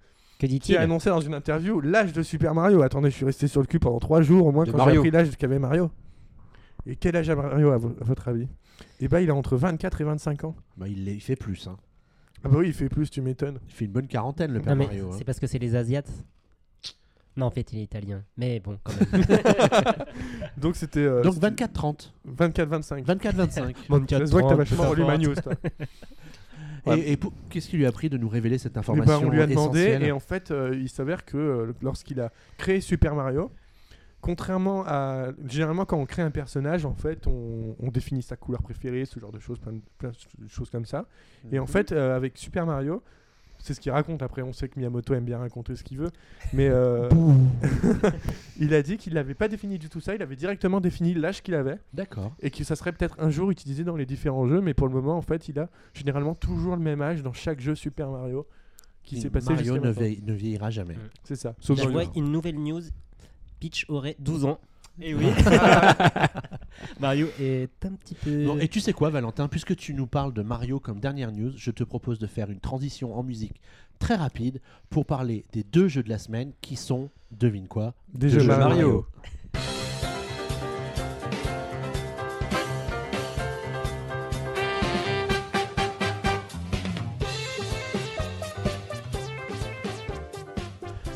[SPEAKER 3] Que
[SPEAKER 4] qui
[SPEAKER 3] dit-il
[SPEAKER 4] a annoncé dans une interview l'âge de Super Mario. Attendez, je suis resté sur le cul pendant 3 jours au moins
[SPEAKER 2] De
[SPEAKER 4] quand j'ai
[SPEAKER 2] Mario.
[SPEAKER 4] appris l'âge qu'avait Mario. Et quel âge a Mario à, vo- à votre avis Eh ben, il a entre 24 et 25 ans.
[SPEAKER 1] Bah, il, l'est- il fait plus. hein.
[SPEAKER 4] Ah bah oui, il fait plus, tu m'étonnes.
[SPEAKER 1] Il fait une bonne quarantaine, le
[SPEAKER 3] Non,
[SPEAKER 1] Père
[SPEAKER 3] mais
[SPEAKER 1] Mario. hein.
[SPEAKER 3] c'est parce que c'est les Asiates. Non, en fait, il est italien. Mais bon, quand même.
[SPEAKER 4] Donc c'était euh,
[SPEAKER 1] Donc
[SPEAKER 4] c'était
[SPEAKER 1] 24-30.
[SPEAKER 4] 24-25.
[SPEAKER 1] 24-25.
[SPEAKER 3] Bon,
[SPEAKER 4] Je vois que t'as
[SPEAKER 3] 30,
[SPEAKER 4] vachement
[SPEAKER 3] peu
[SPEAKER 4] relu ma
[SPEAKER 3] importe.
[SPEAKER 4] news, toi. Ouais.
[SPEAKER 1] Et, et pour- qu'est-ce qui lui a pris de nous révéler cette
[SPEAKER 4] Eh ben,
[SPEAKER 1] information
[SPEAKER 4] on lui a demandé
[SPEAKER 1] essentielle
[SPEAKER 4] et en fait, euh, il s'avère que euh, lorsqu'il a créé Super Mario, contrairement à généralement quand on crée un personnage, en fait, on, on définit sa couleur préférée, ce genre de choses, plein de, plein de choses comme ça. Et en fait, euh, avec Super Mario, c'est ce qu'il raconte. Après, on sait que Miyamoto aime bien raconter ce qu'il veut, mais euh, il a dit qu'il n'avait pas défini du tout ça. Il avait directement défini l'âge qu'il avait
[SPEAKER 1] D'accord.
[SPEAKER 4] et que ça serait peut-être un jour utilisé dans les différents jeux, mais pour le moment, en fait, il a généralement toujours le même âge dans chaque jeu Super Mario qui s'est passé
[SPEAKER 1] Mario
[SPEAKER 4] jusqu'à
[SPEAKER 1] ne,
[SPEAKER 4] maintenant.
[SPEAKER 1] vieilli- ne vieillira jamais.
[SPEAKER 3] Mm.
[SPEAKER 4] C'est ça. Sauf
[SPEAKER 3] Je
[SPEAKER 4] dans le
[SPEAKER 3] vois
[SPEAKER 4] jeu.
[SPEAKER 3] une nouvelle news. Peach aurait 12 ans.
[SPEAKER 2] Et oui.
[SPEAKER 3] Mario est un petit peu.
[SPEAKER 1] Bon, et tu sais quoi, Valentin, puisque tu nous parles de Mario comme dernière news, je te propose de faire une transition en musique très rapide pour parler des deux jeux de la semaine qui sont, devine quoi
[SPEAKER 4] Des
[SPEAKER 2] jeux
[SPEAKER 4] jeux
[SPEAKER 2] Mario.
[SPEAKER 4] Mario.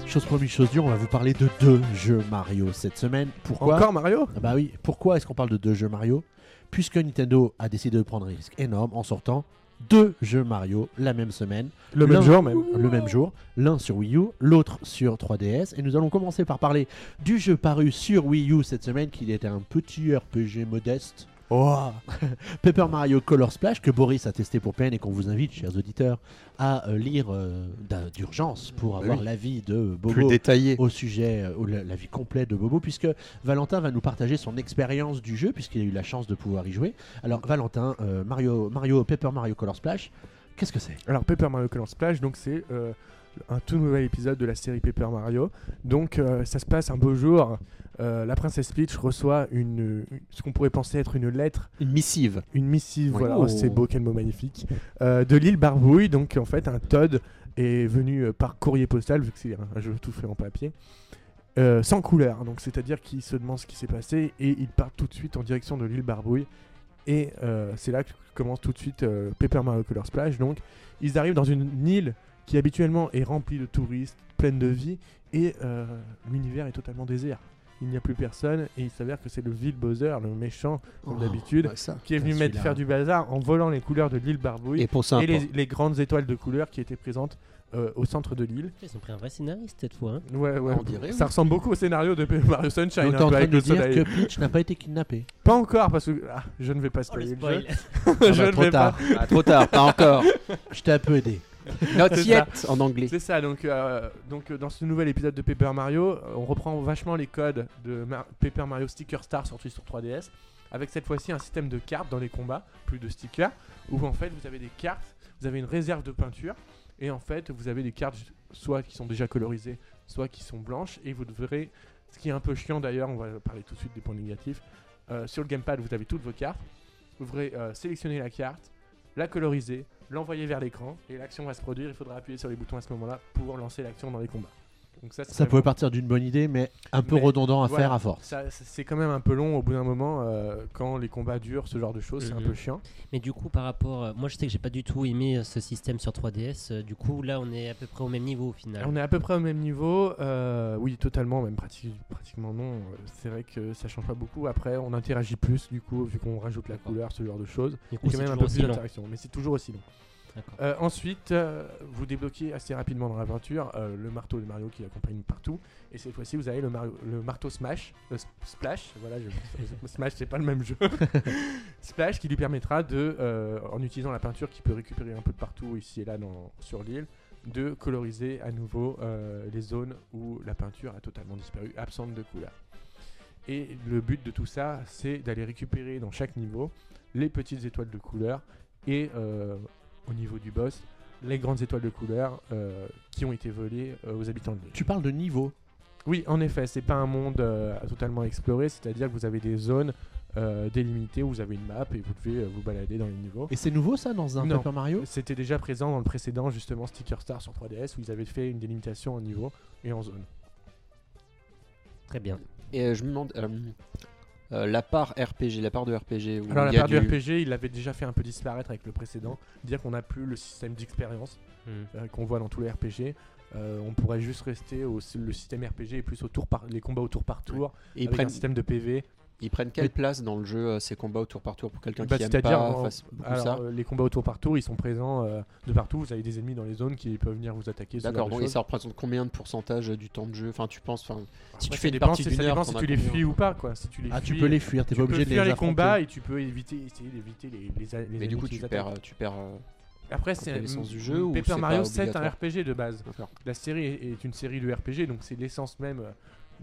[SPEAKER 1] Chose première, chose dure, on va vous parler de deux jeux Mario cette semaine. Pourquoi
[SPEAKER 4] Encore Mario
[SPEAKER 1] Ah Bah oui, pourquoi est-ce qu'on parle de deux jeux Mario Puisque Nintendo a décidé de prendre un risque énorme en sortant deux jeux Mario la même semaine,
[SPEAKER 4] Le même
[SPEAKER 1] L'un-
[SPEAKER 4] jour même.
[SPEAKER 1] le même jour, l'un sur Wii U, l'autre sur 3DS. Et nous allons commencer par parler du jeu paru sur Wii U cette semaine, qui était un petit RPG modeste.
[SPEAKER 4] Oh
[SPEAKER 1] Paper Mario Color Splash que Boris a testé pour PN et qu'on vous invite, chers auditeurs, à euh, lire euh, d'un- d'urgence pour
[SPEAKER 2] Bah
[SPEAKER 1] avoir
[SPEAKER 2] oui.
[SPEAKER 1] l'avis de Bobo
[SPEAKER 2] Plus détaillé.
[SPEAKER 1] au sujet, euh, au- la, la vie complète de Bobo, puisque Valentin va nous partager son expérience du jeu, puisqu'il a eu la chance de pouvoir y jouer. Alors, Valentin, euh, Mario, Mario, Paper Mario Color Splash, qu'est-ce que c'est
[SPEAKER 4] Alors Paper Mario Color Splash, donc c'est euh, un tout nouvel épisode de la série Paper Mario. Donc euh, ça se passe un beau jour. euh, la princesse Peach reçoit une, une- ce qu'on pourrait penser être une lettre,
[SPEAKER 2] Une missive.
[SPEAKER 4] une missive.
[SPEAKER 2] Oui.
[SPEAKER 4] Voilà,
[SPEAKER 2] Oh.
[SPEAKER 4] Oh, c'est beau, quel mot magnifique. euh, de l'île Barbouille. Donc en fait, un Todd est venu euh, par courrier postal, vu que c'est un, un jeu tout fait en papier. euh, sans couleur, donc c'est-à-dire qu'il se demande ce qui s'est passé et il part tout de suite en direction de l'île Barbouille. Et euh, c'est là que commence tout de suite euh, Paper Mario Color Splash. Donc ils arrivent dans une île qui habituellement est remplie de touristes, pleine de vie, et euh, l'univers est totalement désert. Il n'y a plus personne et il s'avère que c'est le vil Bowser, le méchant comme d'habitude, qui est venu
[SPEAKER 1] celui-là.
[SPEAKER 4] mettre faire du bazar en volant les couleurs de l'île Barbouille
[SPEAKER 2] Et pour ça,
[SPEAKER 4] et les, les grandes étoiles de couleur qui étaient présentes euh, au centre de l'île.
[SPEAKER 3] Ils ont pris un vrai scénariste cette fois. hein.
[SPEAKER 4] Ouais, ouais.
[SPEAKER 2] On dirait,
[SPEAKER 4] ça
[SPEAKER 2] oui.
[SPEAKER 4] ressemble beaucoup au scénario de Mario Sunshine,
[SPEAKER 1] Donc,
[SPEAKER 4] un
[SPEAKER 1] t'es en train
[SPEAKER 4] peu
[SPEAKER 1] de
[SPEAKER 4] avec le
[SPEAKER 1] nous dire
[SPEAKER 4] soleil.
[SPEAKER 1] que Peach n'a pas été kidnappé.
[SPEAKER 4] Pas encore, parce que ah, je ne vais pas spoiler
[SPEAKER 3] Oh,
[SPEAKER 4] le jeu.
[SPEAKER 2] Ah
[SPEAKER 4] je
[SPEAKER 2] bah,
[SPEAKER 4] ne
[SPEAKER 2] trop
[SPEAKER 4] vais pas.
[SPEAKER 2] tard. Ah, trop tard, pas encore.
[SPEAKER 1] Je t'ai un peu aidé.
[SPEAKER 2] Not
[SPEAKER 4] C'est
[SPEAKER 2] yet en anglais.
[SPEAKER 4] C'est ça, donc, euh, donc euh, dans ce nouvel épisode de Paper Mario, euh, on reprend vachement les codes de Mar- Paper Mario Sticker Star sorti sur 3DS, avec cette fois-ci un système de cartes dans les combats, plus de stickers, où en fait vous avez des cartes, vous avez une réserve de peinture, et en fait vous avez des cartes soit qui sont déjà colorisées, soit qui sont blanches, et vous devrez, ce qui est un peu chiant d'ailleurs, on va parler tout de suite des points négatifs, euh, sur le gamepad vous avez toutes vos cartes, vous devrez euh, sélectionner la carte, la coloriser, l'envoyer vers l'écran et l'action va se produire. Il faudra appuyer sur les boutons à ce moment-là pour lancer l'action dans les combats. Donc ça, c'est
[SPEAKER 1] Ça
[SPEAKER 4] vraiment-
[SPEAKER 1] pouvait partir d'une bonne idée, mais un peu
[SPEAKER 4] Mais
[SPEAKER 1] redondant à
[SPEAKER 4] voilà.
[SPEAKER 1] faire à force.
[SPEAKER 4] ça- c'est quand même un peu long au bout d'un moment euh, quand les combats durent, ce genre de choses, c'est un
[SPEAKER 3] Mhm.
[SPEAKER 4] peu chiant.
[SPEAKER 3] Mais du coup, par rapport. euh, moi, je sais que j'ai pas du tout aimé euh, ce système sur 3DS. euh, du coup, là, on est à peu près au même niveau au final.
[SPEAKER 4] On est à peu près au même niveau, euh, oui totalement, même prati- pratiquement non. Euh, C'est vrai que ça change pas beaucoup. Après, on interagit plus du coup vu qu'on rajoute la couleur, ce genre de choses.
[SPEAKER 3] Du coup,
[SPEAKER 4] Il y a
[SPEAKER 3] c'est
[SPEAKER 4] même un
[SPEAKER 3] toujours
[SPEAKER 4] peu
[SPEAKER 3] aussi
[SPEAKER 4] plus
[SPEAKER 3] lent.
[SPEAKER 4] d'interaction, mais c'est toujours aussi long.
[SPEAKER 3] D'accord.
[SPEAKER 4] Euh, ensuite, euh, vous débloquez assez rapidement dans l'aventure euh, le marteau de Mario qui l'accompagne partout. Et cette fois-ci, vous avez le, Mario- le marteau Smash, le s- Splash. Voilà, je- Smash, c'est pas le même jeu. Splash qui lui permettra de, euh, en utilisant la peinture qu'il peut récupérer un peu de partout ici et là dans- sur l'île, de coloriser à nouveau euh, les zones où la peinture a totalement disparu, absente de couleur. Et le but de tout ça, c'est d'aller récupérer dans chaque niveau les petites étoiles de couleur et euh, au niveau du boss, les grandes étoiles de couleur euh, qui ont été volées euh, aux habitants de l'île.
[SPEAKER 1] Tu parles de niveau.
[SPEAKER 4] Oui, en effet, c'est pas un monde euh, totalement exploré, c'est-à-dire que vous avez des zones euh, délimitées où vous avez une map et vous devez euh, vous balader dans les niveaux.
[SPEAKER 1] Et c'est nouveau ça dans un
[SPEAKER 4] Non.
[SPEAKER 1] Paper Mario
[SPEAKER 2] Mmh.
[SPEAKER 4] C'était déjà présent dans le précédent, justement, Sticker Star sur 3DS, où ils avaient fait une délimitation en niveau et en zone.
[SPEAKER 2] Mmh,
[SPEAKER 3] Très bien.
[SPEAKER 2] Et euh, je me demande. euh, euh, la part RPG, la part de RPG. Où
[SPEAKER 4] Alors,
[SPEAKER 2] il
[SPEAKER 4] la
[SPEAKER 2] y a
[SPEAKER 4] part du
[SPEAKER 2] du-
[SPEAKER 4] RPG, il l'avait déjà fait un peu disparaître avec le précédent, dire qu'on n'a plus le système d'expérience.
[SPEAKER 2] Mmh.
[SPEAKER 3] Hmm.
[SPEAKER 4] euh, qu'on voit dans tous les RPG. Euh, on pourrait juste rester au le système RPG et plus au tour par les combats au tour par tour
[SPEAKER 2] Et ils
[SPEAKER 4] avec un
[SPEAKER 2] prennent,
[SPEAKER 4] système de PV.
[SPEAKER 2] ils prennent quelle place dans le jeu euh, ces combats au tour par tour pour quelqu'un
[SPEAKER 4] Bah,
[SPEAKER 2] qui aime
[SPEAKER 4] c'est-à-dire,
[SPEAKER 2] pas
[SPEAKER 4] en-
[SPEAKER 2] fasse beaucoup
[SPEAKER 4] Alors
[SPEAKER 2] ça
[SPEAKER 4] euh, les combats au tour par tour, ils sont présents euh, de partout. Vous avez des ennemis dans les zones qui peuvent venir vous attaquer. ce genre
[SPEAKER 2] D'accord,
[SPEAKER 4] de
[SPEAKER 2] donc et
[SPEAKER 4] choses.
[SPEAKER 2] ça représente combien de pourcentage euh, du temps de jeu Enfin, tu penses, enfin,
[SPEAKER 4] Après,
[SPEAKER 2] si tu
[SPEAKER 4] ça
[SPEAKER 2] fais des
[SPEAKER 4] dépend
[SPEAKER 2] parties
[SPEAKER 4] si-
[SPEAKER 2] d'une
[SPEAKER 4] ça
[SPEAKER 2] heure,
[SPEAKER 4] dépend si
[SPEAKER 2] t'en as
[SPEAKER 4] tu les
[SPEAKER 2] combien
[SPEAKER 4] fuis ou pas quoi. Si tu les
[SPEAKER 1] Ah, tu
[SPEAKER 4] fuis,
[SPEAKER 1] peux les fuir, t'es
[SPEAKER 4] tu
[SPEAKER 1] pas
[SPEAKER 4] peux
[SPEAKER 1] obligé de les
[SPEAKER 4] fuir les,
[SPEAKER 1] affronter.
[SPEAKER 4] combats et tu peux éviter essayer d'éviter les les, a- les
[SPEAKER 2] Mais
[SPEAKER 4] ennemis
[SPEAKER 2] du coup,
[SPEAKER 4] qui
[SPEAKER 2] tu
[SPEAKER 4] les
[SPEAKER 2] perds,
[SPEAKER 4] attaquent.
[SPEAKER 2] tu perds. euh,
[SPEAKER 4] Après,
[SPEAKER 2] quand
[SPEAKER 4] c'est
[SPEAKER 2] t'as l'essence du jeu ou c'est
[SPEAKER 4] Paper
[SPEAKER 2] pas
[SPEAKER 4] Mario 7 un
[SPEAKER 2] obligatoire
[SPEAKER 4] RPG de base.
[SPEAKER 2] D'accord.
[SPEAKER 4] La série est est une série de RPG, donc c'est l'essence même euh,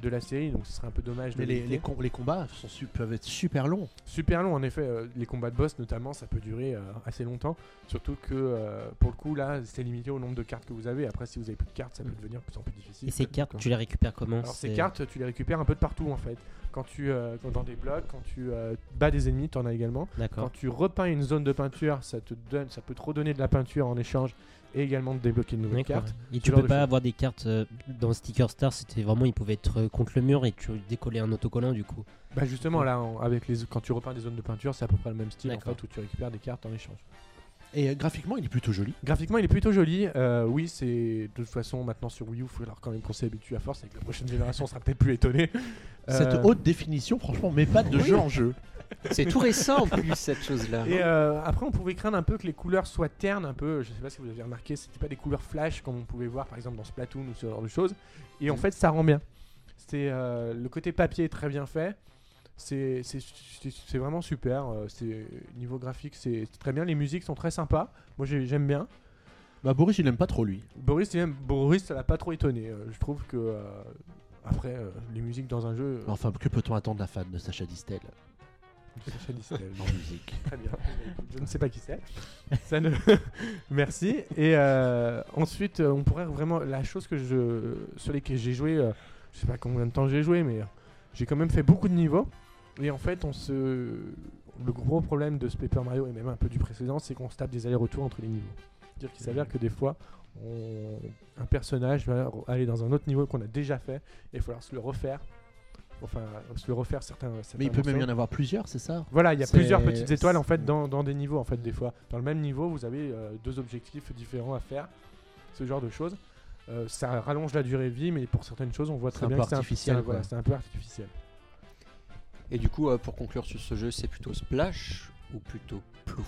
[SPEAKER 4] de la série, donc ce serait un peu dommage de
[SPEAKER 1] Mais les,
[SPEAKER 4] l'éviter.
[SPEAKER 1] les com- les combats sont su- peuvent être super longs.
[SPEAKER 4] Super long en effet, euh, les combats de boss notamment ça peut durer euh, assez longtemps, surtout que euh, pour le coup là c'est limité au nombre de cartes que vous avez, après si vous avez plus de cartes
[SPEAKER 1] Mm.
[SPEAKER 4] ça peut devenir de plus en plus difficile.
[SPEAKER 3] Et ces cartes, tu les récupères comment
[SPEAKER 4] Alors ces
[SPEAKER 3] c'est-
[SPEAKER 4] cartes tu les récupères un peu de partout en fait, quand tu euh, quand- dans des blocs, quand tu euh, bats des ennemis t'en as également, quand
[SPEAKER 3] D'accord.
[SPEAKER 4] tu repeins une zone de peinture ça te donne, ça peut trop donner de la peinture en échange et également de débloquer de nouvelles
[SPEAKER 3] D'accord.
[SPEAKER 4] cartes.
[SPEAKER 3] Et
[SPEAKER 4] ce
[SPEAKER 3] tu
[SPEAKER 4] genre
[SPEAKER 3] peux
[SPEAKER 4] de
[SPEAKER 3] pas
[SPEAKER 4] choses.
[SPEAKER 3] avoir des cartes euh, dans Sticker Star, c'était vraiment, ils pouvaient être euh, contre le mur et tu décollais un autocollant du coup.
[SPEAKER 4] Bah justement là en- avec les quand tu repeins des zones de peinture c'est à peu près le même style en
[SPEAKER 3] D'accord.
[SPEAKER 4] fait où tu récupères des cartes en échange.
[SPEAKER 1] Et euh, graphiquement, il est plutôt joli.
[SPEAKER 4] Graphiquement, il est plutôt joli. Euh, oui, c'est de toute façon maintenant sur Wii U, faut alors quand même qu'on s'y habitue à force. Avec la prochaine génération, on sera peut-être plus étonné.
[SPEAKER 1] Cette haute définition, franchement, met pas de
[SPEAKER 4] Euh. oui.
[SPEAKER 1] jeu en jeu.
[SPEAKER 2] C'est tout récent en plus cette chose-là.
[SPEAKER 4] Et euh, après, on pouvait craindre un peu que les couleurs soient ternes, un peu. Je sais pas si vous avez remarqué, c'était pas des couleurs flash comme on pouvait voir par exemple dans Splatoon ou ce genre de choses. Et en fait, ça rend bien. C'est euh, le côté papier est très bien fait. C'est c'est- c'est- c'est vraiment super. Euh, C'est niveau graphique, c'est c'est très bien. Les musiques sont très sympas. Moi, j'ai- j'aime bien.
[SPEAKER 1] Bah, Boris, il aime pas trop lui.
[SPEAKER 4] Boris, il aime- Boris, ça l'a pas trop étonné. Euh, Je trouve que euh, après, euh, les musiques dans un jeu,
[SPEAKER 1] Enfin, que peut-on attendre d'un fan de Sacha Distel euh,
[SPEAKER 4] Sacha Distel.
[SPEAKER 1] en musique
[SPEAKER 4] Très bien. Je ne sais pas qui c'est. Ça ne- Merci. Et euh, ensuite, euh, on pourrait vraiment. La chose que je. Sur lesquelles j'ai joué, euh, je sais pas combien de temps j'ai joué, mais euh, j'ai quand même fait beaucoup de niveaux. Et en fait, on se. Le gros problème de ce Paper Mario et même un peu du précédent, c'est qu'on se tape des allers-retours entre les niveaux. C'est-à-dire qu'il s'avère que des fois, on- un personnage va aller dans un autre niveau qu'on a déjà fait et il va falloir se le refaire. Enfin, se le refaire certains.
[SPEAKER 1] Mais il
[SPEAKER 4] certains
[SPEAKER 1] peut même
[SPEAKER 4] morceaux.
[SPEAKER 1] y en avoir plusieurs, c'est ça
[SPEAKER 4] Voilà, il y a
[SPEAKER 1] C'est-
[SPEAKER 4] plusieurs petites étoiles en fait dans, dans des niveaux en fait des fois. Dans le même niveau, vous avez euh, deux objectifs différents à faire, ce genre de choses. Euh, ça rallonge la durée de vie, mais pour certaines choses, on voit
[SPEAKER 1] C'est
[SPEAKER 4] très
[SPEAKER 1] un
[SPEAKER 4] bien
[SPEAKER 1] peu
[SPEAKER 4] que c'est un,
[SPEAKER 1] artificiel,
[SPEAKER 4] c'est un- voilà,
[SPEAKER 1] quoi.
[SPEAKER 4] c'est un peu artificiel.
[SPEAKER 2] Et du coup, euh, pour conclure sur ce jeu, c'est plutôt Splash ou plutôt Plouf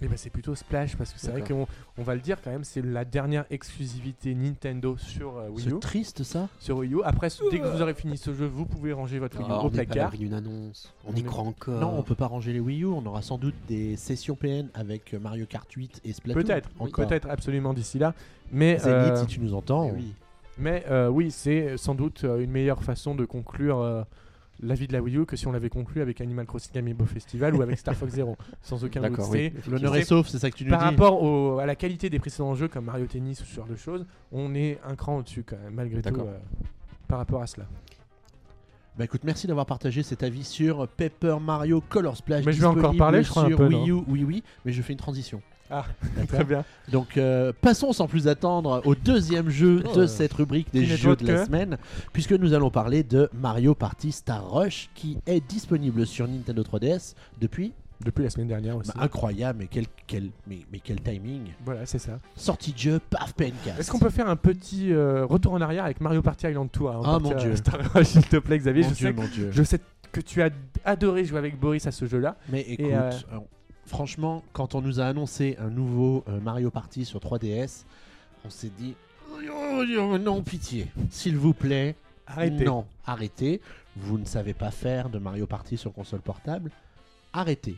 [SPEAKER 4] Et ben c'est plutôt Splash parce que c'est vrai qu'on on va le dire quand même, c'est la dernière exclusivité Nintendo sur euh, Wii U.
[SPEAKER 1] C'est triste, ça
[SPEAKER 4] Sur Wii U. Après, dès que vous aurez fini ce jeu, vous pouvez ranger votre Wii U
[SPEAKER 2] Ah,
[SPEAKER 4] au
[SPEAKER 2] On n'est pas à
[SPEAKER 4] placard.
[SPEAKER 2] l'abri d'une annonce. On
[SPEAKER 4] On est-
[SPEAKER 2] y croit encore.
[SPEAKER 1] Non, on peut pas ranger les Wii U. On aura sans doute des sessions PN avec euh, Mario Kart 8 et Splatoon.
[SPEAKER 4] Peut-être,
[SPEAKER 1] encore.
[SPEAKER 4] peut-être absolument d'ici là. Mais
[SPEAKER 1] Zenith,
[SPEAKER 4] euh,
[SPEAKER 1] si tu nous entends.
[SPEAKER 2] Eh oui.
[SPEAKER 4] Mais euh, oui, c'est sans doute euh, une meilleure façon de conclure euh, la vie de la Wii U que si on l'avait conclu avec Animal Crossing Amiibo Festival ou avec Star Fox Zero. Sans aucun doute.
[SPEAKER 2] D'accord, oui.
[SPEAKER 4] C'est-
[SPEAKER 1] L'honneur
[SPEAKER 4] c'est-
[SPEAKER 1] est sauf, c'est ça que tu nous
[SPEAKER 4] Par
[SPEAKER 1] dis.
[SPEAKER 4] rapport au- à la qualité des précédents jeux comme Mario Tennis ou ce genre de choses, on est un cran au-dessus quand même, malgré tout,
[SPEAKER 2] D'accord.
[SPEAKER 4] euh, par rapport à cela.
[SPEAKER 1] Bah écoute, merci d'avoir partagé cet avis sur Paper Mario Color Splash.
[SPEAKER 4] Mais je vais encore
[SPEAKER 1] disponible
[SPEAKER 4] parler, je crois, un
[SPEAKER 1] sur
[SPEAKER 4] peu,
[SPEAKER 1] Wii U. Oui, oui, mais je fais une transition.
[SPEAKER 4] Ah,
[SPEAKER 1] D'accord.
[SPEAKER 4] Très bien.
[SPEAKER 1] Donc euh, passons sans plus attendre au deuxième jeu
[SPEAKER 4] Oh,
[SPEAKER 1] de
[SPEAKER 4] euh,
[SPEAKER 1] cette rubrique des
[SPEAKER 4] qui n'est
[SPEAKER 1] jeux
[SPEAKER 4] autre
[SPEAKER 1] de la
[SPEAKER 4] que-
[SPEAKER 1] semaine, puisque nous allons parler de Mario Party Star Rush, qui est disponible sur Nintendo 3DS depuis.
[SPEAKER 4] Depuis la semaine dernière aussi.
[SPEAKER 1] Bah, incroyable, mais quel, quel- mais, mais quel timing
[SPEAKER 4] Voilà, c'est ça.
[SPEAKER 1] Sortie de jeu, paf, PNK.
[SPEAKER 4] Est-ce qu'on peut faire un petit euh, retour en arrière avec Mario Party Island Tour hein, avant de
[SPEAKER 1] Ah,
[SPEAKER 4] partir
[SPEAKER 1] mon
[SPEAKER 4] à
[SPEAKER 1] Dieu.
[SPEAKER 4] euh, Star Rush, s'il te plaît, Xavier.
[SPEAKER 1] Mon
[SPEAKER 4] je,
[SPEAKER 1] Dieu,
[SPEAKER 4] sais, que-
[SPEAKER 1] mon Dieu.
[SPEAKER 4] je sais que tu as adoré jouer avec Boris à ce jeu-là.
[SPEAKER 1] Mais écoute,
[SPEAKER 4] euh,
[SPEAKER 1] euh, franchement, quand on nous a annoncé un nouveau euh, Mario Party sur 3DS, on s'est dit Oh, oh, non, pitié, s'il vous plaît,
[SPEAKER 4] Arrêtez.
[SPEAKER 1] non, arrêtez. Vous ne savez pas faire de Mario Party sur console portable, arrêtez.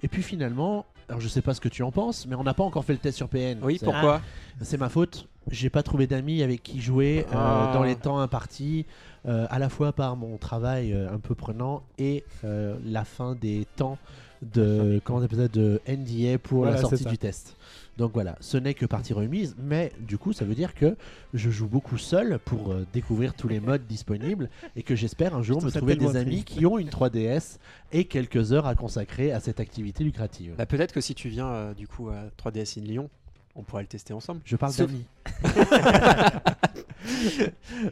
[SPEAKER 1] Et puis finalement, alors je sais pas ce que tu en penses, mais on n'a pas encore fait le test sur PN.
[SPEAKER 2] Oui,
[SPEAKER 1] C'est-
[SPEAKER 2] pourquoi
[SPEAKER 1] C'est ma faute. J'ai pas trouvé d'amis avec qui jouer euh,
[SPEAKER 2] Ah.
[SPEAKER 1] dans les temps impartis, euh, à la fois par mon travail euh, un peu prenant et euh, la fin des temps de comment on appelle ça, de NDA pour
[SPEAKER 4] Voilà,
[SPEAKER 1] la
[SPEAKER 4] c'est
[SPEAKER 1] sortie
[SPEAKER 4] ça.
[SPEAKER 1] du test. Donc voilà, ce n'est que partie remise, mais du coup ça veut dire que je joue beaucoup seul pour euh, découvrir tous les modes disponibles et que j'espère un jour
[SPEAKER 4] Je
[SPEAKER 1] me
[SPEAKER 4] trouve ça
[SPEAKER 1] trouver des
[SPEAKER 4] tellement
[SPEAKER 1] amis
[SPEAKER 4] triste.
[SPEAKER 1] qui ont une 3DS et quelques heures à consacrer à cette activité lucrative.
[SPEAKER 2] Bah, Peut-être que si tu viens euh, du coup à 3DS in Lyon, on pourra le tester ensemble.
[SPEAKER 1] Je parle
[SPEAKER 2] Sauf-
[SPEAKER 1] d'amis.
[SPEAKER 2] Et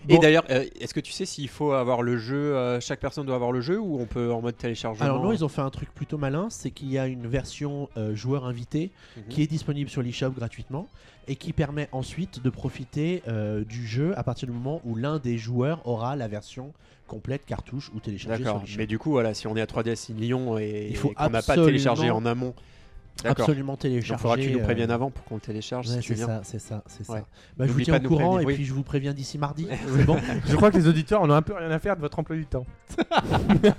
[SPEAKER 1] Bon.
[SPEAKER 2] d'ailleurs, euh, est-ce que tu sais s'il faut avoir le jeu, euh, chaque personne doit avoir le jeu ou on peut en mode téléchargement
[SPEAKER 1] Alors non, ils ont fait un truc plutôt malin, c'est qu'il y a une version euh, joueur invité
[SPEAKER 2] Mhm.
[SPEAKER 1] qui est disponible sur l'eShop gratuitement et qui permet ensuite de profiter euh, du jeu à partir du moment où l'un des joueurs aura la version complète cartouche ou téléchargée sur
[SPEAKER 2] D'accord,
[SPEAKER 1] l'eShop.
[SPEAKER 2] mais du coup, voilà, si on est à 3DS in Lyon et
[SPEAKER 1] Il faut
[SPEAKER 2] et qu'on n'a pas
[SPEAKER 1] absolument-
[SPEAKER 2] téléchargé en amont, d'accord. Donc,
[SPEAKER 1] Absolument téléchargé.
[SPEAKER 2] il faudra que tu nous
[SPEAKER 1] euh,
[SPEAKER 2] préviennes avant pour qu'on le télécharge
[SPEAKER 1] ouais,
[SPEAKER 2] si tu
[SPEAKER 1] c'est
[SPEAKER 2] viens.
[SPEAKER 1] ça, c'est ça, c'est
[SPEAKER 2] Ouais.
[SPEAKER 1] ça. Bah, je vous
[SPEAKER 2] N'oublie
[SPEAKER 1] tiens
[SPEAKER 2] pas
[SPEAKER 1] au
[SPEAKER 2] de nous
[SPEAKER 1] courant et
[SPEAKER 2] prévenir, oui.
[SPEAKER 1] puis je vous préviens d'ici mardi. C'est bon.
[SPEAKER 4] Je crois que les auditeurs en ont un peu rien à faire de votre emploi du temps.
[SPEAKER 1] Mais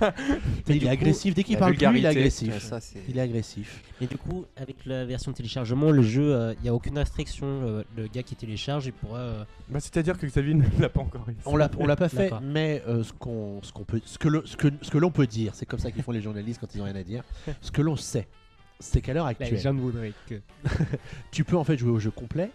[SPEAKER 1] il
[SPEAKER 2] du
[SPEAKER 1] est
[SPEAKER 2] coup,
[SPEAKER 1] agressif dès qu'il
[SPEAKER 2] La
[SPEAKER 1] parle plus, il est
[SPEAKER 2] vulgarité,
[SPEAKER 1] agressif.
[SPEAKER 2] ça, c'est-
[SPEAKER 1] Il est agressif.
[SPEAKER 3] Et du coup, avec la version de téléchargement, le jeu, il n'y a aucune restriction. euh, le gars qui télécharge, il pourra. euh,
[SPEAKER 4] Bah, C'est-à-dire que Xavier ne l'a pas encore réussi.
[SPEAKER 1] On l'a, on l'a pas fait,
[SPEAKER 3] D'accord.
[SPEAKER 1] mais euh, ce qu'on, ce qu'on peut, ce que, le- ce que, ce que l'on peut dire, c'est comme ça qu'ils font les journalistes quand ils ont rien à dire. Ce que l'on sait, c'est qu'à l'heure
[SPEAKER 3] la
[SPEAKER 4] Bah,
[SPEAKER 1] actuelle,
[SPEAKER 3] légende voudrait que.
[SPEAKER 1] tu peux en fait jouer au jeu complet,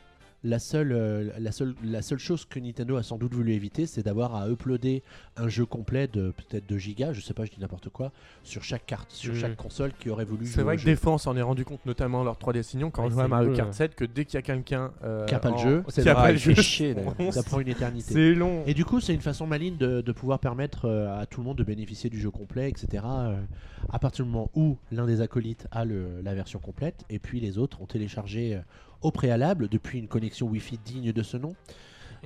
[SPEAKER 1] La seule, euh, la, seule, la seule chose que Nintendo a sans doute voulu éviter, c'est d'avoir à uploader un jeu complet de peut-être 2 gigas, je sais pas, je dis n'importe quoi, sur chaque carte, sur
[SPEAKER 4] Mhm.
[SPEAKER 1] chaque console qui aurait voulu.
[SPEAKER 4] C'est
[SPEAKER 1] jouer au
[SPEAKER 4] vrai que
[SPEAKER 1] jeu.
[SPEAKER 4] des fois, on s'en est rendu compte, notamment lors 3D Signon, quand
[SPEAKER 3] Ouais,
[SPEAKER 4] on joue à
[SPEAKER 3] c'est
[SPEAKER 4] Mario
[SPEAKER 3] cool,
[SPEAKER 4] Kart
[SPEAKER 3] ouais.
[SPEAKER 4] 7, que dès qu'il y a quelqu'un euh,
[SPEAKER 1] Qui a pas le
[SPEAKER 4] en-
[SPEAKER 1] jeu,
[SPEAKER 4] qui
[SPEAKER 1] c'est
[SPEAKER 4] a
[SPEAKER 1] vrai,
[SPEAKER 4] pas
[SPEAKER 2] il
[SPEAKER 4] le
[SPEAKER 2] fait
[SPEAKER 4] jeu,
[SPEAKER 2] chier, d'ailleurs.
[SPEAKER 4] on-
[SPEAKER 1] ça prend une éternité.
[SPEAKER 4] c'est long.
[SPEAKER 1] Et du coup, c'est une façon maligne de, de pouvoir permettre euh, à tout le monde de bénéficier du jeu complet, etc. euh, à partir du moment où l'un des acolytes a le- la version complète, et puis les autres ont téléchargé euh, au préalable, depuis une connexion Wi-Fi digne de ce nom,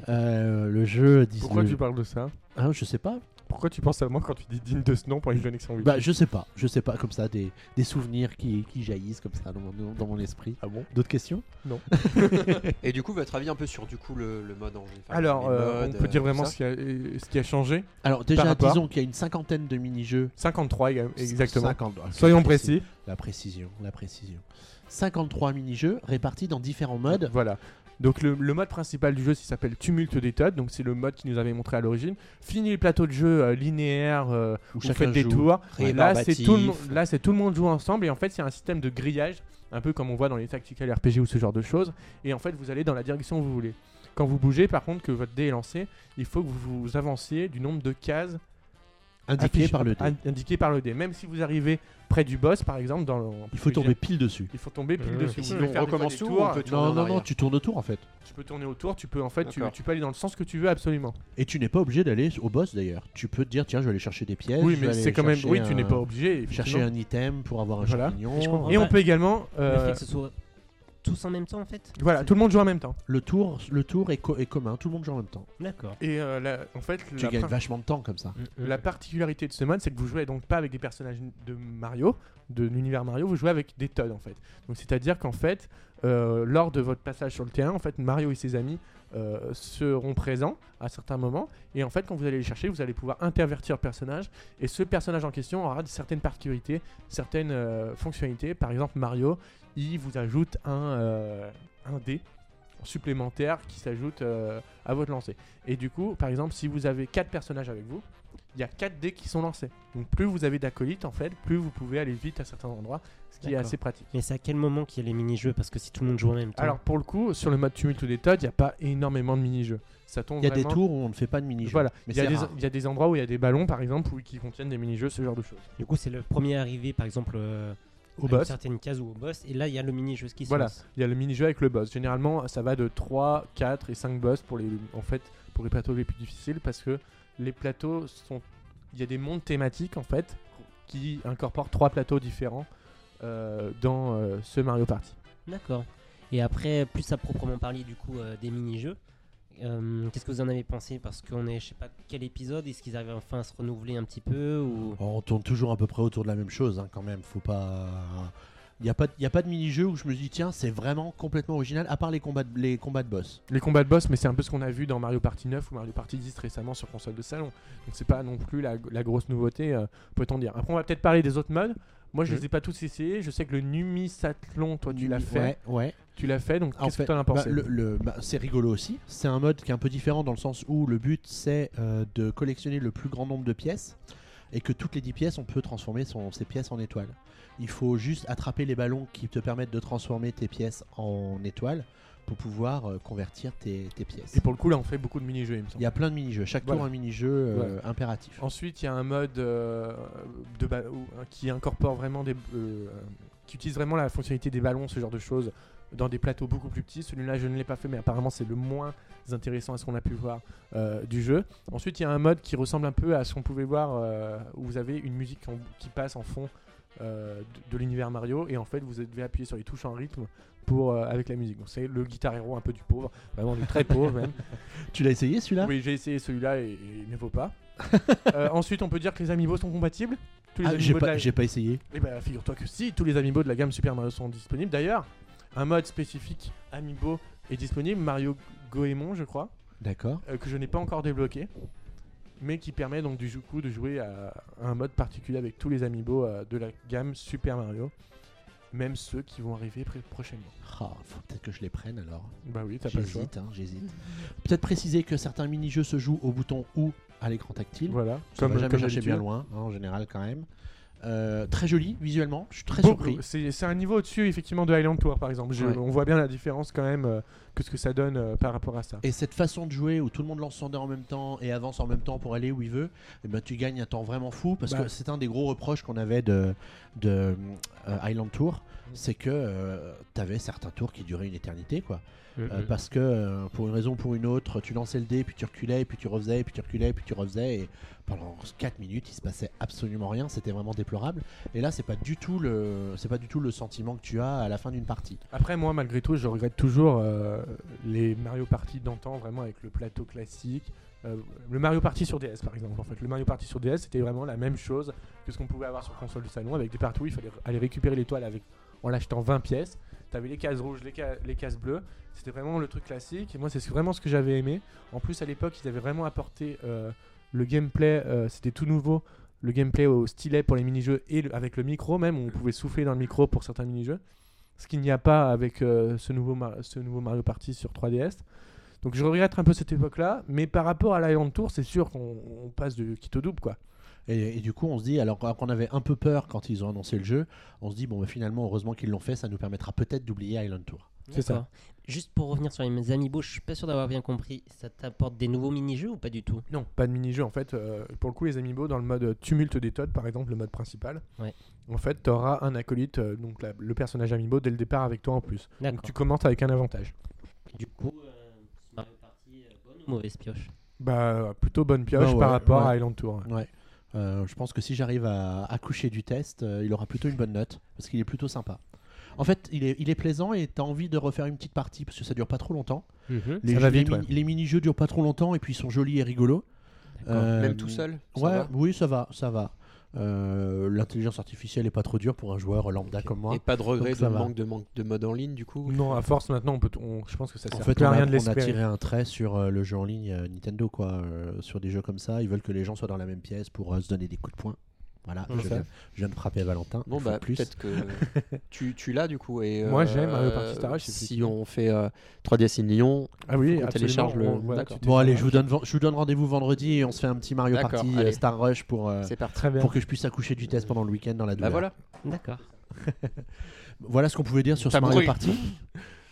[SPEAKER 1] euh, le jeu. dis-
[SPEAKER 4] Pourquoi
[SPEAKER 1] le-
[SPEAKER 4] tu parles de ça
[SPEAKER 1] Hein, Je sais pas.
[SPEAKER 4] Pourquoi tu penses à moi quand tu dis digne de ce nom pour une connexion Wii
[SPEAKER 1] Bah, je sais pas. Je sais pas, comme ça, des, des souvenirs qui, qui jaillissent comme ça dans mon, dans mon esprit.
[SPEAKER 4] Ah bon
[SPEAKER 1] D'autres questions
[SPEAKER 2] Et du coup, votre avis un peu sur du coup le, le mode en jeu enfin,
[SPEAKER 4] Alors,
[SPEAKER 2] les
[SPEAKER 4] euh,
[SPEAKER 2] modes,
[SPEAKER 4] on peut
[SPEAKER 2] euh,
[SPEAKER 4] dire
[SPEAKER 2] tout
[SPEAKER 4] vraiment
[SPEAKER 2] ça.
[SPEAKER 4] ce qui, a, euh, ce qui a changé
[SPEAKER 1] Alors, déjà,
[SPEAKER 4] rapport
[SPEAKER 1] disons qu'il y a une cinquantaine de mini-jeux.
[SPEAKER 4] 53, éga- exactement.
[SPEAKER 1] 50, ok,
[SPEAKER 4] Soyons
[SPEAKER 1] précis.
[SPEAKER 4] précis.
[SPEAKER 1] La précision, la précision. 53 mini-jeux répartis dans différents modes.
[SPEAKER 4] Voilà. Donc le, le mode principal du jeu s'il s'appelle Tumulte des Toads, donc c'est le mode qui nous avait montré à l'origine. Fini les plateaux de jeu euh, linéaires euh, où, vous
[SPEAKER 1] chacun
[SPEAKER 4] faites des
[SPEAKER 1] joue.
[SPEAKER 4] tours.
[SPEAKER 2] Ouais.
[SPEAKER 4] Là c'est tout le
[SPEAKER 2] Rébarbatif.
[SPEAKER 4] monde, là c'est tout le monde joue ensemble et en fait c'est un système de grillage, un peu comme on voit dans les tactical RPG ou ce genre de choses. Et en fait vous allez dans la direction où vous voulez. Quand vous bougez, par contre que votre dé est lancé, il faut que vous vous avanciez du nombre de cases
[SPEAKER 1] Indiqués
[SPEAKER 4] affichées-
[SPEAKER 1] par le dé.
[SPEAKER 4] in- indiquées par le dé. Même si vous arrivez près du boss, par exemple, dans le-
[SPEAKER 1] Il faut tomber pile dessus.
[SPEAKER 4] Il faut tomber pile
[SPEAKER 3] Mmh.
[SPEAKER 4] dessus.
[SPEAKER 2] Et si
[SPEAKER 4] Vous pouvez
[SPEAKER 2] on
[SPEAKER 4] faire des fois
[SPEAKER 2] recommence
[SPEAKER 4] des
[SPEAKER 2] tout, on
[SPEAKER 4] tours,
[SPEAKER 2] peut tourner
[SPEAKER 1] Non,
[SPEAKER 2] en
[SPEAKER 1] non, non,
[SPEAKER 2] arrière.
[SPEAKER 1] tu tournes autour en fait.
[SPEAKER 4] Tu peux tourner autour, tu peux en fait, tu,
[SPEAKER 2] D'accord.
[SPEAKER 4] tu peux aller dans le sens que tu veux absolument.
[SPEAKER 1] Et tu n'es pas obligé d'aller au boss d'ailleurs. Tu peux te dire, tiens, je vais aller chercher des pièges. Eh,
[SPEAKER 4] oui,
[SPEAKER 1] je vais
[SPEAKER 4] mais
[SPEAKER 1] aller
[SPEAKER 4] c'est quand même.
[SPEAKER 1] chercher
[SPEAKER 4] Oui, tu n'es
[SPEAKER 1] un-
[SPEAKER 4] pas obligé.
[SPEAKER 1] Chercher
[SPEAKER 4] effectivement.
[SPEAKER 1] un item pour avoir un
[SPEAKER 4] Voilà.
[SPEAKER 1] champignon.
[SPEAKER 3] Et je comprends
[SPEAKER 4] Et
[SPEAKER 3] Ouais.
[SPEAKER 4] on peut également.
[SPEAKER 3] Le fait
[SPEAKER 4] euh,
[SPEAKER 3] que ce soit tous en même temps en fait
[SPEAKER 4] Voilà, tout le monde joue en même temps.
[SPEAKER 1] Le tour, le tour est, co- est commun, tout le monde joue en même temps.
[SPEAKER 3] D'accord.
[SPEAKER 4] Et euh, la- en fait,
[SPEAKER 1] Tu
[SPEAKER 4] la,
[SPEAKER 1] gagnes
[SPEAKER 4] prin-
[SPEAKER 1] vachement de temps comme ça.
[SPEAKER 3] Mm.
[SPEAKER 4] la particularité de ce mode, c'est que vous jouez donc pas avec des personnages de Mario, de l'univers Mario, vous jouez avec des Toads en fait. Donc c'est-à-dire qu'en fait, euh, lors de votre passage sur le terrain, en fait, Mario et ses amis euh, seront présents à certains moments. Et en fait, quand vous allez les chercher, vous allez pouvoir intervertir le personnage. Et ce personnage en question aura certaines particularités, certaines euh, fonctionnalités. Par exemple, Mario, il vous ajoute un, euh, un dé supplémentaire qui s'ajoute euh, à votre lancer. Et du coup, par exemple, si vous avez quatre personnages avec vous, il y a 4 dés qui sont lancés. Donc plus vous avez d'acolytes, en fait, plus vous pouvez aller vite à certains endroits, ce qui est
[SPEAKER 3] D'accord.
[SPEAKER 4] assez pratique.
[SPEAKER 3] Mais c'est à quel moment qu'il y a les mini-jeux Parce que si tout le monde joue en même temps.
[SPEAKER 4] Alors pour le coup, sur le mode tumulte des Todd, il n'y a pas énormément de mini-jeux. Ça tombe
[SPEAKER 1] Il y a des
[SPEAKER 4] vraiment-
[SPEAKER 1] tours où on ne fait pas de mini-jeu.
[SPEAKER 4] Voilà,
[SPEAKER 1] mais
[SPEAKER 4] il y, a
[SPEAKER 1] c'est
[SPEAKER 4] des-
[SPEAKER 1] rare.
[SPEAKER 4] il y a des endroits où il y a des ballons par exemple où- qui contiennent des mini-jeux, ce genre de choses.
[SPEAKER 3] du coup, c'est le premier arrivé par exemple euh, à
[SPEAKER 4] Au
[SPEAKER 3] une
[SPEAKER 4] boss,
[SPEAKER 3] certaine case ou au boss. Et là, il y a le mini-jeu ce qui se
[SPEAKER 4] Voilà.
[SPEAKER 3] lance.
[SPEAKER 4] il y a le mini-jeu avec le boss. Généralement, ça va de 3, 4 et 5 boss pour les, en fait, pour les plateaux les plus difficiles parce que les plateaux sont. Il y a des mondes thématiques en fait qui incorporent trois plateaux différents euh, dans euh, ce Mario Party.
[SPEAKER 3] D'accord. Et après, plus à proprement parler du coup euh, des mini-jeux, euh, qu'est-ce que vous en avez pensé Parce qu'on est, je sais pas quel épisode, est-ce qu'ils arrivent enfin à se renouveler un petit peu ou...
[SPEAKER 1] Oh, on tourne toujours à peu près autour de la même chose hein, quand même. Faut pas. Il n'y a pas, de- il y a pas de mini-jeu où je me dis, tiens, c'est vraiment complètement original, à part les combats de, les combats de boss.
[SPEAKER 4] Les combats de boss, mais c'est un peu ce qu'on a vu dans Mario Party 9 ou Mario Party 10 récemment sur console de salon. Donc c'est pas non plus la, la grosse nouveauté, euh, peut-on dire. Après, on va peut-être parler des autres modes. Moi, je
[SPEAKER 1] Mhm.
[SPEAKER 4] les ai pas tous essayés. Je sais que le Numisathlon, toi, tu l'as fait.
[SPEAKER 1] Mm, Ouais, ouais.
[SPEAKER 4] Tu l'as fait, donc
[SPEAKER 1] En
[SPEAKER 4] qu'est-ce
[SPEAKER 1] fait,
[SPEAKER 4] que t'en as
[SPEAKER 1] bah,
[SPEAKER 4] pensé
[SPEAKER 1] le- le- bah, C'est rigolo aussi. C'est un mode qui est un peu différent dans le sens où le but c'est euh, de collectionner le plus grand nombre de pièces et que toutes les 10 pièces on peut transformer son- ses pièces en étoiles. Il faut juste attraper les ballons qui te permettent de transformer tes pièces en étoiles pour pouvoir euh, convertir tes, tes pièces.
[SPEAKER 4] Et pour le coup, là, on fait beaucoup de mini-jeux, il me semble.
[SPEAKER 1] Il y a plein de mini-jeux. Chaque
[SPEAKER 4] Voilà.
[SPEAKER 1] tour un mini-jeu euh, impératif.
[SPEAKER 4] Ensuite, il y a un mode euh, de ba- ou- qui incorpore vraiment des. euh, qui utilise vraiment la fonctionnalité des ballons, ce genre de choses, dans des plateaux beaucoup plus petits. Celui-là, je ne l'ai pas fait, mais apparemment, c'est le moins intéressant à ce qu'on a pu voir euh, du jeu. Ensuite, il y a un mode qui ressemble un peu à ce qu'on pouvait voir euh, où vous avez une musique en- qui passe en fond euh, de, de l'univers Mario, et en fait, vous devez appuyer sur les touches en rythme. Pour, euh, avec la musique. Donc, c'est le guitar héros un peu du pauvre, vraiment du très pauvre même.
[SPEAKER 1] Tu l'as essayé celui-là
[SPEAKER 4] Oui, j'ai essayé celui-là et, et il ne vaut pas. Euh, ensuite, on peut dire que les amiibo sont compatibles. Tous les
[SPEAKER 1] Ah,
[SPEAKER 4] amiibo
[SPEAKER 1] J'ai
[SPEAKER 4] de
[SPEAKER 1] pas,
[SPEAKER 4] la-
[SPEAKER 1] j'ai pas essayé.
[SPEAKER 4] Eh ben, figure-toi que si, tous les amiibo de la gamme Super Mario sont disponibles. D'ailleurs, un mode spécifique amiibo est disponible, Mario Goemon, je crois,
[SPEAKER 1] D'accord.
[SPEAKER 4] euh, que je n'ai pas encore débloqué, mais qui permet donc du coup de jouer à un mode particulier avec tous les amiibo euh, de la gamme Super Mario, même ceux qui vont arriver pr- prochainement.
[SPEAKER 1] Ah, faut peut-être que je les prenne alors.
[SPEAKER 4] Bah oui, t'as pas le choix.
[SPEAKER 1] J'hésite, hein, j'hésite. Peut-être préciser que certains mini-jeux se jouent au bouton ou à l'écran tactile.
[SPEAKER 4] Voilà,
[SPEAKER 1] Comme,
[SPEAKER 4] comme,
[SPEAKER 1] jamais
[SPEAKER 4] comme
[SPEAKER 1] chercher
[SPEAKER 4] d'habitude.
[SPEAKER 1] bien loin, hein, en général quand même. Euh, très joli visuellement, je suis très
[SPEAKER 4] Beaucoup.
[SPEAKER 1] surpris.
[SPEAKER 4] C'est c'est un niveau au-dessus, effectivement, de Highland Tour, par exemple. Je-
[SPEAKER 1] Ouais.
[SPEAKER 4] On voit bien la différence, quand même, euh, que ce que ça donne euh, par rapport à ça.
[SPEAKER 1] Et cette façon de jouer où tout le monde lance son dé en même temps et avance en même temps pour aller où il veut, eh ben, tu gagnes un temps vraiment fou parce
[SPEAKER 4] Bah.
[SPEAKER 1] que c'est un des gros reproches qu'on avait de, de euh, Island Tour, c'est que tu avais certains tours qui duraient une éternité quoi.
[SPEAKER 4] Mmh,
[SPEAKER 3] Mhm.
[SPEAKER 1] Euh, parce que euh, pour une raison ou pour une autre, tu lançais le dé, puis tu reculais, puis tu refaisais, puis tu reculais, puis tu refaisais, et pendant 4 minutes, il se passait absolument rien, c'était vraiment déplorable. Et là, c'est pas du tout le, c'est pas du tout le sentiment que tu as à la fin d'une partie.
[SPEAKER 4] Après, moi, malgré tout, je regrette toujours euh, les Mario Party d'antan, vraiment avec le plateau classique. Euh, le Mario Party sur DS, par exemple. En fait, le Mario Party sur DS, c'était vraiment la même chose que ce qu'on pouvait avoir sur console de salon, avec des parties où il fallait aller récupérer l'étoile avec en l'achetant 20 pièces. T'avais les cases rouges, les, ca- les cases bleues. C'était vraiment le truc classique. Et moi, c'est ce- vraiment ce que j'avais aimé. En plus, à l'époque, ils avaient vraiment apporté euh, le gameplay. euh, c'était tout nouveau. Le gameplay au stylet pour les mini-jeux et le- avec le micro même. On pouvait souffler dans le micro pour certains mini-jeux ce qu'il n'y a pas avec euh, ce, nouveau Mar- ce nouveau Mario Party sur 3DS. Donc je regrette un peu cette époque-là, mais par rapport à l'Island Tour, c'est sûr qu'on on passe de quitte au double, quoi.
[SPEAKER 1] Et, et du coup, on se dit, alors qu'on avait un peu peur quand ils ont annoncé le jeu, on se dit, bon, bah, finalement, heureusement qu'ils l'ont fait, ça nous permettra peut-être d'oublier Island Tour.
[SPEAKER 4] C'est ça.
[SPEAKER 3] D'accord. Juste pour revenir sur les amiibo, je suis pas sûr d'avoir bien compris. Ça t'apporte des nouveaux mini-jeux ou pas du tout
[SPEAKER 4] Non, pas de mini-jeu en fait. euh, pour le coup, les amiibo, dans le mode euh, tumulte des Todd, par exemple, le mode principal,
[SPEAKER 3] Ouais.
[SPEAKER 4] en fait, tu auras un acolyte, euh, donc la- le personnage amiibo, dès le départ avec toi en plus.
[SPEAKER 3] D'accord.
[SPEAKER 4] Donc tu commences avec un avantage.
[SPEAKER 3] Du coup, euh, ce Mario Party, euh, bonne ou mauvaise pioche
[SPEAKER 4] Bah, euh, plutôt bonne pioche
[SPEAKER 1] Bah ouais,
[SPEAKER 4] par rapport
[SPEAKER 1] ouais.
[SPEAKER 4] à Island Tour.
[SPEAKER 1] Ouais. Euh, je pense que si j'arrive à accoucher du test, euh, il aura plutôt une bonne note, parce qu'il est plutôt sympa. En fait, il est, il est plaisant et t'as envie de refaire une petite partie, parce que ça dure pas trop longtemps.
[SPEAKER 2] Mhm.
[SPEAKER 1] Les,
[SPEAKER 4] Ça va
[SPEAKER 1] jeux- les
[SPEAKER 4] vite,
[SPEAKER 1] mini- les mini-jeux durent pas trop longtemps et puis ils sont jolis et rigolos. Euh,
[SPEAKER 2] Même tout seul ça
[SPEAKER 1] Ouais,
[SPEAKER 2] va
[SPEAKER 1] oui, ça va, ça va. Euh, L'intelligence artificielle est pas trop dure pour un joueur lambda comme moi.
[SPEAKER 2] Et pas de regret
[SPEAKER 1] bah, Donc
[SPEAKER 2] de
[SPEAKER 1] ça va.
[SPEAKER 2] manque de manque de mode en ligne du coup
[SPEAKER 4] Non, à force maintenant, on peut t- on- je pense que ça
[SPEAKER 1] En
[SPEAKER 4] sert
[SPEAKER 1] fait,
[SPEAKER 4] plus
[SPEAKER 1] on
[SPEAKER 4] à
[SPEAKER 1] a,
[SPEAKER 4] rien
[SPEAKER 1] on
[SPEAKER 4] de
[SPEAKER 1] a
[SPEAKER 4] l'espérer.
[SPEAKER 1] tiré un trait sur euh, le jeu en ligne euh, Nintendo, quoi. euh, sur des jeux comme ça, ils veulent que les gens soient dans la même pièce pour euh, se donner des coups de poing. Voilà,
[SPEAKER 4] Ouais,
[SPEAKER 1] je
[SPEAKER 4] ça.
[SPEAKER 1] viens, je viens de frapper Valentin.
[SPEAKER 2] Bon
[SPEAKER 1] une fois
[SPEAKER 2] bah
[SPEAKER 1] de plus.
[SPEAKER 2] peut-être que tu, tu l'as du coup et
[SPEAKER 4] Moi,
[SPEAKER 2] euh,
[SPEAKER 4] j'ai Mario Party Star Race, je sais plus.
[SPEAKER 2] Si on fait euh, 3DS in Lyon,
[SPEAKER 4] Ah oui,
[SPEAKER 2] qu'on
[SPEAKER 4] absolument,
[SPEAKER 2] télécharge le-
[SPEAKER 4] on- voilà,
[SPEAKER 2] D'accord.
[SPEAKER 4] tu
[SPEAKER 1] Bon, allez,
[SPEAKER 4] télécharges.
[SPEAKER 1] je vous donne, ven- je vous donne rendez-vous vendredi et on se fait un petit Mario
[SPEAKER 2] D'accord,
[SPEAKER 1] Party euh,
[SPEAKER 2] allez.
[SPEAKER 1] Star Rush pour, euh,
[SPEAKER 2] c'est parti.
[SPEAKER 4] Très bien.
[SPEAKER 1] pour que je puisse accoucher du test pendant le week-end dans la
[SPEAKER 2] Bah
[SPEAKER 1] douleur.
[SPEAKER 2] voilà.
[SPEAKER 3] D'accord.
[SPEAKER 1] Voilà ce qu'on pouvait dire sur ce
[SPEAKER 2] T'as
[SPEAKER 1] Mario
[SPEAKER 2] brûlé.
[SPEAKER 1] Party.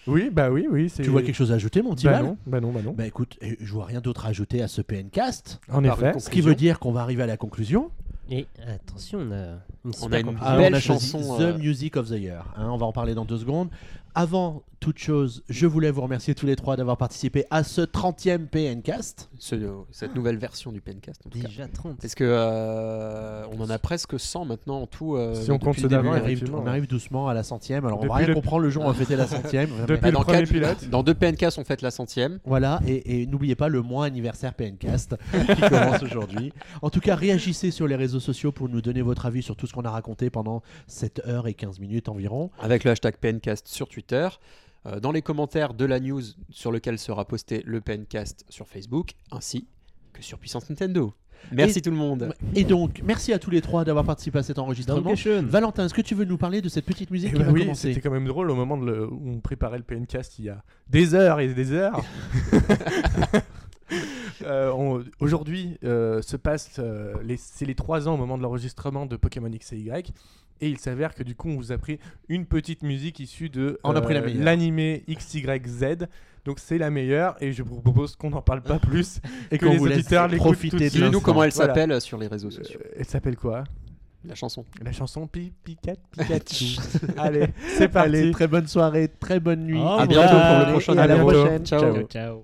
[SPEAKER 4] Oui, bah oui, oui. c'est-
[SPEAKER 1] Tu vois quelque chose à ajouter, mon petit
[SPEAKER 4] bah
[SPEAKER 1] Val
[SPEAKER 4] non, bah non, bah non.
[SPEAKER 1] Bah écoute, euh, je vois rien d'autre à ajouter à ce PNcast.
[SPEAKER 4] en
[SPEAKER 2] par
[SPEAKER 4] effet.
[SPEAKER 2] une
[SPEAKER 1] Ce qui
[SPEAKER 2] Conclusion.
[SPEAKER 1] veut dire qu'on va arriver à la conclusion.
[SPEAKER 3] Et euh, attention, on a une super
[SPEAKER 2] une-
[SPEAKER 3] compétition.
[SPEAKER 2] Ah,
[SPEAKER 1] on
[SPEAKER 2] belle
[SPEAKER 1] a choisi
[SPEAKER 2] chanson,
[SPEAKER 1] The
[SPEAKER 2] euh.
[SPEAKER 1] Music of the Year. hein, on va en parler dans deux secondes. Avant toute chose, je voulais vous remercier tous les trois d'avoir participé à ce 30e PNcast.
[SPEAKER 2] Ce- cette nouvelle version du PNcast en tout cas.
[SPEAKER 3] Déjà 30.
[SPEAKER 2] Parce que euh, on en a presque 100 maintenant en tout. euh,
[SPEAKER 4] Si on
[SPEAKER 2] depuis
[SPEAKER 4] compte
[SPEAKER 2] le
[SPEAKER 4] ceux
[SPEAKER 1] On
[SPEAKER 4] d'avant, Ouais,
[SPEAKER 2] début.
[SPEAKER 1] arrive,
[SPEAKER 4] effectivement,
[SPEAKER 1] on
[SPEAKER 4] ouais.
[SPEAKER 1] arrive doucement à la centième. Alors on va
[SPEAKER 4] Depuis
[SPEAKER 1] rien
[SPEAKER 4] le-
[SPEAKER 1] comprendre le jour où on va fêter la centième.
[SPEAKER 4] Depuis
[SPEAKER 2] Bah,
[SPEAKER 4] le
[SPEAKER 2] dans,
[SPEAKER 4] premier
[SPEAKER 2] quatre-
[SPEAKER 4] pilote.
[SPEAKER 2] dans deux PNcast, on fête la centième.
[SPEAKER 1] Voilà, et, et n'oubliez pas le mois anniversaire PNcast qui commence aujourd'hui. En tout cas, réagissez sur les réseaux sociaux pour nous donner votre avis sur tout ce qu'on a raconté pendant 7 heures et 15 minutes environ.
[SPEAKER 2] avec le hashtag PNcast sur Twitter. euh, Dans les commentaires de la news sur lequel sera posté le PNcast sur Facebook, ainsi que sur Puissance Nintendo. Merci tout le monde.
[SPEAKER 1] Et donc, merci à tous les trois d'avoir participé à cet enregistrement. Valentin, est-ce que tu veux nous parler de cette petite
[SPEAKER 4] Eh
[SPEAKER 1] musique qui
[SPEAKER 2] ben
[SPEAKER 4] bah
[SPEAKER 1] va
[SPEAKER 4] oui, c'était
[SPEAKER 1] commencer
[SPEAKER 4] quand même drôle au moment de le- où on préparait le PNcast il y a des heures et des heures. Euh, on- Aujourd'hui euh, se passe, euh, les- c'est les trois ans au moment de l'enregistrement de Pokémon X et Y, et il s'avère que du coup on vous a pris une petite musique issue de euh,
[SPEAKER 1] On a pris la meilleure.
[SPEAKER 4] l'animé XYZ. Donc c'est la meilleure, et je vous propose qu'on n'en parle pas plus.
[SPEAKER 1] Et
[SPEAKER 4] que les auditeurs l'écoutent tout de
[SPEAKER 1] profiter de
[SPEAKER 4] suite.
[SPEAKER 2] Dis-nous
[SPEAKER 1] l'instant.
[SPEAKER 2] comment elle
[SPEAKER 4] Voilà.
[SPEAKER 2] s'appelle sur les réseaux sociaux.
[SPEAKER 4] Euh, elle s'appelle quoi
[SPEAKER 2] La chanson.
[SPEAKER 4] La chanson Pi Picat Pikachu. Allez, c'est parti.
[SPEAKER 1] Allez, très bonne soirée, très bonne nuit.
[SPEAKER 3] Au
[SPEAKER 1] À
[SPEAKER 2] revoir.
[SPEAKER 1] bientôt pour le prochain
[SPEAKER 2] Ah, Et
[SPEAKER 1] Ah, à la
[SPEAKER 2] bientôt.
[SPEAKER 1] prochaine.
[SPEAKER 2] Ciao.
[SPEAKER 3] Ciao.